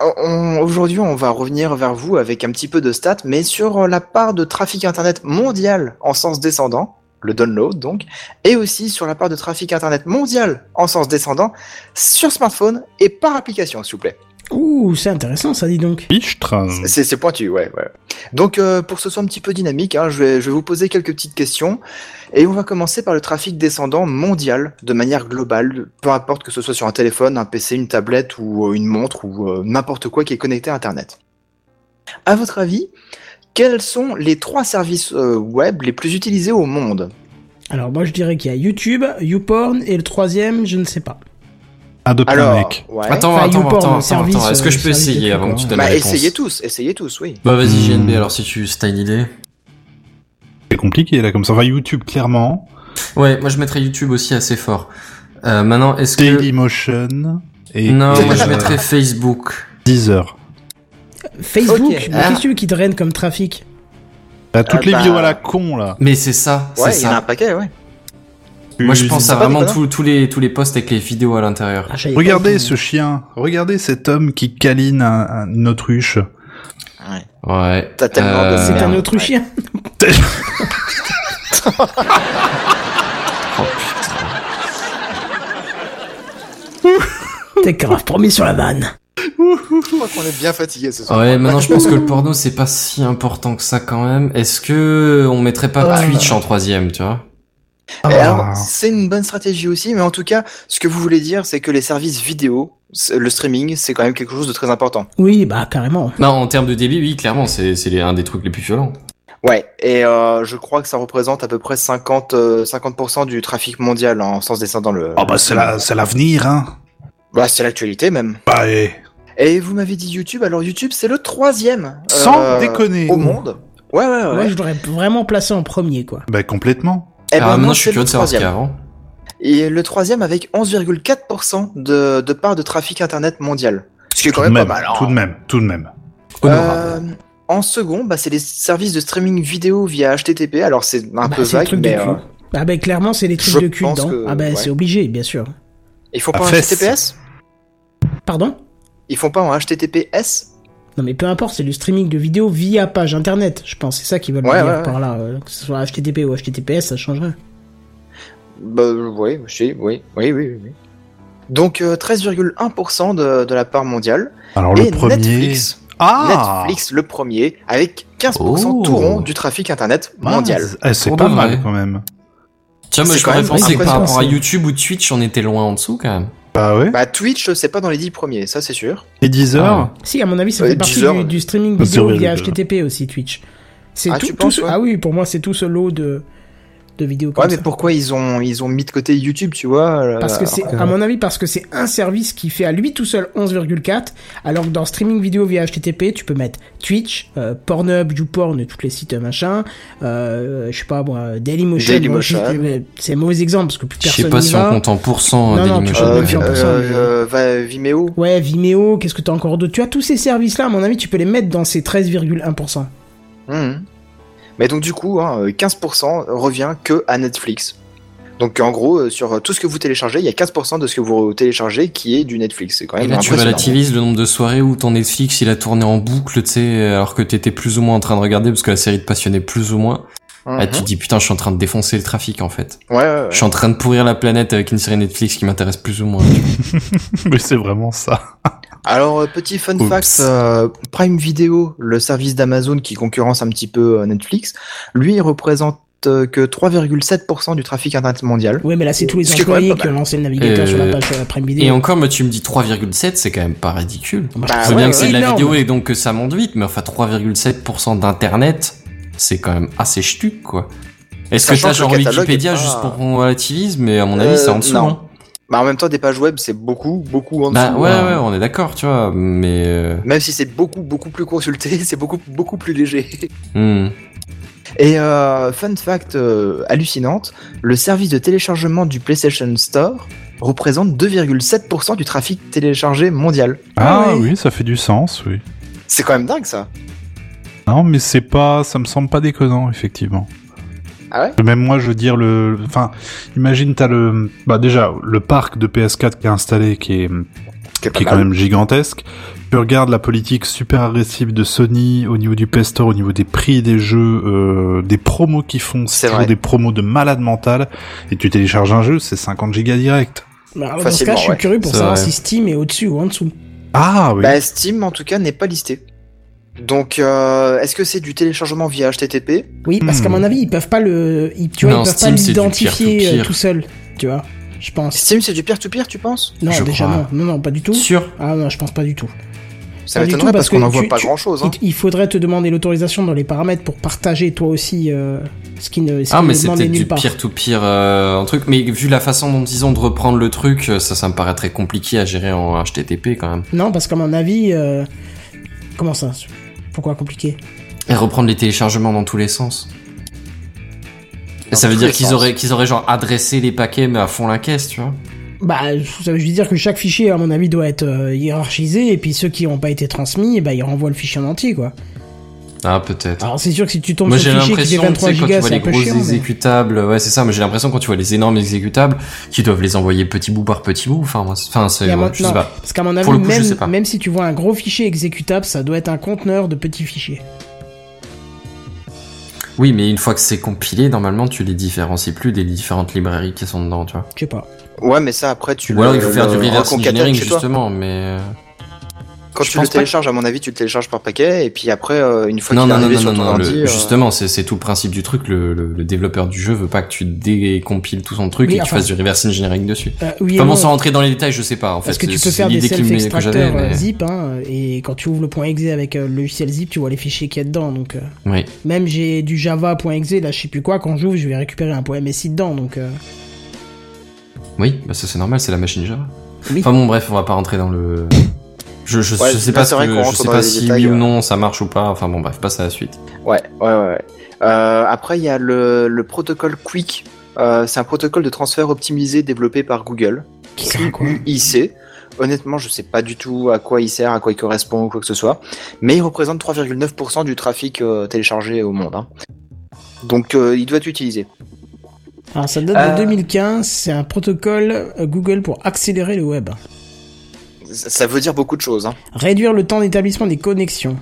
on- Euh, on- Aujourd'hui, on va revenir vers vous avec un petit peu de stats, mais sur euh, la part de trafic Internet mondial en sens descendant, le download donc, et aussi sur la part de trafic Internet mondial en sens descendant, sur smartphone et par application, s'il vous plaît. Ouh, c'est intéressant, ça, dit donc. Pichtre. Mm. C'est c'est pointu, ouais. ouais. Donc, euh, pour que ce soit un petit peu dynamique, hein, je, vais, je vais vous poser quelques petites questions. Et on va commencer par le trafic descendant mondial, de manière globale, peu importe que ce soit sur un téléphone, un PC, une tablette ou euh, une montre ou euh, n'importe quoi qui est connecté à Internet. À votre avis, quels sont les trois services euh, web les plus utilisés au monde Alors, moi, je dirais qu'il y a YouTube, YouPorn, et le troisième, je ne sais pas. Adopte Alors, un mec. ouais. Attends, Enfin, attends, YouPorn, le attends, attends, service, attends. Est-ce que je euh, peux service des essayer trucs, avant que quoi. tu donnes la bah, réponse essayez tous, essayez tous, oui. Bah vas-y, Hmm. GNB, alors si tu si t'as une idée. C'est compliqué, là, comme ça. Enfin, YouTube, clairement. Ouais, moi je mettrais YouTube aussi assez fort. Euh, maintenant, est-ce que... Dailymotion. Et Non, et, moi je euh, mettrais Facebook. Deezer. Facebook, Ok. mais qu'est-ce que tu veux qui draine comme trafic T'as toutes Ah, les bah. vidéos à la con, là. Mais c'est ça, c'est Ouais, il y en a un ça. paquet, ouais. Moi je pense à pas hein. vraiment déconnant. tous tous les tous les posts avec les vidéos à l'intérieur. Ah, j'avais pas Regardez entendu. ce chien. Regardez cet homme qui câline un- un- une autruche. Ouais. T'as tellement de- C'est Euh, un ouais. autre chien. Oh, putain. T'es grave, promis sur la vanne. Je crois qu'on est bien fatigué ce soir. Ouais, maintenant je pense que le porno c'est pas si important que ça quand même. Est-ce que on mettrait pas Twitch en troisième, tu vois Et Ah. alors, c'est une bonne stratégie aussi, mais en tout cas, ce que vous voulez dire, c'est que les services vidéo, c'est- le streaming, c'est quand même quelque chose de très important. Oui, bah, carrément. Non, en termes de débit, oui, clairement, c'est c'est les- un des trucs les plus violents. Ouais, et euh, je crois que ça représente à peu près 50, euh, 50% du trafic mondial hein, en sens descendant le. Oh, bah, c'est la- c'est l'avenir, hein. Bah, c'est l'actualité même. Bah, eh. Et vous m'avez dit YouTube, alors YouTube, c'est le troisième. euh, Sans déconner. Au monde. Ouais, ouais, ouais. Moi, je voudrais vraiment placer en premier, quoi. Bah, complètement. Eh ben, ah, moi, maintenant je suis c'est curieux le de savoir ce qu'il y a troisième. avant. Et le troisième avec 11,4% de, de part de trafic internet mondial. Ce qui est quand Tout de même, même, pas mal. hein. tout de même, tout de même. Honorable. Euh, en second, bah, c'est les services de streaming vidéo via HTTP. Alors c'est un Bah, peu c'est le vague, truc de mais cul. euh, Ah, bah, clairement, c'est les je trucs de cul pense dedans. que- Ah, bah, ouais. c'est obligé, bien sûr. ils font La pas en Bah, fesse. HTTPS Pardon Ils font pas en HTTPS Non, mais peu importe, c'est le streaming de vidéos via page internet, je pense. C'est ça qu'ils veulent Ouais, dire ouais, ouais. par là. euh, Que ce soit HTTP ou HTTPS, ça change rien. Bah oui, je sais, oui, oui, oui, oui, oui. Donc euh, 13,1% de, de la part mondiale Alors, et le premier. Netflix. Ah Netflix le premier avec 15% Oh. tout rond du trafic internet mondial. Ah, eh, c'est Pour pas de mal vrai. quand même. Tiens, moi c'est je quand pourrais même penser que par rapport à impressionnant. YouTube ou Twitch, on était loin en dessous quand même. Bah ouais. Bah Twitch c'est pas dans les 10 premiers, ça c'est sûr. Et 10 Ah heures Si, à mon avis, ça Euh, fait partie Deezer, du, ouais. du streaming Pas vidéo via 0,2. HTTP aussi, Twitch. C'est Ah, tout, tu tout penses, ce- ouais. ah oui, pour moi, c'est tout ce lot de, de de vidéos comme Ouais, mais ça. pourquoi ils ont, ils ont mis de côté YouTube, tu vois euh, Parce que alors c'est, à mon avis, parce que c'est un service qui fait à lui tout seul 11,4, alors que dans streaming vidéo via HTTP, tu peux mettre Twitch, euh, Pornhub, YouPorn, tous les sites euh, machin, euh, je sais pas moi, Dailymotion. Dailymotion. bon, je- mais c'est un mauvais exemple parce que plus Je sais personne pas n'y si va. on compte en pourcent Non, non, tu Dailymotion. vois, Euh, mais- euh, euh, va- Vimeo Ouais, Vimeo, qu'est-ce que t'as encore d'autre Tu as tous ces services-là, à mon avis, tu peux les mettre dans ces 13,1%. Mhm. Mais donc du coup, hein, 15% revient que à Netflix. Donc en gros, euh, sur tout ce que vous téléchargez, il y a 15% de ce que vous téléchargez qui est du Netflix. C'est quand Et même là, tu impressionnant. relativises le nombre de soirées où ton Netflix il a tourné en boucle, tu sais, alors que t'étais plus ou moins en train de regarder parce que la série te passionnait plus ou moins. Mhm. Là, tu te dis putain, je suis en train de défoncer le trafic en fait. Ouais, ouais, ouais. Je suis en train de pourrir la planète avec une série Netflix qui m'intéresse plus ou moins. Mais c'est vraiment ça. Alors euh, petit fun Oups. fact, euh, Prime Video, le service d'Amazon qui concurrence un petit peu euh, Netflix, lui il représente euh, que 3,7% du trafic internet mondial. Ouais, mais là, c'est tous les Ce qui est quand même employés pas qui ont lancé le navigateur Euh, sur la page sur la Prime Video. Et encore, moi, tu me dis 3,7, c'est quand même pas ridicule. Bah, je sais Ah ouais, bien que ouais, c'est de la énorme. vidéo et donc que ça monte vite, mais enfin 3,7% d'internet, c'est quand même assez ch'tu, quoi. Est-ce que Sachant t'as que genre le catalogue Wikipédia est pas- juste pour qu'on relativise, mais à mon avis, Euh, c'est en dessous. non. hein. Bah en même temps des pages web c'est beaucoup, beaucoup en dessous. Bah ouais, hein. ouais, on est d'accord, tu vois, mais. euh, Même si c'est beaucoup, beaucoup plus consulté, c'est beaucoup, beaucoup plus léger. hmm. Et euh, fun fact euh, hallucinante, le service de téléchargement du PlayStation Store représente 2,7% du trafic téléchargé mondial. Ah Ah, oui. oui, ça fait du sens, oui. C'est quand même dingue ça. Non, mais c'est pas, ça me semble pas déconnant, effectivement. Ah ouais Même moi, je veux dire le, enfin, imagine t'as le, bah déjà le parc de PS4 qui est installé, qui est, C'est pas qui est quand mal. même gigantesque. Tu regardes la politique super agressive de Sony au niveau du PS Store, au niveau des prix des jeux, euh, des promos qu'ils font, C'est c'est toujours vrai. des promos de malade mental. Et tu télécharges un jeu, c'est 50 gigas direct. Bah, alors, dans ce Facilement, cas, je suis ouais. curieux pour C'est savoir vrai. si Steam est au-dessus ou en dessous. Ah oui. Bah, Steam en tout cas n'est pas listé. Donc euh, est-ce que c'est du téléchargement via HTTP Oui, parce qu'à Hmm. mon avis, ils peuvent pas le, ils- tu vois, Non, ils peuvent Steam, pas c'est du l'identifier euh, peer-to-peer. tout seul, tu vois. Je pense. Steam c'est du peer-to-peer tu penses Non, Je déjà crois. non, non, non, pas du tout. Sûr. Ah non, je pense pas du tout. Ça Pas du m'étonnerait tout, parce qu'on n'en voit tu- pas tu- grand-chose. hein. Il, il faudrait te demander l'autorisation dans les paramètres pour partager toi aussi euh, ce qui ne, ce Ah, qui mais ne c'est demandait peut-être nulle du part. peer-to-peer euh, un truc, mais vu la façon dont ils ont de reprendre le truc, euh, ça, ça me paraît très compliqué à gérer en HTTP quand même. Non, parce qu'à mon avis, euh, comment ça Pourquoi compliqué Et reprendre les téléchargements dans tous les sens. Dans ça veut tous dire les qu'ils sens. auraient, qu'ils auraient genre adressé les paquets, mais à fond la caisse, tu vois. Bah, ça veut juste dire que chaque fichier, à mon avis, doit être euh, hiérarchisé, et puis ceux qui n'ont pas été transmis, eh ben, ils renvoient le fichier en entier, quoi. Ah, peut-être. Alors, c'est sûr que si tu tombes Moi sur j'ai le fichier qui fait l'impression, 23 tu sais, quand tu gigas, vois c'est les un peu gros chiant. mais- exécutables, ouais c'est ça, mais j'ai l'impression quand tu vois les énormes exécutables, qu'ils doivent les envoyer petit bout par petit bout, enfin moi, c'est- enfin, Et c'est, à ouais, mon- je sais non, pas. Parce qu'à mon avis, Pour le coup, je même, sais pas. même si tu vois un gros fichier exécutable, ça doit être un conteneur de petits fichiers. Oui, mais une fois que c'est compilé, normalement tu les différencies plus des différentes librairies qui sont dedans, tu vois. Je sais pas. Ouais mais ça après tu Ou alors le- il faut faire du le reverse reconcaténages engineering chez toi. justement, mais... euh, Quand Je tu pense le pas. télécharges, à mon avis, tu le télécharges par paquet, et puis après, euh, une fois non, qu'il est non, non, arrivé non, sur non, ton non, le- ordi, euh, justement, c'est c'est tout le principe du truc. Le, le- le développeur du jeu veut pas que tu décompiles tout son truc Oui, et que enfin- tu fasses du reverse engineering dessus. Euh, oui et Comment non, sans rentrer dans les détails, je sais pas. En fait, Parce que tu c'est- peux c'est faire des l'idée qui me- que j'avais, self-extracteurs euh, mais- zip, hein, et quand tu ouvres le point .exe avec euh, le logiciel zip, tu vois les fichiers qu'il y a dedans. Donc, euh, Oui. même j'ai du java.exe, là je sais plus quoi, quand j'ouvre, je vais récupérer un point .msi dedans. Donc, euh, Oui, bah ça c'est normal, c'est la machine Java. Oui. Enfin bon, bref, on va pas rentrer dans le. Je, je, Ouais, je sais là, pas, c'est ce vrai que- qu'on rentre je sais dans pas les si détails, oui ou euh. non ça marche ou pas. Enfin bon, bref, passe à la suite. Ouais, ouais, ouais. ouais. Euh, après, il y a le, le protocole Quick. Euh, c'est un protocole de transfert optimisé développé par Google. qui sert à quoi IC. Honnêtement, je sais pas du tout à quoi il sert, à quoi il correspond ou quoi que ce soit. Mais il représente 3,9% du trafic euh, téléchargé au monde. hein. Donc, euh, il doit être utilisé. Alors, ça date de Euh. 2015, c'est un protocole euh, Google pour accélérer le web. Ça ça veut dire beaucoup de choses. hein. Réduire le temps d'établissement des connexions.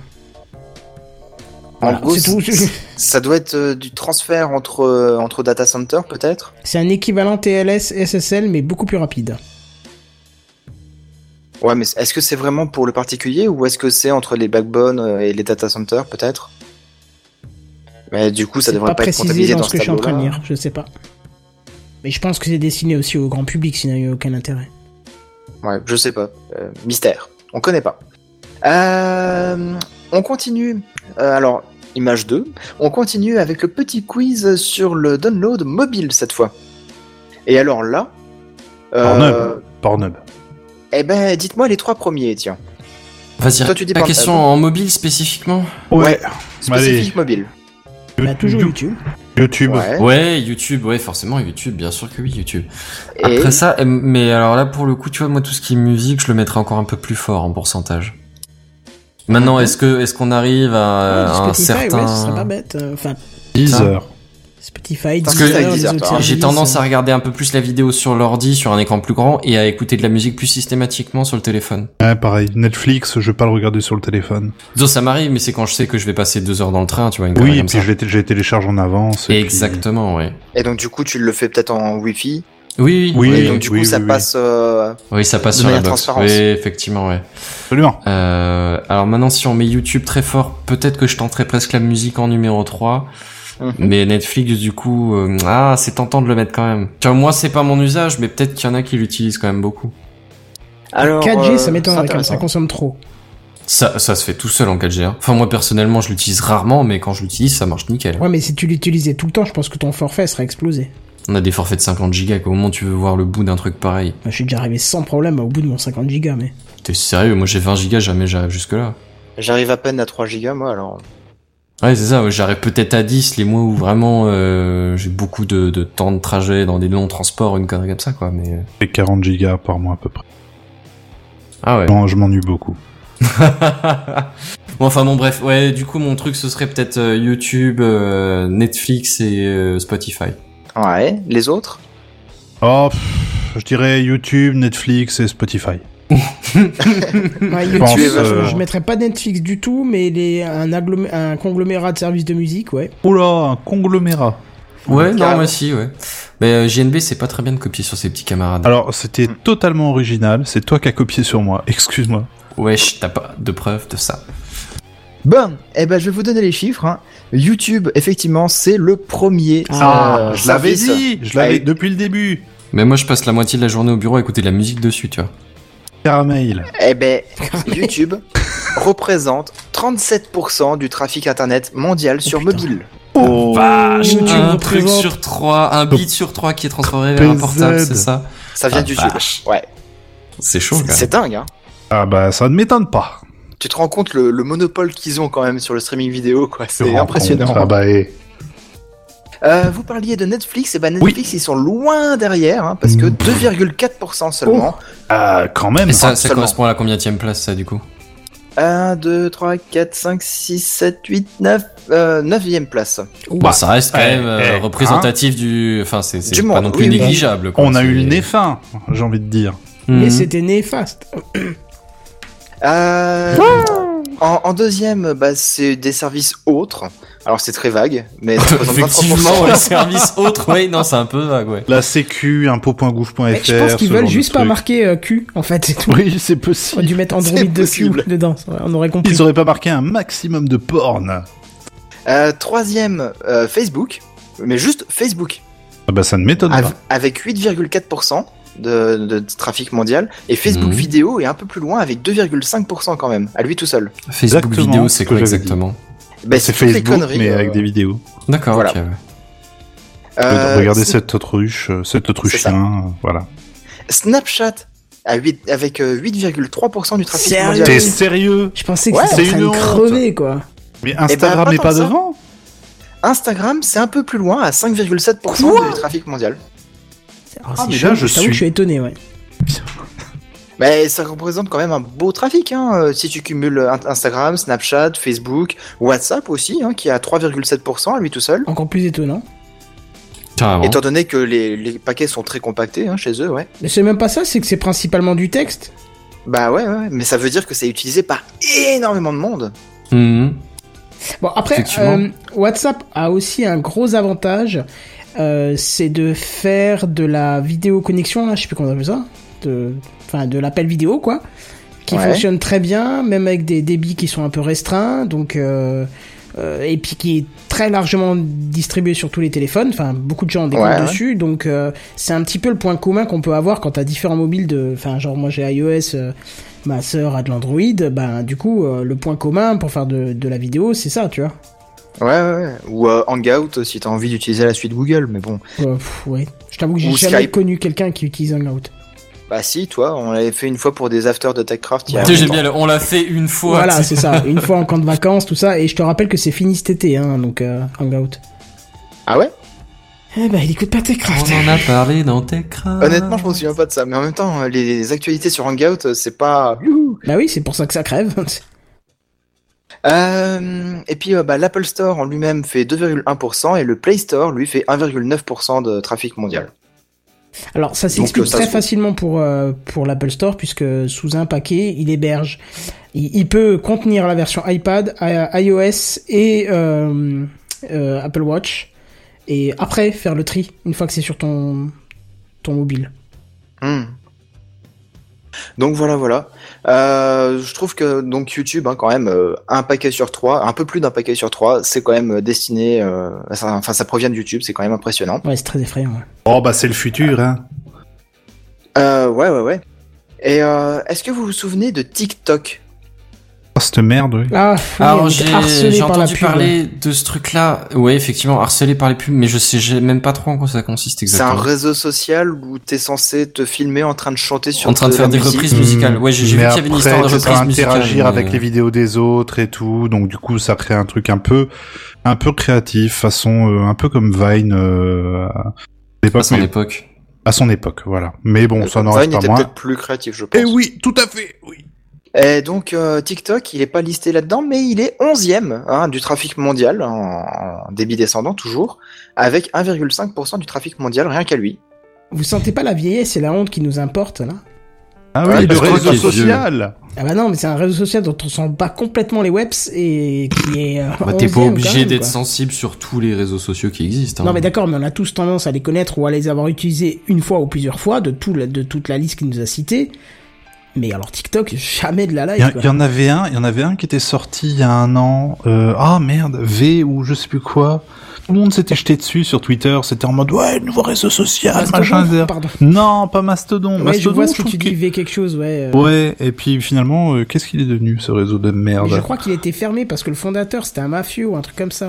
En Voilà, gros, c'est tout. c- ça doit être euh, du transfert entre, euh, entre data centers, peut-être C'est un équivalent TLS SSL, mais beaucoup plus rapide. Ouais, mais est-ce que c'est vraiment pour le particulier ou est-ce que c'est entre les backbones euh, et les data centers peut-être Mais du coup, ça C'est devrait pas, être précisé comptabilisé dans, dans, ce que je suis en train de tableau lire, je sais pas. Mais je pense que c'est destiné aussi au grand public, sinon il n'y a aucun intérêt. Ouais, je sais pas. Euh, mystère. On connaît pas. Euh, on continue. Euh, alors, image 2, on continue avec le petit quiz sur le download mobile cette fois. Et alors là, euh, Pornhub. Pornhub. eh ben dites-moi les trois premiers, tiens. Vas-y, Toi, tu dis la par- question en mobile spécifiquement Ouais. Allez, Spécifique mobile. Bah, toujours You- YouTube. YouTube. Ouais. Ouais, YouTube, ouais, forcément, YouTube, bien sûr que oui, YouTube. Et- Après ça, euh, mais alors là, pour le coup, tu vois, moi, tout ce qui est musique, je le mettrais encore un peu plus fort en pourcentage. Maintenant, est-ce que est-ce qu'on arrive à, à Ouais, Euh, un du Spotify, certain ouais, ce serait pas bête. euh, Enfin, Deezer. Spotify, Parce que Deezer, t'as les Deezer, autres toi, hein. J'ai services, tendance euh, à regarder un peu plus la vidéo sur l'ordi, sur un écran plus grand, et à écouter de la musique plus systématiquement sur le téléphone. Ouais, pareil. Netflix, je vais pas le regarder sur le téléphone. Donc ça m'arrive, mais c'est quand je sais que je vais passer deux heures dans le train, tu vois, une connerie Oui, et comme puis ça. je les, je les télécharge en avance. et puis- Exactement, ouais. Et donc du coup, tu le fais peut-être en Wi-Fi. Oui, oui, Oui. et donc du oui, coup, ça oui, oui. passe. euh, Oui, ça passe De sur la manière box. transparente. Oui, effectivement, ouais. Absolument. Euh, alors maintenant, si on met YouTube très fort, peut-être que je tenterai presque la musique en numéro 3. Mhm. Mais Netflix, du coup, euh, ah, c'est tentant de le mettre quand même. Tiens, moi, c'est pas mon usage, mais peut-être qu'il y en a qui l'utilisent quand même beaucoup. Alors, 4G, euh, ça m'étonnerait, c'est comme ça intéressant. consomme trop. Ça, ça se fait tout seul en 4G. hein. Enfin, moi, personnellement, je l'utilise rarement, mais quand je l'utilise, ça marche nickel. Ouais, mais si tu l'utilisais tout le temps, je pense que ton forfait serait explosé. On a des forfaits de 50 gigas, qu'au moment où tu veux voir le bout d'un truc pareil. Bah, je suis déjà arrivé sans problème au bout de mon 50 gigas, mais. T'es sérieux Moi, j'ai 20 gigas, jamais j'arrive jusque-là. J'arrive à peine à 3 gigas, moi. Alors, Ouais, c'est ça, ouais, j'arrive peut-être à 10 les mois où vraiment euh, j'ai beaucoup de, de temps de trajet dans des longs transports, une connerie comme ça, quoi. Mais... euh, Et 40 gigas par mois à peu près. Ah ouais. Non, je m'ennuie beaucoup. bon, enfin bon, bref, ouais, du coup, mon truc, ce serait peut-être euh, YouTube, euh, Netflix et euh, Spotify. ouais. Les autres Oh, pff, je dirais YouTube, Netflix et Spotify. Ouais, Je YouTube, pense, je, euh, je mettrais pas Netflix du tout, mais les, un, agglomé- un conglomérat de services de musique, ouais. Oula, un conglomérat. Ouais, non, Carrément. moi si, ouais. Mais euh, JNB, c'est pas très bien de copier sur ses petits camarades. Alors, c'était totalement original. C'est toi qui as copié sur moi. Excuse-moi. Wesh, t'as pas de preuves de ça. Bon, eh ben, je vais vous donner les chiffres. hein. YouTube, effectivement, c'est le premier. euh, Ah, je l'avais service. dit. Je l'avais Ouais. depuis le début. Mais moi, je passe la moitié de la journée au bureau à écouter de la musique dessus, tu vois. Caramel. Eh ben, YouTube représente 37% du trafic internet mondial sur putain. mobile. Oh. YouTube un truc représente- sur trois, un beat sur trois qui est transféré vers un portable, c'est ça Ça vient Ah, du YouTube. vache. Ouais, C'est chaud, quand c'est même. c'est dingue. Hein. Ah bah, ça ne m'étonne pas. Tu te rends compte le, le monopole qu'ils ont quand même sur le streaming vidéo, quoi. Te C'est rends impressionnant. compte. Ah bah, eh. Euh, vous parliez de Netflix, et ben Netflix ils sont loin derrière, hein, parce que Mm. 2,4% seulement. Oh. Ah, quand même. Et ça, ça seulement. correspond à la combien place, ça, du coup 1, 2, 3, 4, 5, 6, 7, 8, 9, euh, 9e place. Bah, ça reste quand eh, même euh, eh, représentatif du. Enfin, c'est c'est Du pas monde, non plus oui, oui. négligeable. quoi. On a C'est- eu le nez fin, j'ai envie de dire. Mhm. Mais c'était néfaste. Euh, en, en deuxième, bah, c'est des services autres. Alors c'est très vague, mais ça représente 23%. Effectivement, ouais, service autre, ouais, non, c'est un peu vague, ouais. La sécu, impôts.gouv.fr. Mec, je pense qu'ils ce veulent genre de juste pas truc. marquer euh, Q, en fait, c'est tout. Oui, c'est On aurait possible. dû mettre Android C'est dessus possible. dedans, ça, on aurait compris. Ils auraient pas marqué un maximum de porn. Euh, troisième, euh, Facebook, mais juste Facebook, Ah bah, ça ne m'étonne av- pas. avec 8,4% de, de trafic mondial, et Facebook Mhm. vidéo est un peu plus loin avec 2,5% quand même, à lui tout seul. Facebook Exactement vidéo, c'est ce quoi que j'avais exactement Bah, C'est toutes les Facebook, conneries, mais euh, avec des vidéos. D'accord, Voilà. ok, ouais. euh, Regardez Sna- cette autruche, euh, cet C'est ça. autruchien, euh, voilà. Snapchat à 8, avec euh, 8,3% du trafic Sérieux mondial. T'es T'es sérieux Je pensais que Ouais, c'était c'est en train une de honte. crever, quoi. Eh Mais ben, Instagram pas n'est tant pas que ça. devant Instagram, c'est un peu plus loin, à 5,7% Quoi du trafic mondial. Alors, Ah, c'est mais chaud, là, je t'avoue que suis- je suis étonné, ouais. Mais ça représente quand même un beau trafic, hein, euh, si tu cumules euh, Instagram, Snapchat, Facebook, WhatsApp aussi, hein, qui est à 3,7% à lui tout seul. Encore plus étonnant. Carrément. Étant donné que les, les paquets sont très compactés hein, chez eux, ouais. Mais c'est même pas ça, c'est que c'est principalement du texte. Bah ouais, ouais, ouais, mais ça veut dire que c'est utilisé par énormément de monde. Mhm. Bon, après, Effectivement. euh, WhatsApp a aussi un gros avantage, euh, c'est de faire de la vidéoconnexion, là, je sais plus comment on appelle ça, de, enfin, de l'appel vidéo, quoi, qui Ouais. fonctionne très bien, même avec des débits qui sont un peu restreints, donc, euh, euh, et puis qui est très largement distribué sur tous les téléphones, enfin, beaucoup de gens en découvrent Ouais, ouais. dessus, donc, euh, c'est un petit peu le point commun qu'on peut avoir quand t'as différents mobiles de, enfin, genre, moi j'ai iOS, euh, ma sœur a de l'Android, ben, du coup, euh, le point commun pour faire de, de la vidéo, c'est ça, tu vois. Ouais, ouais, ouais. Ou euh, Hangout si t'as envie d'utiliser la suite Google, mais bon. Euh, pff, ouais. Je t'avoue que j'ai Ou jamais Skype. connu quelqu'un qui utilise Hangout. Bah si, toi, on l'avait fait une fois pour des afters de TechCraft. il y a Tu sais, j'aime longtemps. bien le- on l'a fait une fois. Voilà, tu c'est sais. ça. Une fois en camp de vacances, tout ça. Et je te rappelle que c'est fini cet été, hein, donc euh, Hangout. Ah ouais Eh ben, il écoute pas tes crafts. On en a parlé dans Techcraft. Honnêtement, je m'en souviens pas de ça. Mais en même temps, les, les actualités sur Hangout, euh, c'est pas... Youhou Bah oui, c'est pour ça que ça crève. Euh, et puis, euh, bah, l'Apple Store en lui-même fait 2,1% et le Play Store, lui, fait 1,9% de trafic mondial. Alors, ça euh, s'explique ça très se- facilement pour, euh, pour l'Apple Store, puisque sous un paquet, il héberge. Il, il peut contenir la version iPad, I- iOS et euh, euh, Apple Watch. Et après, faire le tri, une fois que c'est sur ton, ton mobile. Hmm. Donc voilà, voilà. Euh, je trouve que donc YouTube, hein, quand même, euh, un paquet sur trois, un peu plus d'un paquet sur trois, c'est quand même destiné. euh, à ça- Enfin, ça provient de YouTube, c'est quand même impressionnant. Ouais, c'est très effrayant. ouais. Oh bah c'est le futur, hein. Euh, ouais, ouais, ouais. Et euh, est-ce que vous vous souvenez de TikTok Oh, cette merde, oui. Ah, oui, on Alors est j'ai harcelé j'ai par la entendu pub. parler de ce truc-là. Ouais, effectivement, harcelé par les pubs, mais je sais j'ai même pas trop en quoi ça consiste C'est un exactement. réseau social où t'es censé te filmer en train de chanter sur en train de faire la des musique. Euh, reprises musicales. Ouais, j'ai j'ai vu Mais qu'il y avait une après, histoire de c'est ça, reprise musicale. interagir mais- euh, avec les vidéos des autres et tout, donc du coup ça crée un truc un peu, un peu créatif, façon euh, un peu comme Vine euh, à à l'époque, son mais- époque. à son époque, voilà. Mais bon, ça n'en Euh, Vine reste pas était moins. peut-être plus créatif, je pense. Eh oui, tout à fait, oui. Et donc euh, TikTok, il est pas listé là-dedans, mais il est 11e hein, du trafic mondial, en, en débit descendant toujours, avec 1,5% du trafic mondial rien qu'à lui. Vous sentez pas la vieillesse et la honte qui nous importe, là Ah Ouais, oui, le parce que réseau t'es vieux. social. Ah bah non, mais c'est un réseau social dont on s'en bat complètement les webs et qui est. euh, Bah, t'es pas 11e quand obligé même, d'être quoi. sensible sur tous les réseaux sociaux qui existent. hein. Non mais d'accord, mais on a tous tendance à les connaître ou à les avoir utilisés une fois ou plusieurs fois de, tout la- de toute la liste qu'il nous a citée. Mais alors TikTok, jamais de la Il y, live. a- quoi. il y en avait un, il y en avait un qui était sorti il y a un an. euh, Ah merde, V ou je sais plus quoi. Tout le monde s'était jeté dessus sur Twitter. C'était en mode ouais, nouveau réseau social, Mastodon, machin. etc. pardon. Non, pas Mastodon. Ouais, je Mastodon, vois ce que trouve tu dis, qu'il- V quelque chose, ouais. euh. Ouais, et puis finalement, euh, qu'est-ce qu'il est devenu ce réseau de Mais merde je crois qu'il était fermé parce que le fondateur c'était un mafieux ou un truc comme ça.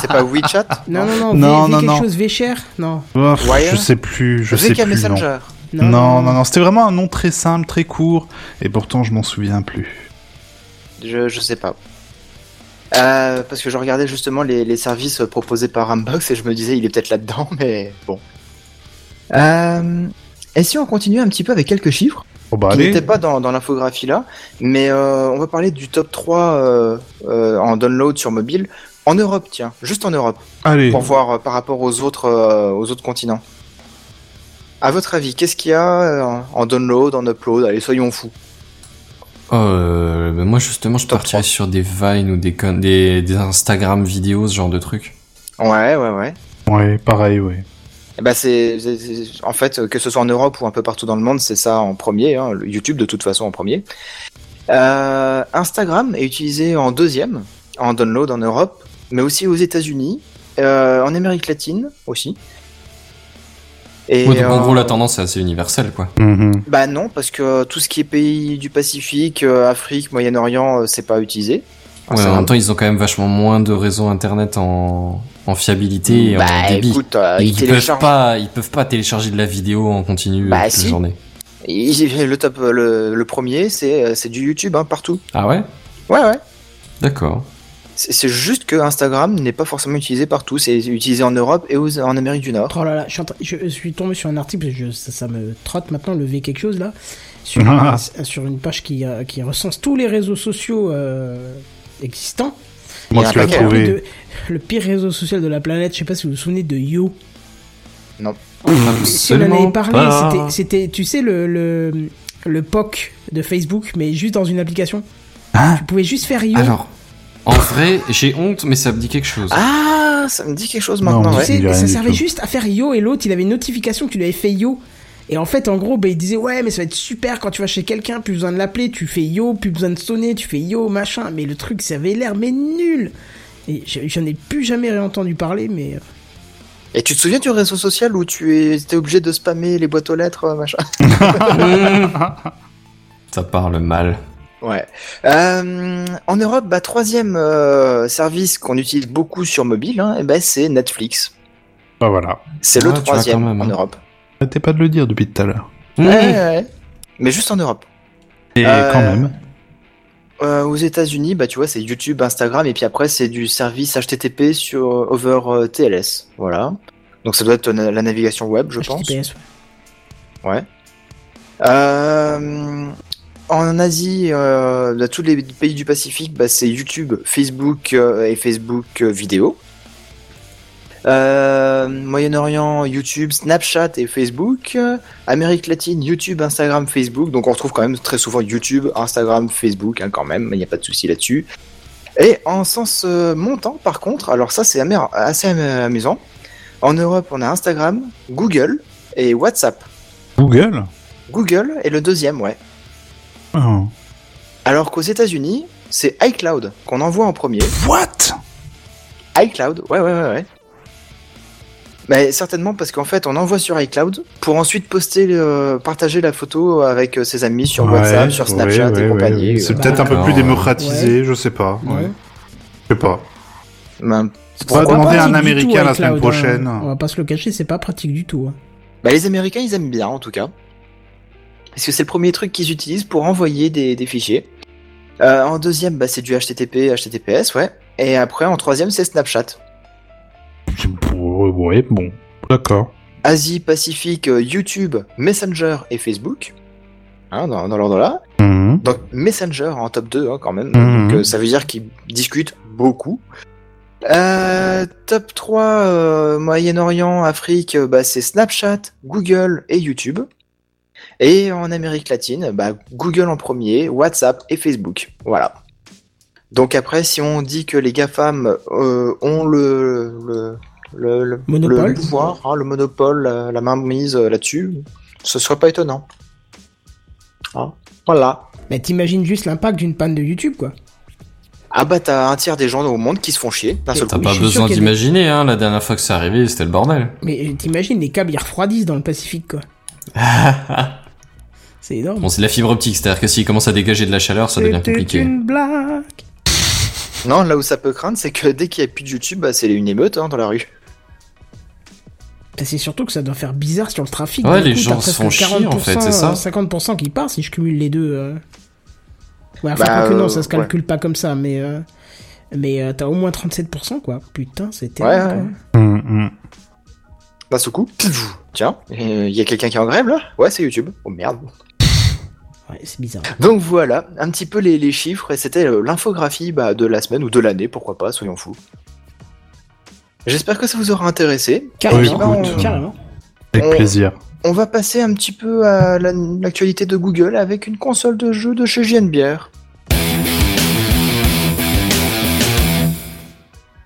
C'est pas WeChat Non non non, Non, v, V non, quelque non. chose V cher, non. Oh, pff, Wire je sais plus, je sais VK plus. Messenger. Non, non, non, non, c'était vraiment un nom très simple, très court, et pourtant je m'en souviens plus. Je, je sais pas. Euh, parce que je regardais justement les, les services proposés par Unbox et je me disais il est peut-être là-dedans, mais bon. Euh, et si on continue un petit peu avec quelques chiffres Oh bah qui allez, n'étaient pas dans, dans l'infographie là, mais euh, on va parler du top 3 euh, euh, en download sur mobile en Europe, tiens, juste en Europe, allez. pour voir euh, par rapport aux autres, euh, aux autres continents. À votre avis, qu'est-ce qu'il y a euh, en download, en upload Allez, soyons fous. Euh, bah, moi justement, je Top partirais trois. sur des Vine ou des, con- des, des Instagram vidéos, ce genre de truc. Ouais, ouais, ouais. Ouais, pareil, ouais. Eh ben, c'est c'est- c'est- en fait euh, que ce soit en Europe ou un peu partout dans le monde, c'est ça en premier. hein, le YouTube de toute façon en premier. Euh, Instagram est utilisé en deuxième en download en Europe, mais aussi aux États-Unis, euh, en Amérique latine aussi. Et Ouais, donc, en gros, euh, la tendance est assez universelle, quoi. Mhm. bah non, parce que tout ce qui est pays du Pacifique, euh, Afrique, Moyen-Orient, euh, c'est pas utilisé. Ouais, en Instagram. même temps, ils ont quand même vachement moins de réseaux internet en, en fiabilité et en bah débit. écoute, euh, Et ils ils peuvent téléchargent. pas, ils peuvent pas télécharger de la vidéo en continu euh, Bah, toute si. la journée. ils- le top, euh, le, le premier, c'est euh, c'est du YouTube hein, partout. Ah ouais, Ouais ouais. d'accord. C'est c'est juste que Instagram n'est pas forcément utilisé partout. C'est utilisé en Europe et aux- en Amérique du Nord. Oh là là, je suis, en train- je suis tombé sur un article, je- ça, ça me trotte maintenant, le V quelque chose là, sur, Ah. un- sur une page qui, euh, qui recense tous les réseaux sociaux euh, existants. il y Moi, a tu un l'as paquet, hein. trouvé. Hein? Le, le pire réseau social de la planète, je sais pas si vous vous souvenez de Yo. Si on en avait Absolument parlé, pas. Ah. c'était- c'était, tu sais, le, le, le POC de Facebook, mais juste dans une application. Hein tu pouvais juste faire Yo. Alors, en vrai, j'ai honte, mais ça me dit quelque chose. Ah, ça me dit quelque chose Non, maintenant. mais tu ouais. sais, Il y a rien ça du servait tout. juste à faire Yo et l'autre, il avait une notification que tu lui avais fait Yo. Et en fait, en gros, bah, il disait, ouais, mais ça va être super quand tu vas chez quelqu'un, plus besoin de l'appeler, tu fais Yo, plus besoin de sonner, tu fais Yo, machin. Mais le truc, ça avait l'air, mais nul. Et je- j'en ai plus jamais réentendu parler, mais. euh, Et tu te souviens du réseau social où tu étais obligé de bah. spammer les boîtes aux lettres, euh, machin Ça parle mal. Ouais. Euh, en Europe, bah, troisième euh, service qu'on utilise beaucoup sur mobile, hein, eh ben, c'est Netflix. Bah voilà. C'est le Ah, tu vois troisième quand même, en hein. Mmh. Europe. Arrêtez pas de le dire depuis tout à l'heure. Ouais, euh, ouais. Mais juste en Europe. Et Euh, quand même. Euh, aux États-Unis, bah tu vois, c'est YouTube, Instagram, et puis après c'est du service HTTP sur euh, over euh, TLS, voilà. Donc ça doit être na- la navigation web, je pense. HTTPS. Euh, en Asie, euh, dans tous les pays du Pacifique, bah, c'est YouTube, Facebook euh, et Facebook euh, vidéo. Euh, Moyen-Orient, YouTube, Snapchat et Facebook. Euh, Amérique latine, YouTube, Instagram, Facebook. Donc on retrouve quand même très souvent YouTube, Instagram, Facebook, hein, quand même, il n'y a pas de souci là-dessus. Et en sens euh, montant, par contre, alors ça c'est amer- assez am- amusant. En Europe, on a Instagram, Google et WhatsApp. Google Google est le deuxième, ouais. Ah. Alors qu'aux États-Unis, c'est iCloud qu'on envoie en premier. What iCloud, ouais, ouais, ouais, ouais. Mais certainement parce qu'en fait, on envoie sur iCloud pour ensuite poster, euh, partager la photo avec euh, ses amis sur Ouais, WhatsApp, sur ouais, Snapchat ouais, et ouais, compagnie. euh. ouais. C'est peut-être un peu D'accord. plus démocratisé, je sais pas. Ouais. Je sais pas. Ben, On va pourquoi demander pas à un pratique du tout, Américain la iCloud, semaine hein. prochaine. On va pas se le cacher, c'est pas pratique du tout. hein. Bah, les Américains, ils aiment bien en tout cas. Parce que c'est le premier truc qu'ils utilisent pour envoyer des, des fichiers. Euh, en deuxième, bah, c'est du HTTP, HTTPS, ouais. Et après, en troisième, c'est Snapchat. C'est- Ouais, bon. D'accord. Asie, Pacifique, euh, YouTube, Messenger et Facebook. Hein, dans, dans l'ordre là. Mhm. Donc Messenger en top 2 hein, quand même. Mhm. Donc, euh, ça veut dire qu'ils discutent beaucoup. Euh, top 3, euh, Moyen-Orient, Afrique, euh, bah, c'est Snapchat, Google et YouTube. Et en Amérique latine, bah, Google en premier, WhatsApp et Facebook. Voilà. Donc après, si on dit que les GAFAM euh, ont le, le, le, le- Monopole. le pouvoir, hein, le monopole, la, la mainmise euh, là-dessus, ce serait pas étonnant. Hein, voilà. Mais t'imagines juste l'impact d'une panne de YouTube, quoi. Ah bah t'as un tiers des gens au monde qui se font chier d'un seul T'as T'as coup. Oui, pas je suis sûr besoin qu'il y a des- d'imaginer, hein. La dernière fois que c'est arrivé, c'était le bordel. Mais euh, t'imagines, les câbles ils refroidissent dans le Pacifique, quoi. c'est énorme. Bon, c'est de la fibre optique, c'est-à-dire que s'il commence à dégager de la chaleur, ça devient C'était compliqué. une blague. Non, là où ça peut craindre, c'est que dès qu'il y a plus de YouTube, bah, c'est une émeute hein, dans la rue. Putain, C'est surtout que ça doit faire bizarre sur le trafic. Ouais, D'un les coup, gens t'as se presque font chier, en fait, 40%, c'est ça euh, 50% qui part si je cumule les deux. euh. Ouais, enfin, Bah, quoique non, euh, ça se calcule pas comme ça, mais. euh, Mais euh, t'as au moins 37%, quoi. Putain, c'est terrible. Ouais, ouais. hein. Mhm. D'un seul coup, pfff, tiens, il y a quelqu'un qui est en grève là Ouais, c'est YouTube. Oh merde. Ouais, c'est bizarre. Donc voilà, un petit peu les, les chiffres, et c'était euh, l'infographie bah, de la semaine ou de l'année, pourquoi pas, soyons fous. J'espère que ça vous aura intéressé. Carrément. écoute, euh, carrément. Avec On- plaisir. On va passer un petit peu à la- l'actualité de Google avec une console de jeu de chez JNBR.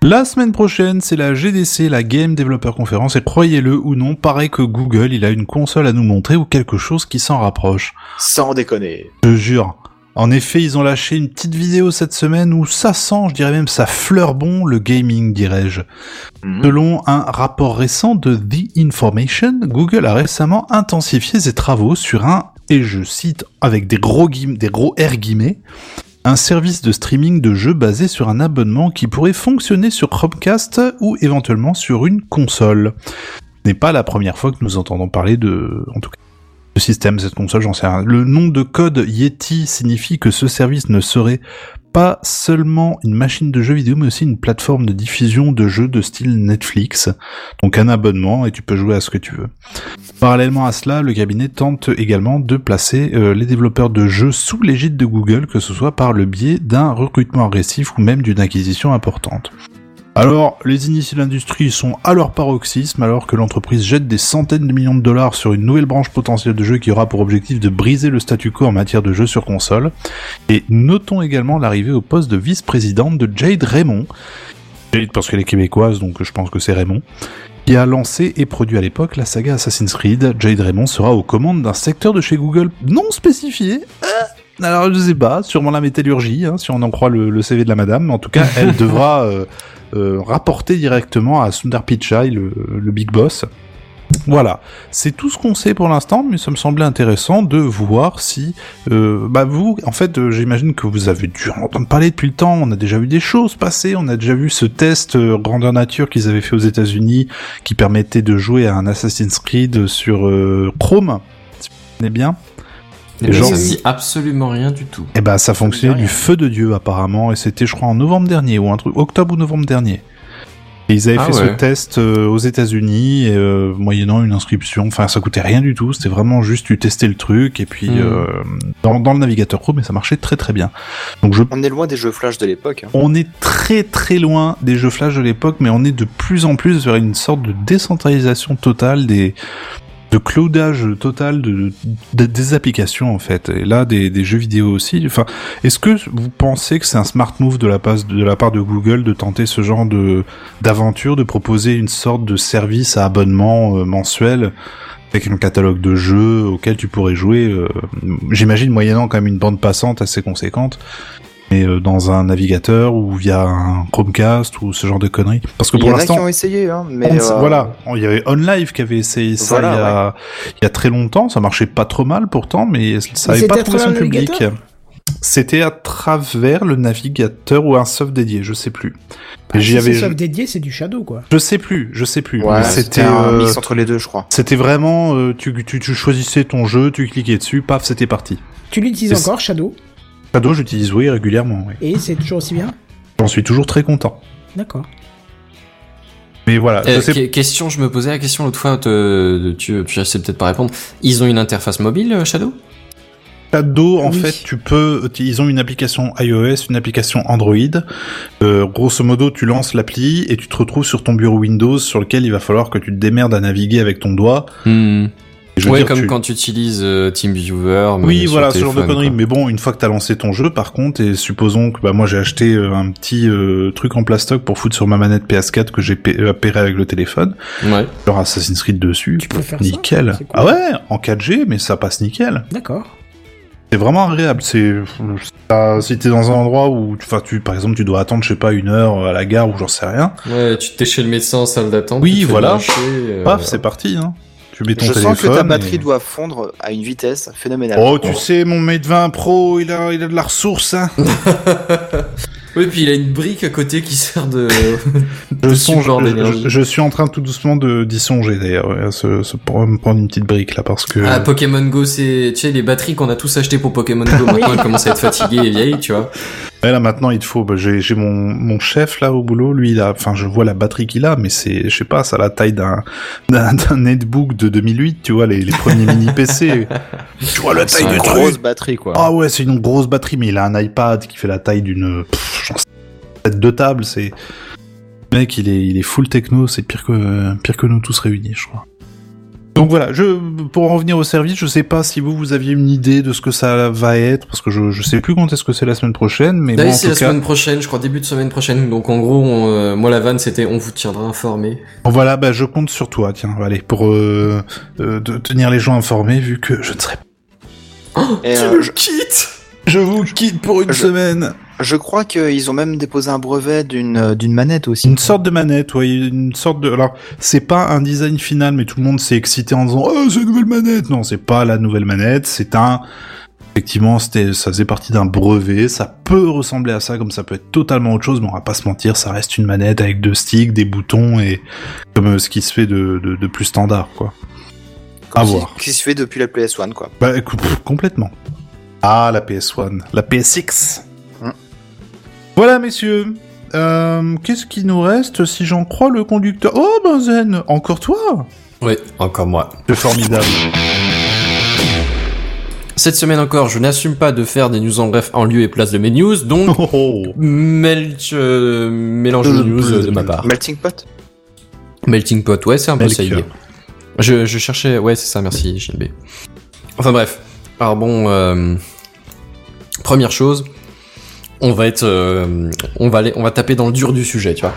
La semaine prochaine, c'est la GDC, la Game Developer Conference, et croyez-le ou non, paraît que Google, il a une console à nous montrer ou quelque chose qui s'en rapproche. Sans déconner. Je te jure. En effet, ils ont lâché une petite vidéo cette semaine où ça sent, je dirais même ça fleure bon le gaming, dirais-je. Mhm. Selon un rapport récent de The Information, Google a récemment intensifié ses travaux sur un, et je cite avec des gros, guillem- des gros R guillemets, un service de streaming de jeux basé sur un abonnement qui pourrait fonctionner sur Chromecast ou éventuellement sur une console. Ce n'est pas la première fois que nous entendons parler de, en tout cas, de système, cette console, j'en sais rien. Le nom de code Yeti signifie que ce service ne serait pas seulement une machine de jeux vidéo, mais aussi une plateforme de diffusion de jeux de style Netflix. Donc un abonnement et tu peux jouer à ce que tu veux. Parallèlement à cela, le cabinet tente également de placer euh, les développeurs de jeux sous l'égide de Google, que ce soit par le biais d'un recrutement agressif ou même d'une acquisition importante. Alors, les initiés de l'industrie sont à leur paroxysme alors que l'entreprise jette des centaines de millions de dollars sur une nouvelle branche potentielle de jeux qui aura pour objectif de briser le statu quo en matière de jeux sur console. Et notons également l'arrivée au poste de vice-présidente de Jade Raymond. Jade parce qu'elle est québécoise, donc je pense que c'est Raymond. Qui a lancé et produit à l'époque la saga Assassin's Creed. Jade Raymond sera aux commandes d'un secteur de chez Google non spécifié. Euh, alors je sais pas, sûrement la métallurgie, hein, si on en croit le, le CV de la madame. Mais En tout cas, elle devra euh, euh, rapporter directement à Sundar Pichai, le, le big boss. Voilà, c'est tout ce qu'on sait pour l'instant, mais ça me semblait intéressant de voir si, euh, bah vous, en fait, euh, j'imagine que vous avez dû en entendre parler depuis le temps. On a déjà vu des choses passer, on a déjà vu ce test euh, grandeur nature qu'ils avaient fait aux États-Unis, qui permettait de jouer à un Assassin's Creed sur euh, Chrome. Si vous comprenez bien. Et ben, Genre- ça me dit absolument rien du tout. Et ben ça fonctionnait rien. du feu de dieu apparemment, et c'était je crois en novembre dernier ou un truc, octobre ou novembre dernier. Et ils avaient Ah fait ce ouais. test euh, aux États-Unis et, euh, moyennant une inscription. Enfin, ça coûtait rien du tout. C'était vraiment juste tu testais le truc et puis Hmm. euh, dans, dans le navigateur Chrome, et ça marchait très très bien. Donc je On est loin des jeux flash de l'époque. hein. on est très très loin des jeux flash de l'époque, mais on est de plus en plus vers une sorte de décentralisation totale des de cloudage total de, de- des applications en fait et là des, des jeux vidéo aussi enfin est-ce que vous pensez que c'est un smart move de la passe de la part de Google de tenter ce genre de d'aventure de proposer une sorte de service à abonnement euh, mensuel avec un catalogue de jeux auquel tu pourrais jouer euh, j'imagine moyennant quand même une bande passante assez conséquente mais euh, dans un navigateur ou via un Chromecast ou ce genre de conneries. Parce que Il y pour en a qui l'instant, ont essayé, hein, mais on- euh, voilà, Oh, il y avait OnLive qui avait essayé ça Voilà, il, y a, il y a très longtemps, ça marchait pas trop mal pourtant, mais ça Mais n'avait pas c'était à trouvé son travers le public. C'était à travers le navigateur ou un soft dédié, je sais plus. Mais j'y Ah, si avais- c'est sauf dédié, c'est du Shadow, quoi. Je sais plus, je sais plus. ouais, Mais c'était un euh, mix entre les deux, je crois. C'était vraiment, euh, tu, tu, tu choisissais ton jeu, tu cliquais dessus, paf, c'était parti. Tu Et l'utilises c'est- encore, Shadow, Shadow, j'utilise oui régulièrement. oui. et c'est toujours aussi bien J'en suis toujours très content. D'accord. Mais voilà, Euh, je sais que- question, je me posais la question l'autre fois, te- tu, tu sais peut-être pas répondre. Ils ont une interface mobile, euh, Shadow Shadow, en Oui. fait, tu peux. Ils ont une application iOS, une application Android. Euh, grosso modo, tu lances l'appli et tu te retrouves sur ton bureau Windows, sur lequel il va falloir que tu te démerdes à naviguer avec ton doigt. Hmm. Et je veux Ouais, dire, comme tu- quand tu utilises euh, TeamViewer. mais Oui, sur voilà, ce genre de téléphone, conneries. quoi. Mais bon, une fois que t'as lancé ton jeu, par contre, et supposons que bah moi j'ai acheté euh, un petit euh, truc en plastoc pour foutre sur ma manette PS4 que j'ai pa- euh, pairé avec le téléphone, Ouais. genre Assassin's Creed dessus. Tu peux faire ça Nickel. C'est cool. Ah ouais, en 4G, mais ça passe nickel. D'accord. C'est vraiment agréable. C'est ça- si t'es dans un endroit où, enfin, tu, par exemple, tu dois attendre, je sais pas, une heure à la gare ou j'en sais rien. Ouais, tu t'es chez le médecin en salle d'attente. Oui, tu te fais voilà. lyncher, euh, Paf, c'est parti. Hein. Tu mets ton Je téléphone. sens que ta et- batterie doit fondre à une vitesse phénoménale. Oh, tu sais, mon Mate 20 Pro, il a, il a de la ressource. Hein. Oui, puis il a une brique à côté qui sert de. Je, De songe- support je- d'énergie. je- je suis en train tout doucement de d'y songer d'ailleurs, ouais, à se, se prendre me prendre une petite brique là parce que. Ah, Pokémon Go, c'est. Tu sais, les batteries qu'on a tous achetées pour Pokémon Go, maintenant elles commencent à être fatiguées et vieilles, tu vois. Ouais, là maintenant il te faut, bah, j'ai j'ai mon, mon chef là au boulot, lui il a, enfin je vois la batterie qu'il a, mais c'est, je sais pas, ça a la taille d'un d'un d'un netbook de 2008, tu vois les, les premiers mini PC. tu vois la C'est taille une du grosse truc. batterie, quoi. Ah ouais, c'est une grosse batterie, mais il a un iPad qui fait la taille d'une pff, j'en sais pas, tête de table, c'est le mec il est il est full techno, c'est pire que pire que nous tous réunis, je crois. Donc voilà, je pour en revenir au service, je sais pas si vous vous aviez une idée de ce que ça va être parce que je je sais plus quand est-ce que c'est la semaine prochaine, mais moi, en D'ailleurs, Bah c'est tout la cas, semaine prochaine, je crois, début de semaine prochaine. Donc en gros, on, euh, moi la vanne c'était on vous tiendra informé. Voilà, bah, je compte sur toi, tiens, allez, pour euh, euh, de tenir les gens informés, vu que je ne serai pas. Et, euh, je, quittes Je vous quitte pour une Je- semaine. je crois qu'ils ont même déposé un brevet d'une euh, d'une manette aussi. Une sorte de manette, ouais, une sorte de. Alors, c'est pas un design final, mais tout le monde s'est excité en disant, oh, c'est une nouvelle manette. Non, c'est pas la nouvelle manette, c'est un. Effectivement, c'était, ça faisait partie d'un brevet. Ça peut ressembler à ça, comme ça peut être totalement autre chose, mais on va pas se mentir, ça reste une manette avec deux sticks, des boutons et comme euh, ce qui se fait de, de, de plus standard, quoi. Comme à si- voir. Qui se fait depuis la PS1, quoi. Bah écoute, pff, complètement. Ah, la PS1, la PS6. Hein. Voilà, messieurs. Euh, Qu'est-ce qui nous reste si j'en crois le conducteur Oh, Benzen, encore toi Ouais, encore moi. C'est formidable. Cette semaine encore, je n'assume pas de faire des news en bref en lieu et place de mes news, donc Oh, oh. melch, euh, mélange de news euh, de ma part. Melting Pot Melting pot, ouais, c'est un peu ça Melchior. l'idée. Je, je cherchais, ouais, c'est ça, merci JB. Enfin bref, alors bon, euh, première chose, on va être, euh, on va aller, on va taper dans le dur du sujet, tu vois.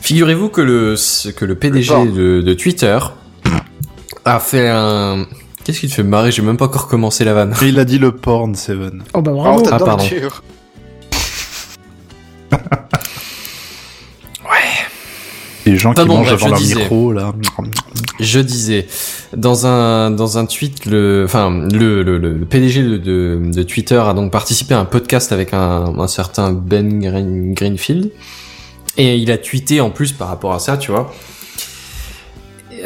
Figurez-vous que le ce- que le PDG porc. de, de Twitter a fait un. Qu'est-ce qui te fait marrer J'ai même pas encore commencé la vanne. Et il a dit le porn, Seven. Oh bah Ah, on bravo. tape Ah, dans le pardon. dur. Et les gens Enfin qui bon, mangent Ah bref, devant je leur disais. micro, là. Je disais dans un dans un tweet le enfin le le, le- le PDG de, de, de Twitter a donc participé à un podcast avec un, un certain Ben Green- Greenfield et il a tweeté en plus par rapport à ça tu vois.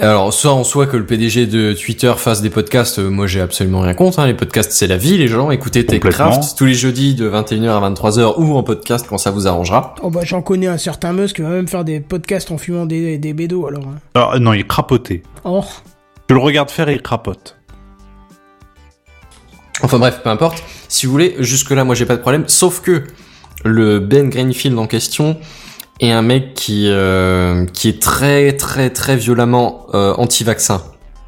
Alors soit en soi que le PDG de Twitter fasse des podcasts, euh, moi j'ai absolument rien contre. hein. Les podcasts c'est la vie les gens. Écoutez Complètement. Techcraft tous les jeudis de 21h à 23h ou en podcast quand ça vous arrangera. Oh bah j'en connais un certain Musk qui va même faire des podcasts en fumant des, des bédos alors. hein. Ah, non, il crapotait. Oh, Je le regarde faire et il crapote. Enfin bref, peu importe. Si vous voulez, jusque-là, moi j'ai pas de problème. Sauf que le Ben Greenfield en question est un mec qui, euh, qui est très très très violemment euh, anti-vaccin.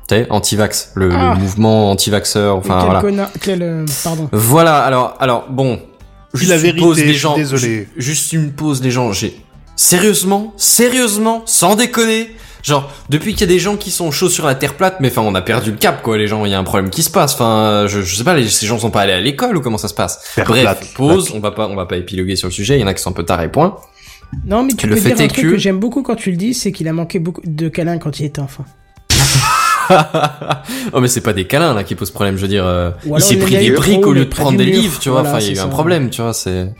Tu sais, anti-vax, le, le Ah. mouvement anti-vaxeur, enfin quel voilà. connard, quel euh, pardon. Voilà, alors, alors bon. Dis la une vérité, pause je des suis gens, désolé. ju- Juste une pause des gens, j'ai... Sérieusement, sérieusement, sans déconner Genre, depuis qu'il y a des gens qui sont chauds sur la terre plate, mais enfin, on a perdu le cap, quoi, les gens, il y a un problème qui se passe, enfin, je, je sais pas, les- ces gens sont pas allés à l'école ou comment ça se passe Terre Bref, plate, pause, on va pas, on va pas épiloguer sur le sujet, il y en a qui sont un peu tarés, point. Non mais tu Le peux fait dire un est truc que- que j'aime beaucoup quand tu le dis, c'est qu'il a manqué beaucoup de câlins quand il était enfant. oh, mais c'est pas des câlins, là, qui posent problème, je veux dire, euh, Ou il alors, s'est le pris gars, des il est briques trop, au il lieu est de près prendre du des mur. livres, tu vois, Voilà, enfin, il y a eu c'est un ça. problème, tu vois, c'est...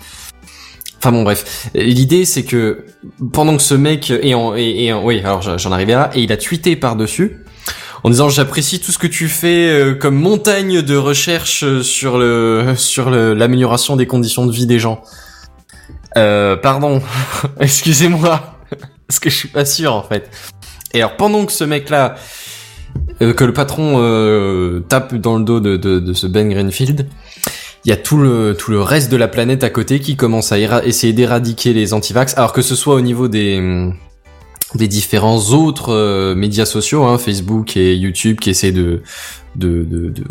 Enfin bon bref, l'idée c'est que pendant que ce mec est en et, oui alors j'en- j'en arrivais là et il a tweeté par dessus en disant j'apprécie tout ce que tu fais euh, comme montagne de recherche euh, sur le sur le- l'amélioration des conditions de vie des gens. Euh, pardon, excusez-moi, parce que je suis pas sûr en fait. Et alors pendant que ce mec-là, euh, que le patron euh, tape dans le dos de, de, de ce Ben Greenfield, il y a tout le tout le reste de la planète à côté qui commence à éra- essayer d'éradiquer les antivax, alors que ce soit au niveau des hum, des différents autres euh, médias sociaux, hein, Facebook et YouTube, qui essaient de de, de, de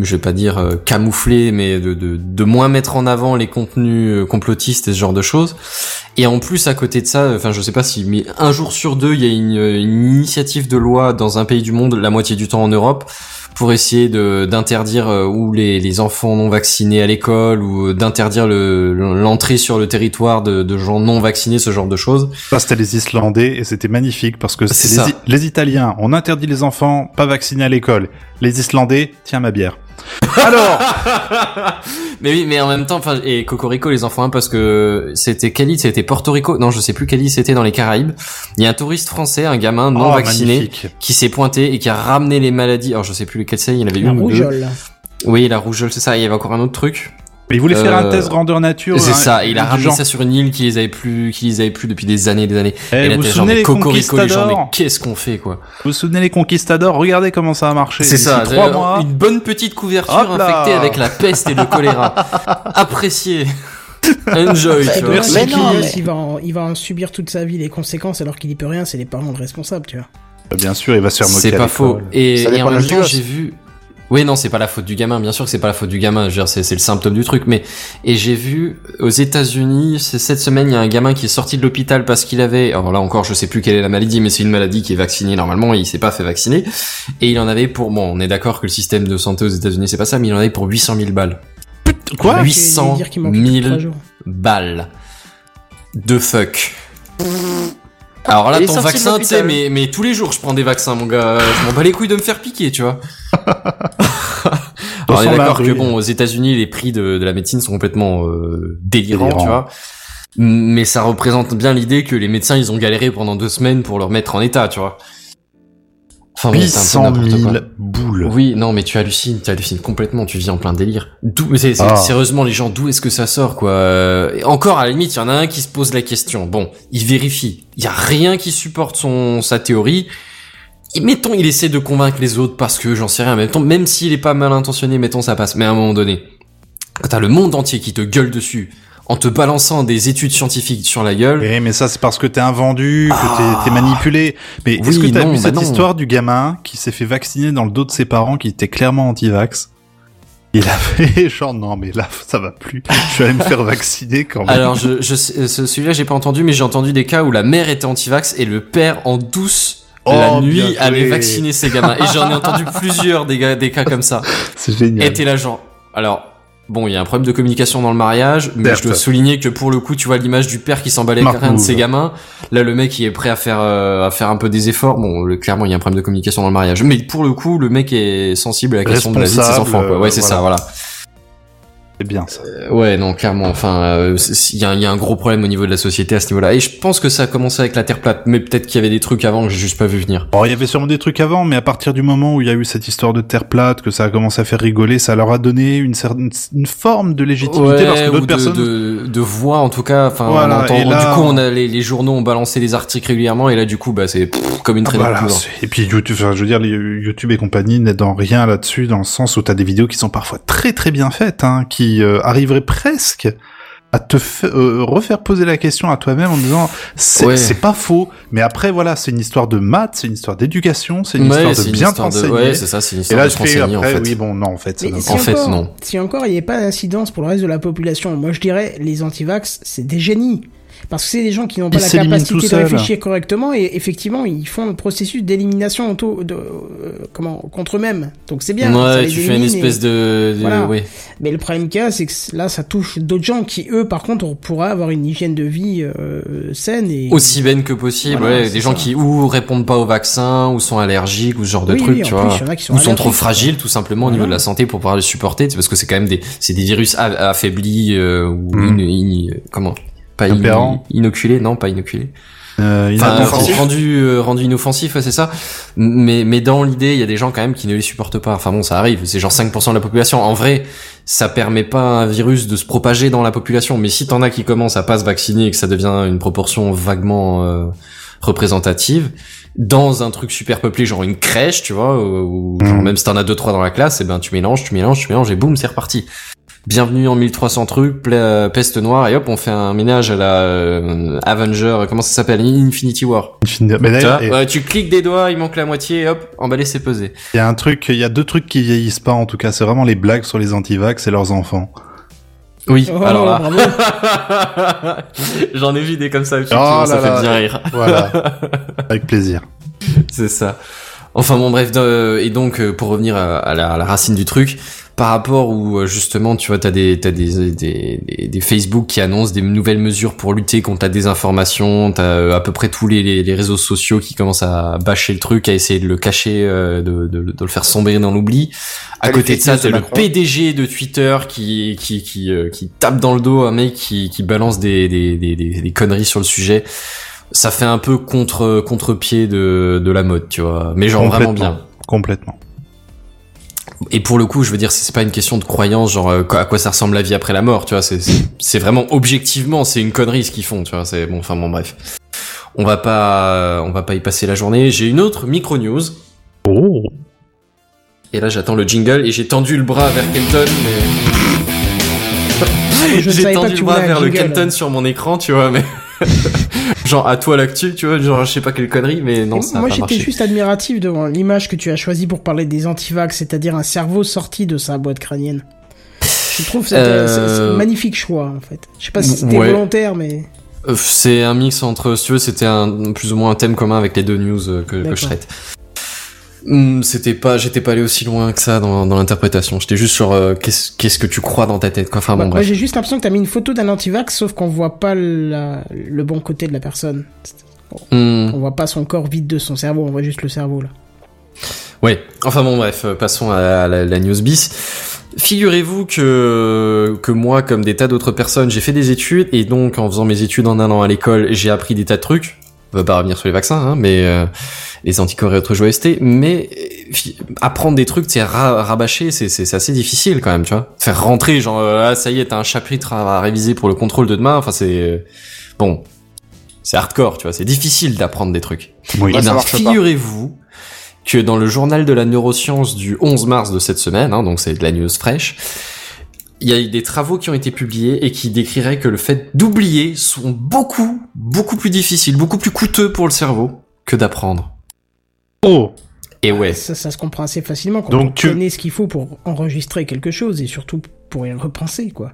je vais pas dire euh, camoufler, mais de, de, de moins mettre en avant les contenus euh, complotistes et ce genre de choses. Et en plus, à côté de ça, euh, enfin, je sais pas si, mais un jour sur deux, il y a une, euh, une initiative de loi dans un pays du monde, la moitié du temps en Europe, pour essayer de d'interdire euh, ou les, les enfants non vaccinés à l'école ou euh, d'interdire le- l'entrée sur le territoire de, de gens non vaccinés, ce genre de choses. Ça, c'était les Islandais et c'était magnifique parce que Ah, C'est c'est les, ça. les Italiens. On interdit les enfants pas vaccinés à l'école. Les Islandais, tiens ma bière. Alors, Mais oui, mais en même temps, enfin, et Cocorico, les enfants, hein, parce que c'était quelle île C'était Porto Rico Non, je sais plus quelle île c'était dans les Caraïbes. Il y a un touriste français, un gamin non Oh, vacciné, magnifique. qui s'est pointé et qui a ramené les maladies. Alors, je sais plus lequel c'est, il y en avait La une ou deux. rougeole. Oui, la rougeole, c'est ça. Il y avait encore un autre truc. Il voulait faire un Euh, test grandeur nature. c'est hein, ça. Il a du ramené genre, ça sur une île qui les avait plus, qui les avait plus depuis des années, et des années. Eh, et là, vous vous t'es genre, souvenez mais les Cocorico, les gens, mais conquistadors qu'est-ce qu'on fait, quoi Vous vous souvenez les conquistadors Regardez comment ça a marché. C'est ça, D'ici Trois euh, mois. une bonne petite couverture Hop là. infectée avec la peste et le choléra. Apprécié. Enjoy, tu vois. Bah, Merci, Mais Kylian, non, il, mais- va en, il va en subir toute sa vie les conséquences alors qu'il y peut rien, c'est les parents le responsable, tu vois. Ah, Bien sûr, il va se faire moquer. C'est à pas l'école. faux. Et, Ça et dépend en de même l'âge temps, du gosse. j'ai vu. Oui, non, c'est pas la faute du gamin. Bien sûr que c'est pas la faute du gamin. Je veux dire, c'est c'est le symptôme du truc. Mais et j'ai vu aux États-Unis, c'est cette semaine, il y a un gamin qui est sorti de l'hôpital parce qu'il avait. Alors là encore, je sais plus quelle est la maladie, mais c'est une maladie qui est vaccinée normalement. Et il s'est pas fait vacciner. Et il en avait pour. Bon, on est d'accord que le système de santé aux États-Unis, c'est pas ça, mais il en avait pour 800 000 balles. Quoi Parce que 800 dire qu'il manque plus de 000 trois jours. balles de fuck. Alors là, Il est ton sorti de vaccin, tu sais, l'hôpital. mais, mais tous les jours je prends des vaccins, mon gars. Je m'en bats les couilles de me faire piquer, tu vois. Alors on Dans est son d'accord mari. que bon, aux États-Unis, les prix de, de la médecine sont complètement euh, délirants, Délirants. tu vois. Mais ça représente bien l'idée que les médecins, ils ont galéré pendant deux semaines pour le remettre en état, tu vois. Enfin, bon, c'est un 800 peu n'importe 000 quoi. boules. Oui, non, mais tu hallucines, tu hallucines complètement, tu vis en plein délire. D'où, mais c'est- c'est- Ah. sérieusement, les gens, d'où est-ce que ça sort, quoi Euh, et Encore, à la limite, il y en a un qui se pose la question. Bon, il vérifie. Il y a rien qui supporte son sa théorie. Et mettons, il essaie de convaincre les autres parce que j'en sais rien. Mettons, même s'il est pas mal intentionné, mettons, ça passe. Mais à un moment donné, quand t'as le monde entier qui te gueule dessus en te balançant des études scientifiques sur la gueule. Eh, mais ça, c'est parce que t'es invendu, que Ah. t'es- t'es manipulé. Mais Oui, est-ce que t'as non, vu bah cette non. histoire du gamin qui s'est fait vacciner dans le dos de ses parents, qui était clairement anti-vax Il avait genre, non, mais là, ça va plus. Je vais aller me faire vacciner quand même. Alors, je, je sais- ce- celui-là, j'ai pas entendu, mais j'ai entendu des cas où la mère était anti-vax et le père, en douce, la Oh, bien nuit, joué. avait vacciné ses gamins. Et j'en ai entendu plusieurs des, gars- des cas comme ça. c'est génial. Et t'es là, genre, alors, Bon, il y a un problème de communication dans le mariage, mais Certes. je dois souligner que pour le coup, tu vois l'image du père qui s'emballait Marc avec un de ses Mouve. gamins. Là, le mec, il est prêt à faire euh, à faire un peu des efforts. Bon, le- clairement, il y a un problème de communication dans le mariage, mais pour le coup, le mec est sensible à la question de la vie de ses Responsable, enfants. Quoi. Ouais, c'est euh, ça, voilà. C'est bien ça. Ouais, non, clairement. Enfin, euh, c'est- il y, a- il y a un gros problème au niveau de la société à ce niveau-là. Et je pense que ça a commencé avec la Terre plate, mais peut-être qu'il y avait des trucs avant que j'ai juste pas vu venir. Bon, il y avait sûrement des trucs avant, mais à partir du moment où il y a eu cette histoire de terre plate, que ça a commencé à faire rigoler, ça leur a donné une certaine une forme de légitimité parce que ou d'autres de, personnes. de, de voix en tout cas. Enfin, Voilà, on entend- et là, du coup, on a les, les journaux ont balancé des articles régulièrement, et là, du coup, bah, c'est pff, comme une Ah, traînée de voilà, poudre. c'est- et puis YouTube, enfin, je veux dire, les YouTube et compagnie n'aident en rien là-dessus, dans le sens où t'as des vidéos qui sont parfois très très bien faites, hein, qui euh, arriveraient presque à te fa- euh, refaire poser la question à toi-même en disant c'est Ouais. c'est pas faux, mais après voilà, c'est une histoire de maths, c'est une histoire d'éducation, c'est une Ouais, histoire c'est de une bien te histoire de- renseigner. Ouais, c'est ça, c'est une et histoire là de je se fais renseigner, en après, fait. oui bon non en fait. ça Mais n'a si en pas- fait, encore- non. Si encore il n'y a pas d'incidence pour le reste de la population, moi je dirais les antivax, c'est des génies. Parce que c'est des gens qui n'ont pas Ils la s'éliminent tout capacité de seuls. réfléchir correctement et effectivement ils font le processus d'élimination auto, de, euh, comment, contre eux-mêmes. Donc c'est bien. ça Ouais, les tu fais une élimine et- espèce de, de- Voilà. ouais. Mais le problème qu'il y a, c'est que là ça touche d'autres gens qui eux par contre pourraient avoir une hygiène de vie euh, saine et aussi vaine que possible. Voilà, ouais, c'est des gens ça. qui ou répondent pas au vaccin, ou sont allergiques, ou ce genre de Oui, trucs, oui, en tu plus, vois. il y en a qui sont ou sont trop allergiques. fragiles, tout simplement, au niveau de la santé pour pouvoir les supporter. C'est parce que c'est quand même des, c'est des virus a- affaiblis euh, ou Mm. in- in- comment pas in- Impérants. inoculés, non, pas inoculés. Euh, il y en a Enfin, qui- inoffensif. rendu- rendu, euh, rendu inoffensif, ouais, c'est ça. Mais, mais dans l'idée, il y a des gens quand même qui ne les supportent pas. Enfin bon, ça arrive. C'est genre 5% de la population. En vrai, ça permet pas à un virus de se propager dans la population. Mais si t'en as qui commencent à pas se vacciner et que ça devient une proportion vaguement euh, représentative, dans un truc super peuplé, genre une crèche, tu vois, ou ou genre Mhm. même si t'en as deux trois dans la classe, et ben tu mélanges, tu mélanges, tu mélanges et boum, c'est reparti. Bienvenue en 1300 trucs, pla- euh, peste noire et hop, on fait un ménage à la euh, Avenger, comment ça s'appelle, Infinity War. Mais Tu, d'ailleurs, vois, ouais, tu cliques des doigts, il manque la moitié, et hop, emballé, c'est pesé. Il y a un truc, il y a deux trucs qui vieillissent pas en tout cas, c'est vraiment les blagues sur les antivax et leurs enfants. Oui, Oh, alors bravo. là. J'en ai vu des comme ça, effectivement, Oh là ça fait là. bien rire. Voilà, avec plaisir. C'est ça. Enfin bon, bref, de- et donc, euh, pour revenir à, à la, à la racine du truc, par rapport où, euh, justement, tu vois, t'as des, t'as des, des, des, des Facebook qui annoncent des nouvelles mesures pour lutter contre la désinformation, t'as euh, à peu près tous les, les, les réseaux sociaux qui commencent à bâcher le truc, à essayer de le cacher, euh, de, de, de le faire sombrer dans l'oubli. À T'as côté Ah, les de fake ça, news de t'as le Macron. PDG de Twitter qui, qui, qui, euh, qui tape dans le dos un mec qui, qui balance des, des, des, des, des conneries sur le sujet. Ça fait un peu contre, contre-pied de, de la mode, tu vois. Mais genre vraiment Complètement. bien. Complètement. Et pour le coup, je veux dire, c'est c'est pas une question de croyance, genre euh, quoi- à quoi ça ressemble la vie après la mort, tu vois. C'est- C'est c'est vraiment objectivement, c'est une connerie ce qu'ils font, tu vois. C'est bon, enfin bon, bref. On va pas, on va pas y passer la journée. J'ai une autre micro news. Oh. Et là, j'attends le jingle et j'ai tendu le bras vers Kenton, mais Je ne j'ai savais pas tendu que le tu bras voulais vers un le jingle. Kenton sur mon écran, tu vois, mais genre à toi l'actu, tu vois, genre je sais pas quelle connerie, mais non, Et ça a moi pas j'étais marché. juste admiratif devant l'image que tu as choisie pour parler des antivax, c'est-à-dire un cerveau sorti de sa boîte crânienne. Je trouve ça Euh, c'est- c'est un magnifique choix en fait. Je sais pas si c'était Ouais. volontaire mais Euh, C'est un mix entre, si tu veux, c'était un, plus ou moins un thème commun avec les deux news euh, que, que je D'accord. traite. Hum, C'était pas, j'étais pas allé aussi loin que ça dans, dans l'interprétation. J'étais juste sur euh, qu'est-ce qu'est-ce que tu crois dans ta tête, quoi. Enfin Bah, bon, moi bref. j'ai juste l'impression que t'as mis une photo d'un antivax sauf qu'on voit pas la- le bon côté de la personne. Hmm. Hum. On voit pas son corps vide de son cerveau, on voit juste le cerveau là. Ouais, enfin bon bref, euh, passons à la, la- la news bis. Figurez-vous que, que moi, comme des tas d'autres personnes, j'ai fait des études, et donc en faisant mes études en un an à l'école, j'ai appris des tas de trucs. On va pas revenir sur les vaccins, hein, mais euh, les anticorps et autres joyeusetés, mais euh, fi- apprendre des trucs, c'est ra rabâcher, c'est- c'est c'est assez difficile quand même, tu vois. Faire rentrer, genre, euh, ah ça y est, t'as un chapitre à, à réviser pour le contrôle de demain, enfin c'est... euh, bon, c'est hardcore, tu vois, c'est difficile d'apprendre des trucs. Oui. Eh ça ben, marche pas. figurez-vous que dans le journal de la neuroscience du 11 mars de cette semaine, hein, donc c'est de la news fraîche, il y a eu des travaux qui ont été publiés et qui décriraient que le fait d'oublier sont beaucoup, beaucoup plus difficiles, beaucoup plus coûteux pour le cerveau que d'apprendre. Oh, Et ouais. Ça, ça se comprend assez facilement quand Donc on tu- connaît ce qu'il faut pour enregistrer quelque chose et surtout pour y repenser quoi.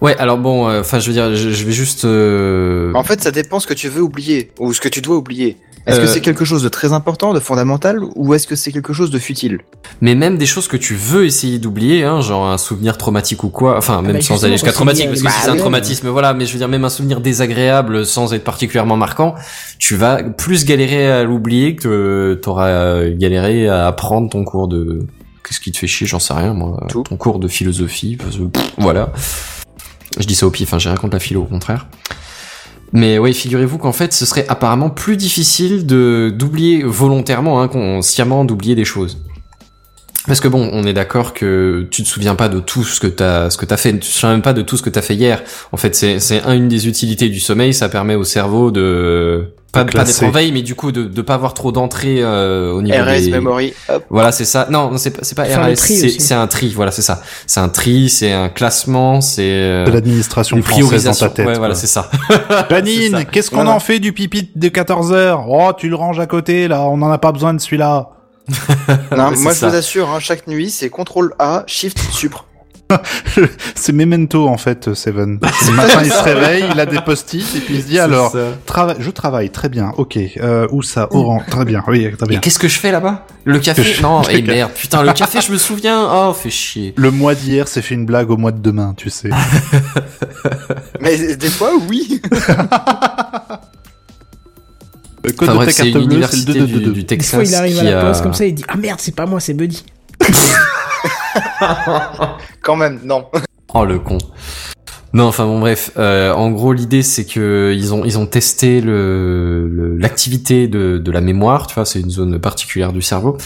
Ouais, alors bon, euh, enfin, je veux dire, je, je vais juste. euh, En fait, ça dépend ce que tu veux oublier ou ce que tu dois oublier. Est-ce Euh, que c'est quelque chose de très important, de fondamental, ou est-ce que c'est quelque chose de futile Mais même des choses que tu veux essayer d'oublier, hein, genre un souvenir traumatique ou quoi, enfin même bah sans justement, aller jusqu'à parce que traumatique, il y a parce des que si c'est un barrières. traumatisme, voilà, mais je veux dire même un souvenir désagréable sans être particulièrement marquant, tu vas plus galérer à l'oublier que t'auras euh, galéré à apprendre ton cours de... Qu'est-ce qui te fait chier, j'en sais rien moi, euh, Tout. ton cours de philosophie, parce que, pff, voilà. Je dis ça au pif, hein, j'ai rien contre la philo, au contraire. Mais ouais, figurez-vous qu'en fait, ce serait apparemment plus difficile de d'oublier volontairement, hein, qu'on- sciemment d'oublier des choses. Parce que bon, on est d'accord que tu te souviens pas de tout ce que t'as, ce que t'as fait, tu te souviens même pas de tout ce que t'as fait hier. En fait, c'est, c'est un- une des utilités du sommeil, ça permet au cerveau de pas, pas d'être classer. en veille, mais du coup de, de pas avoir trop d'entrées euh, au niveau RS des- Memory, hop. voilà, c'est ça. Non, non, c'est pas, c'est pas Faire le RS, tri c'est, aussi. c'est un tri. Voilà, c'est ça. C'est un tri, c'est un classement, c'est euh, De l'administration une française dans priorisation. ta tête. ouais, voilà, quoi. c'est ça. c'est ça. Janine, qu'est-ce qu'on Voilà. en fait du pipi de 14 heures Oh, tu le ranges à côté, là, on en a pas besoin de celui-là. Non, Ouais, c'est moi, je ça. vous assure, hein, chaque nuit, c'est CTRL A, Shift, Supre. C'est memento, en fait, euh, Seven. Le matin, il se réveille, il a des post-it, et puis il se dit, alors, trava- je travaille, très bien, ok. Euh, où ça Orange, très bien, oui, très Et bien. qu'est-ce que je fais là-bas Le café je- Non, le et ca- merde, putain, le café, je me souviens. Oh, fait chier. Le mois d'hier s'est fait une blague au mois de demain, tu sais. Ah. Mais des fois, oui. Le Euh, code Enfin, de bref, ta c'est carte une bleue, c'est université le 2 du, 2 du Des Texas fois, il arrive à qui la a- poste comme ça, il dit Ah merde, c'est pas moi, c'est Buddy. Quand même, non. Oh le con. Non, enfin bon, bref. euh, en gros, l'idée c'est que ils ont ils ont testé le le- l'activité de de la mémoire. Tu vois, c'est une zone particulière du cerveau.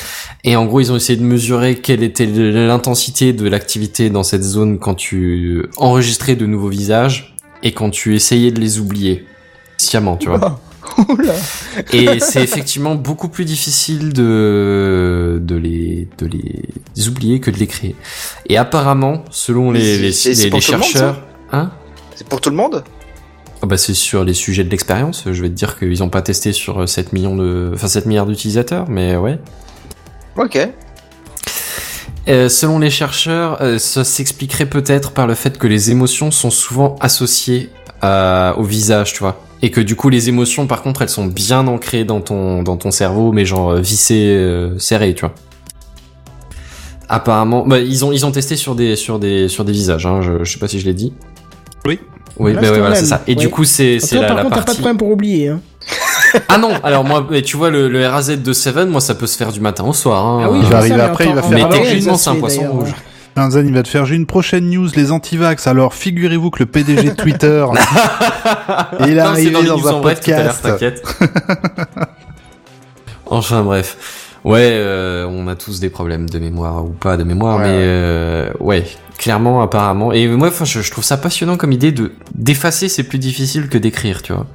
Et en gros, ils ont essayé de mesurer quelle était l'intensité de l'activité dans cette zone quand tu enregistrais de nouveaux visages et quand tu essayais de les oublier sciemment, tu vois. Et c'est effectivement beaucoup plus difficile de, de, les, de les oublier que de les créer. Et apparemment, selon Mais les, c'est- les, c'est- c'est les- pour les tout le monde, chercheurs, hein C'est pour tout le monde Ah bah c'est sur les sujets de l'expérience. Je vais te dire qu'ils n'ont pas testé sur 7 millions de, enfin 7 milliards d'utilisateurs, mais ouais. Ok. Euh, selon les chercheurs, euh, ça s'expliquerait peut-être par le fait que les émotions sont souvent associées à- au visage, tu vois. Et que du coup, les émotions, par contre, elles sont bien ancrées dans ton, dans ton cerveau, mais genre euh, vissées, euh, serrées, tu vois. Apparemment, bah, ils ont, ils ont testé sur des, sur des, sur des visages, hein, je, je sais pas si je l'ai dit. Oui. Oui, Là, bah c'est ouais, quand voilà, même. c'est ça. Et Ouais. du coup, c'est, c'est Toi, la, par la contre, t'as pas de partie. problème pour oublier. Hein. Ah non, alors moi, mais tu vois, le, le RAZ de Seven, moi, ça peut se faire du matin au soir. hein. Ah oui, je il va vois arriver ça, mais après, en il va temps- faire en Mais temps réel, techniquement, ça c'est un se fait, poisson d'ailleurs, rouge. Tanzan, il va te faire, j'ai une prochaine news, les antivax. Alors, figurez-vous que le PDG de Twitter, il est Putain, c'est arrivé les dans, news un en bref tout à l'heure, podcast. t'inquiète. enfin bref. Ouais, euh, on a tous des problèmes de mémoire ou pas de mémoire, Ouais. mais euh, ouais, clairement, apparemment. Et moi, enfin, je, je trouve ça passionnant comme idée de d'effacer, c'est plus difficile que d'écrire, tu vois.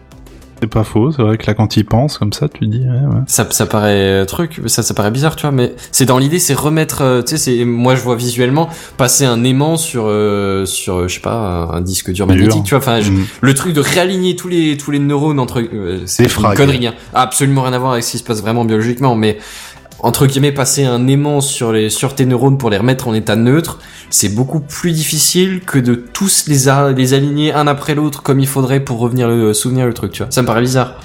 C'est pas faux, c'est vrai que là, quand il pense comme ça, tu te dis, ouais, ouais. Ça, ça paraît euh, truc, ça, ça paraît bizarre, tu vois, mais c'est dans l'idée, c'est remettre, euh, tu sais, c'est moi je vois visuellement passer un aimant sur, euh, sur, euh, je sais pas, un, un disque Dur. dur magnétique, tu vois, enfin, je- Mm. le truc de réaligner tous les tous les neurones entre euh, c'est Des une frags. connerie hein. absolument rien à voir avec ce qui se passe vraiment biologiquement mais entre guillemets passer un aimant sur les sur tes neurones pour les remettre en état neutre c'est beaucoup plus difficile que de tous les a- les aligner un après l'autre comme il faudrait pour revenir le euh, souvenir le truc tu vois ça me paraît bizarre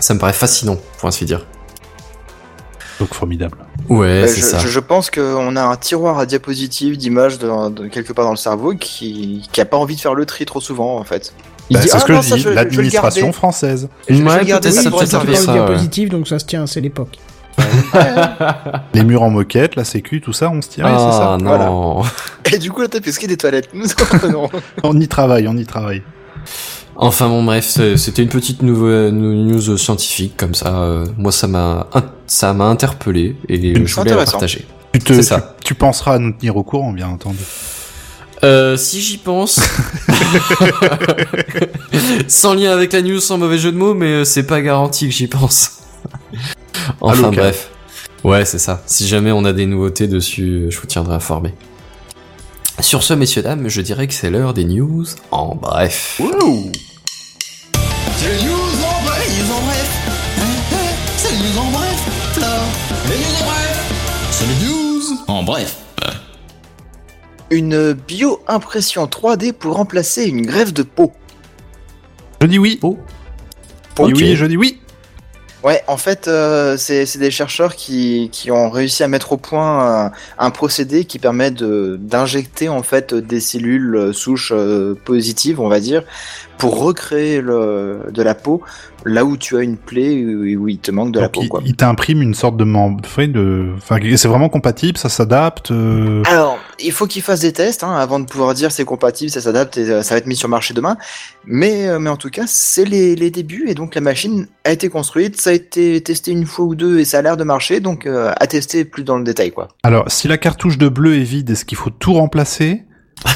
ça me paraît fascinant pour ainsi dire Donc, formidable. ouais Euh, c'est je, ça je- je pense qu'on a un tiroir à diapositives d'images de, de quelque part dans le cerveau qui, qui a pas envie de faire le tri trop souvent, en fait. Il Bah, dit, c'est ah, ce que non, je ça, dis, je- je vais le l'administration garder. française. Je- je vais Ouais, le garder, peut-être ça ça pourrait peut Ça servir. fait servir. pas ça, au ouais. diapositive, donc ça se tient, c'est l'époque. Les murs en moquette, la sécu, tout ça, on se tient, ah c'est ça. non voilà. Et du coup, la tapisserie des toilettes, nous reprenons. On y travaille, on y travaille. Enfin bon bref, c'est- c'était une petite nouvelle news scientifique comme ça. euh, moi ça m'a in- ça m'a interpellé et je voulais la intéressant. partager. Tu, te, C'est tu, ça. tu penseras à nous tenir au courant, bien entendu. Euh, si j'y pense, sans lien avec la news, sans mauvais jeu de mots, mais euh, c'est pas garanti que j'y pense. enfin Allô, Cal. bref, ouais c'est ça. Si jamais on a des nouveautés dessus, euh, je vous tiendrai informé. Sur ce, messieurs dames, je dirais que c'est l'heure des news. En bref. une bio-impression 3D pour remplacer une grève de peau. Je dis oui. Oh. Peau. Oui, oui, je dis oui. Ouais, en fait, euh, c'est c'est des chercheurs qui, qui ont réussi à mettre au point un, un procédé qui permet de- d'injecter en fait des cellules euh, souches euh, positives, on va dire, pour recréer le, de la peau là où tu as une plaie et où il te manque de la Donc, peau. il, Quoi. il t'imprime une sorte de membre. de... Enfin, c'est vraiment compatible, ça s'adapte. euh, Alors, il faut qu'ils fassent des tests hein, avant de pouvoir dire c'est compatible, ça s'adapte et euh, ça va être mis sur le marché demain. Mais, euh, mais en tout cas, c'est les, les débuts et donc la machine a été construite, ça a été testé une fois ou deux et ça a l'air de marcher, donc euh, à tester plus dans le détail quoi. Alors, si la cartouche de bleu est vide, est-ce qu'il faut tout remplacer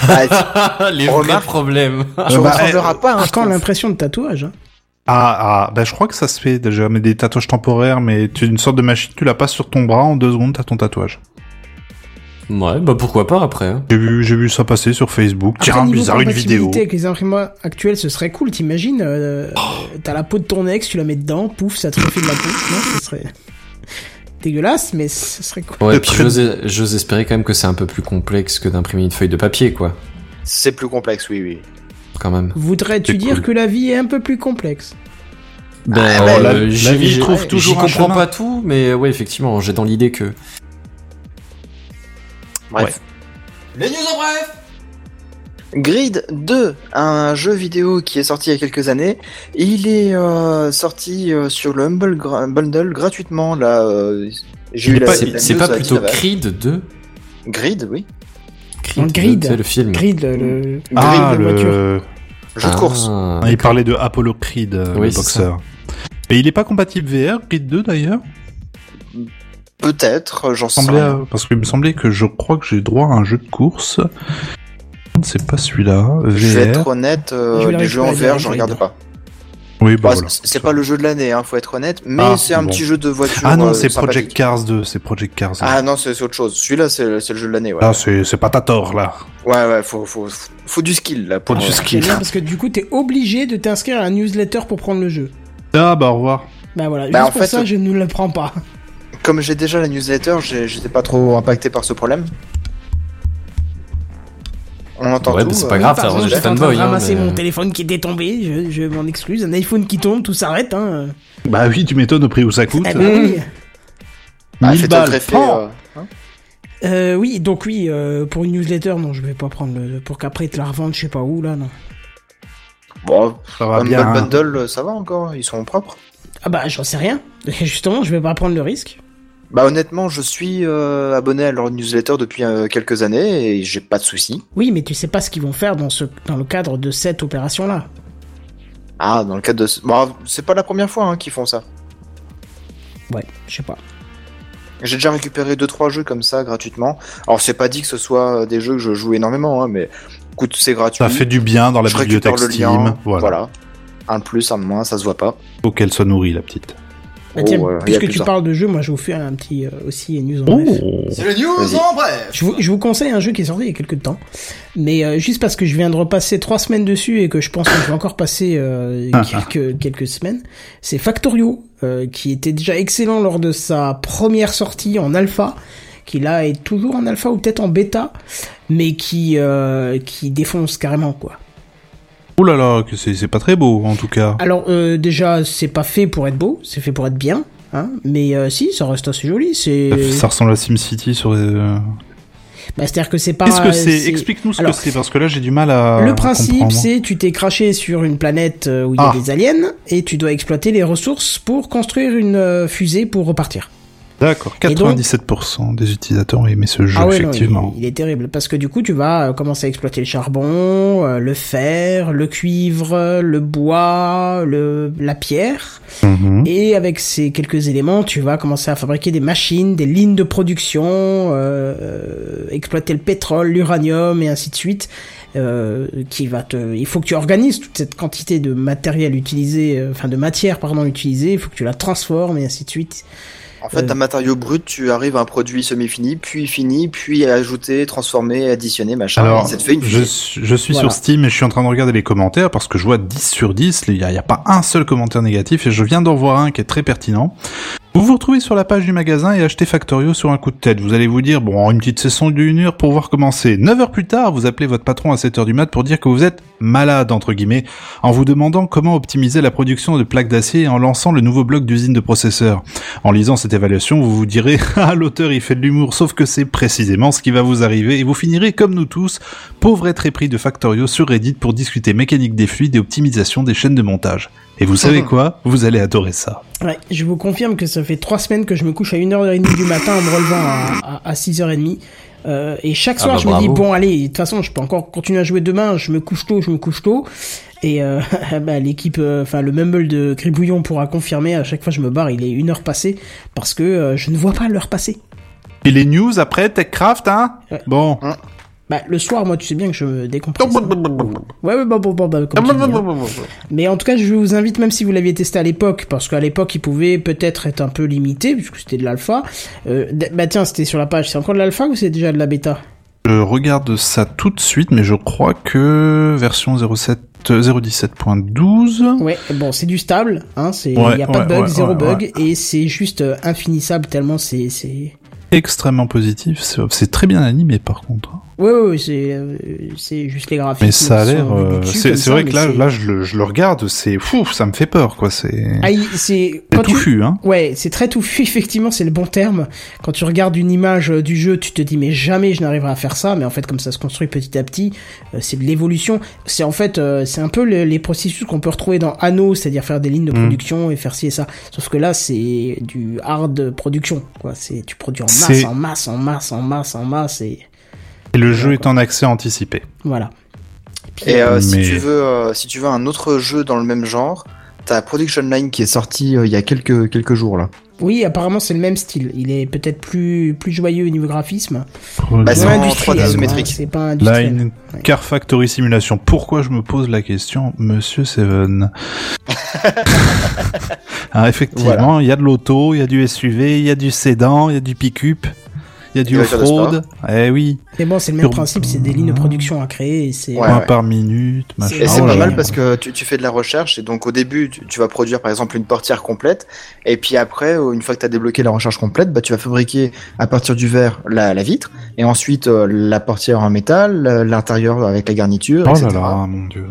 Bah, Ah, tu- Les On vrais remarque. problèmes. tu Euh, bah, ressembleras pas. Hein, Ah, je quand trouve. l'impression de tatouage. hein. Ah, ah, bah je crois que ça se fait déjà, mais des tatouages temporaires, mais tu une sorte de machine, tu la passes sur ton bras, en deux secondes t'as ton tatouage. Ouais, bah pourquoi pas après. hein. J'ai vu, j'ai vu ça passer sur Facebook. Après, Tiens, niveau bizarre, une compatibilité vidéo. Avec les imprimantes actuelles, ce serait cool, t'imagines euh, T'as la peau de ton ex, tu la mets dedans, pouf, ça te refait de la peau. Non, ce serait dégueulasse, mais ce serait cool. Ouais, De puis près- j'ose j'ose espérer quand même que c'est un peu plus complexe que d'imprimer une feuille de papier, quoi. C'est plus complexe, oui, oui. Quand même. Voudrais-tu C'est dire cool. que la vie est un peu plus complexe Ben, ouais, Bah, la- la j'y- vie j'y- trouve toujours J'y un comprends chemin. pas tout, mais ouais, effectivement, j'ai dans l'idée que. Bref. Les news en bref Grid 2, un jeu vidéo qui est sorti il y a quelques années. Il est euh, sorti euh, sur le Humble Gra- Bundle gratuitement. Là, euh, j'ai Il eu est la- pas- la news, C'est c'est pas euh, plutôt qui l'avait- Creed 2 Grid, oui. Dans le Creed. C'est le film. Grid, le- le. Ah, Grid de voiture. le... Jeu de Ah, course. il parlait de Apollo Creed, euh, Oui, le c'est boxeur. Et il est pas compatible VR, Creed 2 d'ailleurs Peut-être, euh, j'en Il sais semblait, rien. euh, Parce qu'il me semblait que je crois que j'ai droit à un jeu de course. C'est pas celui-là, euh, Je vais VR. être honnête, euh, Je vais la les jeux en récupérer, VR, je Grid. regarde pas. Oui, bah Bah, voilà. c'est- C'est pas le jeu de l'année, hein, faut être honnête, mais Ah, c'est un bon. petit jeu de voiture. Ah non, euh, c'est Project sympathique. Cars 2, c'est Project Cars. Ah non, c'est c'est autre chose. Celui-là, c'est c'est le jeu de l'année. Ouais, Là, c'est c'est pas ta tort, là. Ah. ouais, ouais faut, faut, faut, faut du skill là pour Faut du euh, skill. Ah, C'est bien parce que du coup, t'es obligé de t'inscrire à la newsletter pour prendre le jeu. Ah bah au revoir. Bah voilà, Bah, juste en pour fait, ça, le- je ne le prends pas. Comme j'ai déjà la newsletter, j'ai- j'étais pas trop impacté par ce problème. On entend Ouais, tout. bah, c'est euh, pas grave, par ça rend exemple, juste j'étais en train fanboy, de hein, ramasser mais- mon téléphone qui était tombé, je, je m'en excuse. Un iPhone qui tombe, tout s'arrête. Hein. Bah oui, tu m'étonnes au prix où ça coûte. Eh ben oui. bah, 1000 fais-toi balles. Oh. greffer, prends. euh, hein. Euh, oui, donc oui, euh, pour une newsletter, non, je vais pas prendre le... Pour qu'après, ils te la revendent, je sais pas où, là, non. Bon, Ça va un bien. bon hein. bundle, euh, ça va encore, ils sont propres. Ah bah, j'en sais rien. Justement, je vais pas prendre le risque. Bah honnêtement, je suis euh, abonné à leur newsletter depuis euh, quelques années et j'ai pas de soucis. Oui, mais tu sais pas ce qu'ils vont faire dans, ce... dans le cadre de cette opération-là. Ah, dans le cadre de... ce- Bon, c'est pas la première fois hein, qu'ils font ça. Ouais, je sais pas. Oh, J'ai déjà récupéré 2-3 jeux comme ça gratuitement. Alors c'est pas dit que ce soit euh, des jeux que je joue énormément, hein, mais écoute, c'est gratuit. Ça fait du bien dans la je récupère bibliothèque le Steam. lien. Voilà. voilà. Un de plus, un de moins, ça se voit pas. Faut qu'elle soit nourrie, la petite. Bah, tiens, Oh, ouais, y a puisque plus tu ça. parles de jeu, moi, je vous fais un petit euh, aussi news en Oh. bref. Oh. C'est le news Vas-y. en bref Je vous, je vous conseille un jeu qui est sorti il y a quelques temps, mais euh, juste parce que je viens de repasser trois semaines dessus et que je pense que je vais encore passer euh, Ah, quelques, quelques semaines, c'est Factorio, euh, qui était déjà excellent lors de sa première sortie en alpha, qui là est toujours en alpha ou peut-être en bêta, mais qui, euh, qui défonce carrément quoi. Ouh Oh là là, que c'est c'est pas très beau en tout cas. Alors euh, déjà, c'est pas fait pour être beau, c'est fait pour être bien, hein, mais euh, si, ça reste assez joli, c'est... Ça- Ça ressemble à SimCity sur. euh, Bah, C'est-à-dire que c'est pas... Qu'est-ce que c'est c'est- Explique-nous ce Alors, que c'est parce que là j'ai du mal à. Le principe, comprendre. c'est tu t'es craché sur une planète euh, où il y a Ah. des aliens et tu dois exploiter les ressources pour construire une euh, fusée pour repartir. D'accord, Et donc- 97% des utilisateurs ont aimé ce jeu, ah ouais, non, il, effectivement. il est terrible parce que du coup, tu vas euh, commencer à exploiter le charbon, euh, le fer, le cuivre, euh, le bois, le la pierre. Mhm. Et avec ces quelques éléments, tu vas commencer à fabriquer des machines, des lignes de production, euh, euh, exploiter le pétrole, l'uranium et ainsi de suite. euh, qui va te, il faut que tu organises toute cette quantité de matériel utilisé, euh, enfin de matière pardon utilisée. Il faut que tu la transformes et ainsi de suite. En fait, Euh. un matériau brut, tu arrives à un produit semi-fini, puis fini, puis ajouter, transformer, additionner, machin. Alors, et Ah ça te fait une je, fusée. suis- je suis Voilà. sur Steam et je suis en train de regarder les commentaires parce que je vois 10 sur 10, il n'y a, il y a pas un seul commentaire négatif et je viens d'en voir un qui est très pertinent. Vous vous retrouvez sur la page du magasin et achetez Factorio sur un coup de tête. Vous allez vous dire, bon, une petite session d'une heure pour voir comment c'est. 9 heures plus tard, vous appelez votre patron à 7 heures du mat pour dire que vous êtes malade, entre guillemets, en vous demandant comment optimiser la production de plaques d'acier en lançant le nouveau bloc d'usine de processeurs. En lisant cette évaluation, vous vous direz, ah, l'auteur, il fait de l'humour, sauf que c'est précisément ce qui va vous arriver et vous finirez, comme nous tous, pauvre être épris de Factorio sur Reddit pour discuter mécanique des fluides et optimisation des chaînes de montage. Et vous Oh. savez quoi? Vous allez adorer ça. Ouais, je vous confirme que ça fait trois semaines que je me couche à 1h30 du matin en me relevant à, à, à 6h30. Euh, et chaque Ah soir, bah je me dis, bravo. bon, allez, de toute façon, je peux encore continuer à jouer demain, je me couche tôt, je me couche tôt. Et euh, bah, l'équipe, euh, enfin, le mumble de Gribouillon pourra confirmer, à chaque fois, je me barre, il est une heure passée, parce que euh, je ne vois pas l'heure passer. Et les news après, TechCraft, hein Ouais. Bon. Bah, le soir, moi, tu sais bien que je me décompresse. hein. Ouais, ouais, bah, bah, bah, bah, comme tu dis, hein. Mais en tout cas, je vous invite, même si vous l'aviez testé à l'époque, parce qu'à l'époque, il pouvait peut-être être un peu limité, puisque c'était de l'alpha. Euh, d- bah tiens, c'était sur la page, c'est encore de l'alpha ou c'est déjà de la bêta Je regarde ça tout de suite, mais je crois que version 07, euh, 017.12. Ouais, bon, c'est du stable, hein, c'est, il Ouais, n'y a pas ouais, de bug, ouais, zéro ouais, bug, et c'est juste euh, infinissable tellement c'est, c'est... Extrêmement positif. C'est c'est très bien animé, par contre. hein. Ouais, ouais, ouais, c'est, euh, c'est juste les graphismes. Mais ça a qui l'air. sont euh, dessus, c'est comme c'est ça, vrai mais que là, c'est- là, je le, je le regarde. C'est fou. Ça me fait peur, quoi. C'est Ah, il- c'est, c'est quand tu, touffu, hein. Ouais, c'est très touffu, effectivement, c'est le bon terme. Quand tu regardes une image euh, du jeu, tu te dis mais jamais je n'arriverai à faire ça, mais en fait comme ça se construit petit à petit, euh, c'est de l'évolution. C'est en fait, euh, c'est un peu le- les processus qu'on peut retrouver dans Anno, c'est-à-dire faire des lignes de production et faire ci et ça. Sauf que là, c'est du hard production, quoi. C'est tu produis en masse, C'est- en masse, en masse, en masse, en masse et Et le jeu est en accès anticipé. voilà. Et euh, si, Mais- tu veux, euh, si tu veux un autre jeu dans le même genre, t'as Production Line qui est sorti euh, il y a quelques, quelques jours là. Oui, apparemment c'est le même style. Il est peut-être plus plus joyeux au niveau graphisme. Bah, c'est pas en industriel, 3D hein, isométrique. C'est pas industriel. Line Ouais. Car Factory Simulation. Pourquoi je me pose la question, Monsieur Seven ah, Effectivement, il y a de l'auto, il y a du SUV, il y a du sédan, il y a du pick-up, il y a Des du voitures de off-road. Eh oui, Mais bon, c'est le même Urbain. principe, c'est des lignes de production à créer et c'est Ouais, point ouais. par minute, machin. Et c'est Oh pas là mal là. parce que tu, tu fais de la recherche et donc au début tu, tu vas produire par exemple une portière complète et puis après euh, une fois que tu as débloqué la recherche complète bah, tu vas fabriquer à partir du verre la, la vitre et ensuite euh, la portière en métal, euh, l'intérieur avec la garniture, Oh etc. là là, mon dieu.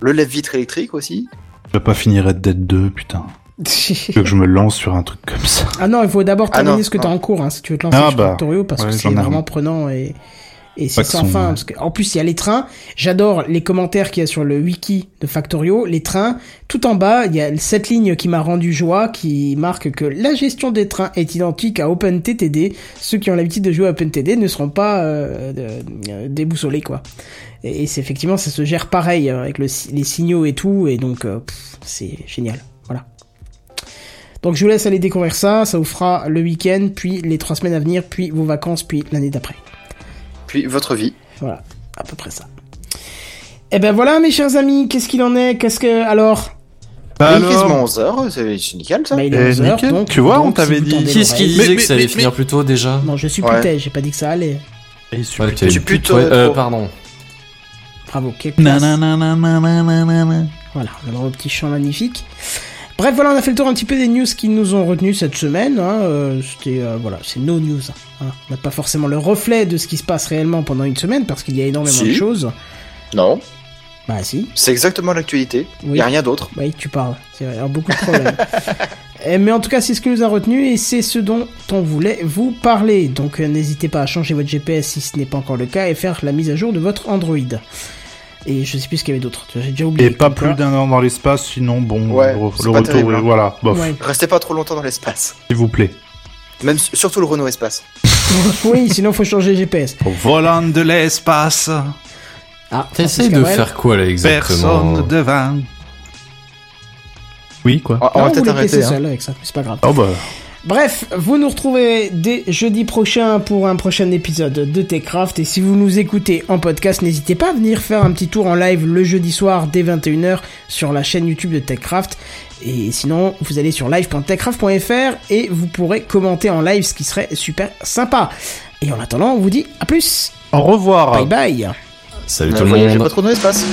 Le lève-vitre électrique aussi. Je vais pas finir Red Dead 2, putain. Tu veux que je me lance sur un truc comme ça Ah non, il faut d'abord Ah terminer non, ce que non. t'as en cours, hein, si tu veux te lancer Ah sur bah, Factorio, parce ouais, que j'en c'est ai vraiment un. prenant et, et c'est Pas que sans son- fin. Parce que, en plus, il y a les trains. J'adore les commentaires qu'il y a sur le wiki de Factorio. Les trains, tout en bas, il y a cette ligne qui m'a rendu joie, qui marque que la gestion des trains est identique à OpenTTD. Ceux qui ont l'habitude de jouer à OpenTTD ne seront pas euh, euh, euh, déboussolés, quoi. Et, et c'est effectivement, ça se gère pareil, euh, avec le si- les signaux et tout, et donc, euh, pff, c'est génial. Voilà. Donc je vous laisse aller découvrir ça, ça vous fera le week-end, puis les trois semaines à venir, puis vos vacances, puis l'année d'après. Puis votre vie. Voilà, à peu près ça. Et ben voilà mes chers amis, qu'est-ce qu'il en est Qu'est-ce que... Alors Bah, il est Alors quasiment 11 heures, c'est c'est nickel ça. Bah, il Eh, est 11 heures, nickel. donc... Tu vois, donc, on si t'avait vous dit. tendez Qui est-ce qui l'oreille- disait Mais- que ça mais- allait mais- finir plus tôt déjà Non, je suis Ouais. putain, j'ai pas dit que ça allait. Ouais, t'as Tu une putes, petite- ouais, euh, euh, trop. Pardon. Bravo, quel Nananananananana. Voilà, on a le droit au petit chant magnifique. Bref, voilà, on a fait le tour un petit peu des news qui nous ont retenus cette semaine. hein, euh, C'était euh, voilà, c'est nos news. hein. On n'a pas forcément le reflet de ce qui se passe réellement pendant une semaine parce qu'il y a énormément Si. de choses. Non, Bah si. c'est exactement l'actualité. Il Oui. a rien d'autre. Bah, Oui, tu parles. C'est vrai, alors beaucoup de problèmes. Eh, Mais en tout cas, c'est ce qui nous a retenu et c'est ce dont on voulait vous parler. Donc euh, n'hésitez pas à changer votre GPS si ce n'est pas encore le cas et faire la mise à jour de votre Android. Et je sais plus ce qu'il y avait d'autre. J'ai déjà oublié. Et pas plus Ah. Voilà. d'un an dans l'espace, sinon bon, Ouais, le, c'est le pas retour, terrible, oui, hein. voilà, bof, Ouais. Restez pas trop longtemps dans l'espace. s'il vous plaît. Même s- surtout le Renault Espace. oui, sinon faut changer GPS. Volant de l'espace, Ah, Francis T'essayes de Cabrel. faire quoi là exactement personne devant. Oui, quoi On, on Non, va Ah, vous peut-être les arrêter. laissez hein. seuls avec ça, c'est pas grave. Oh bah, Bref, vous nous retrouvez dès jeudi prochain pour un prochain épisode de Techcraft. Et si vous nous écoutez en podcast, n'hésitez pas à venir faire un petit tour en live le jeudi soir dès 21h sur la chaîne YouTube de Techcraft. Et sinon, vous allez sur live.techcraft.fr et vous pourrez commenter en live, ce qui serait super sympa. Et en attendant, on vous dit à plus. au revoir Bye bye. Salut Euh, tout le voyagez monde. pas trop dans l'espace.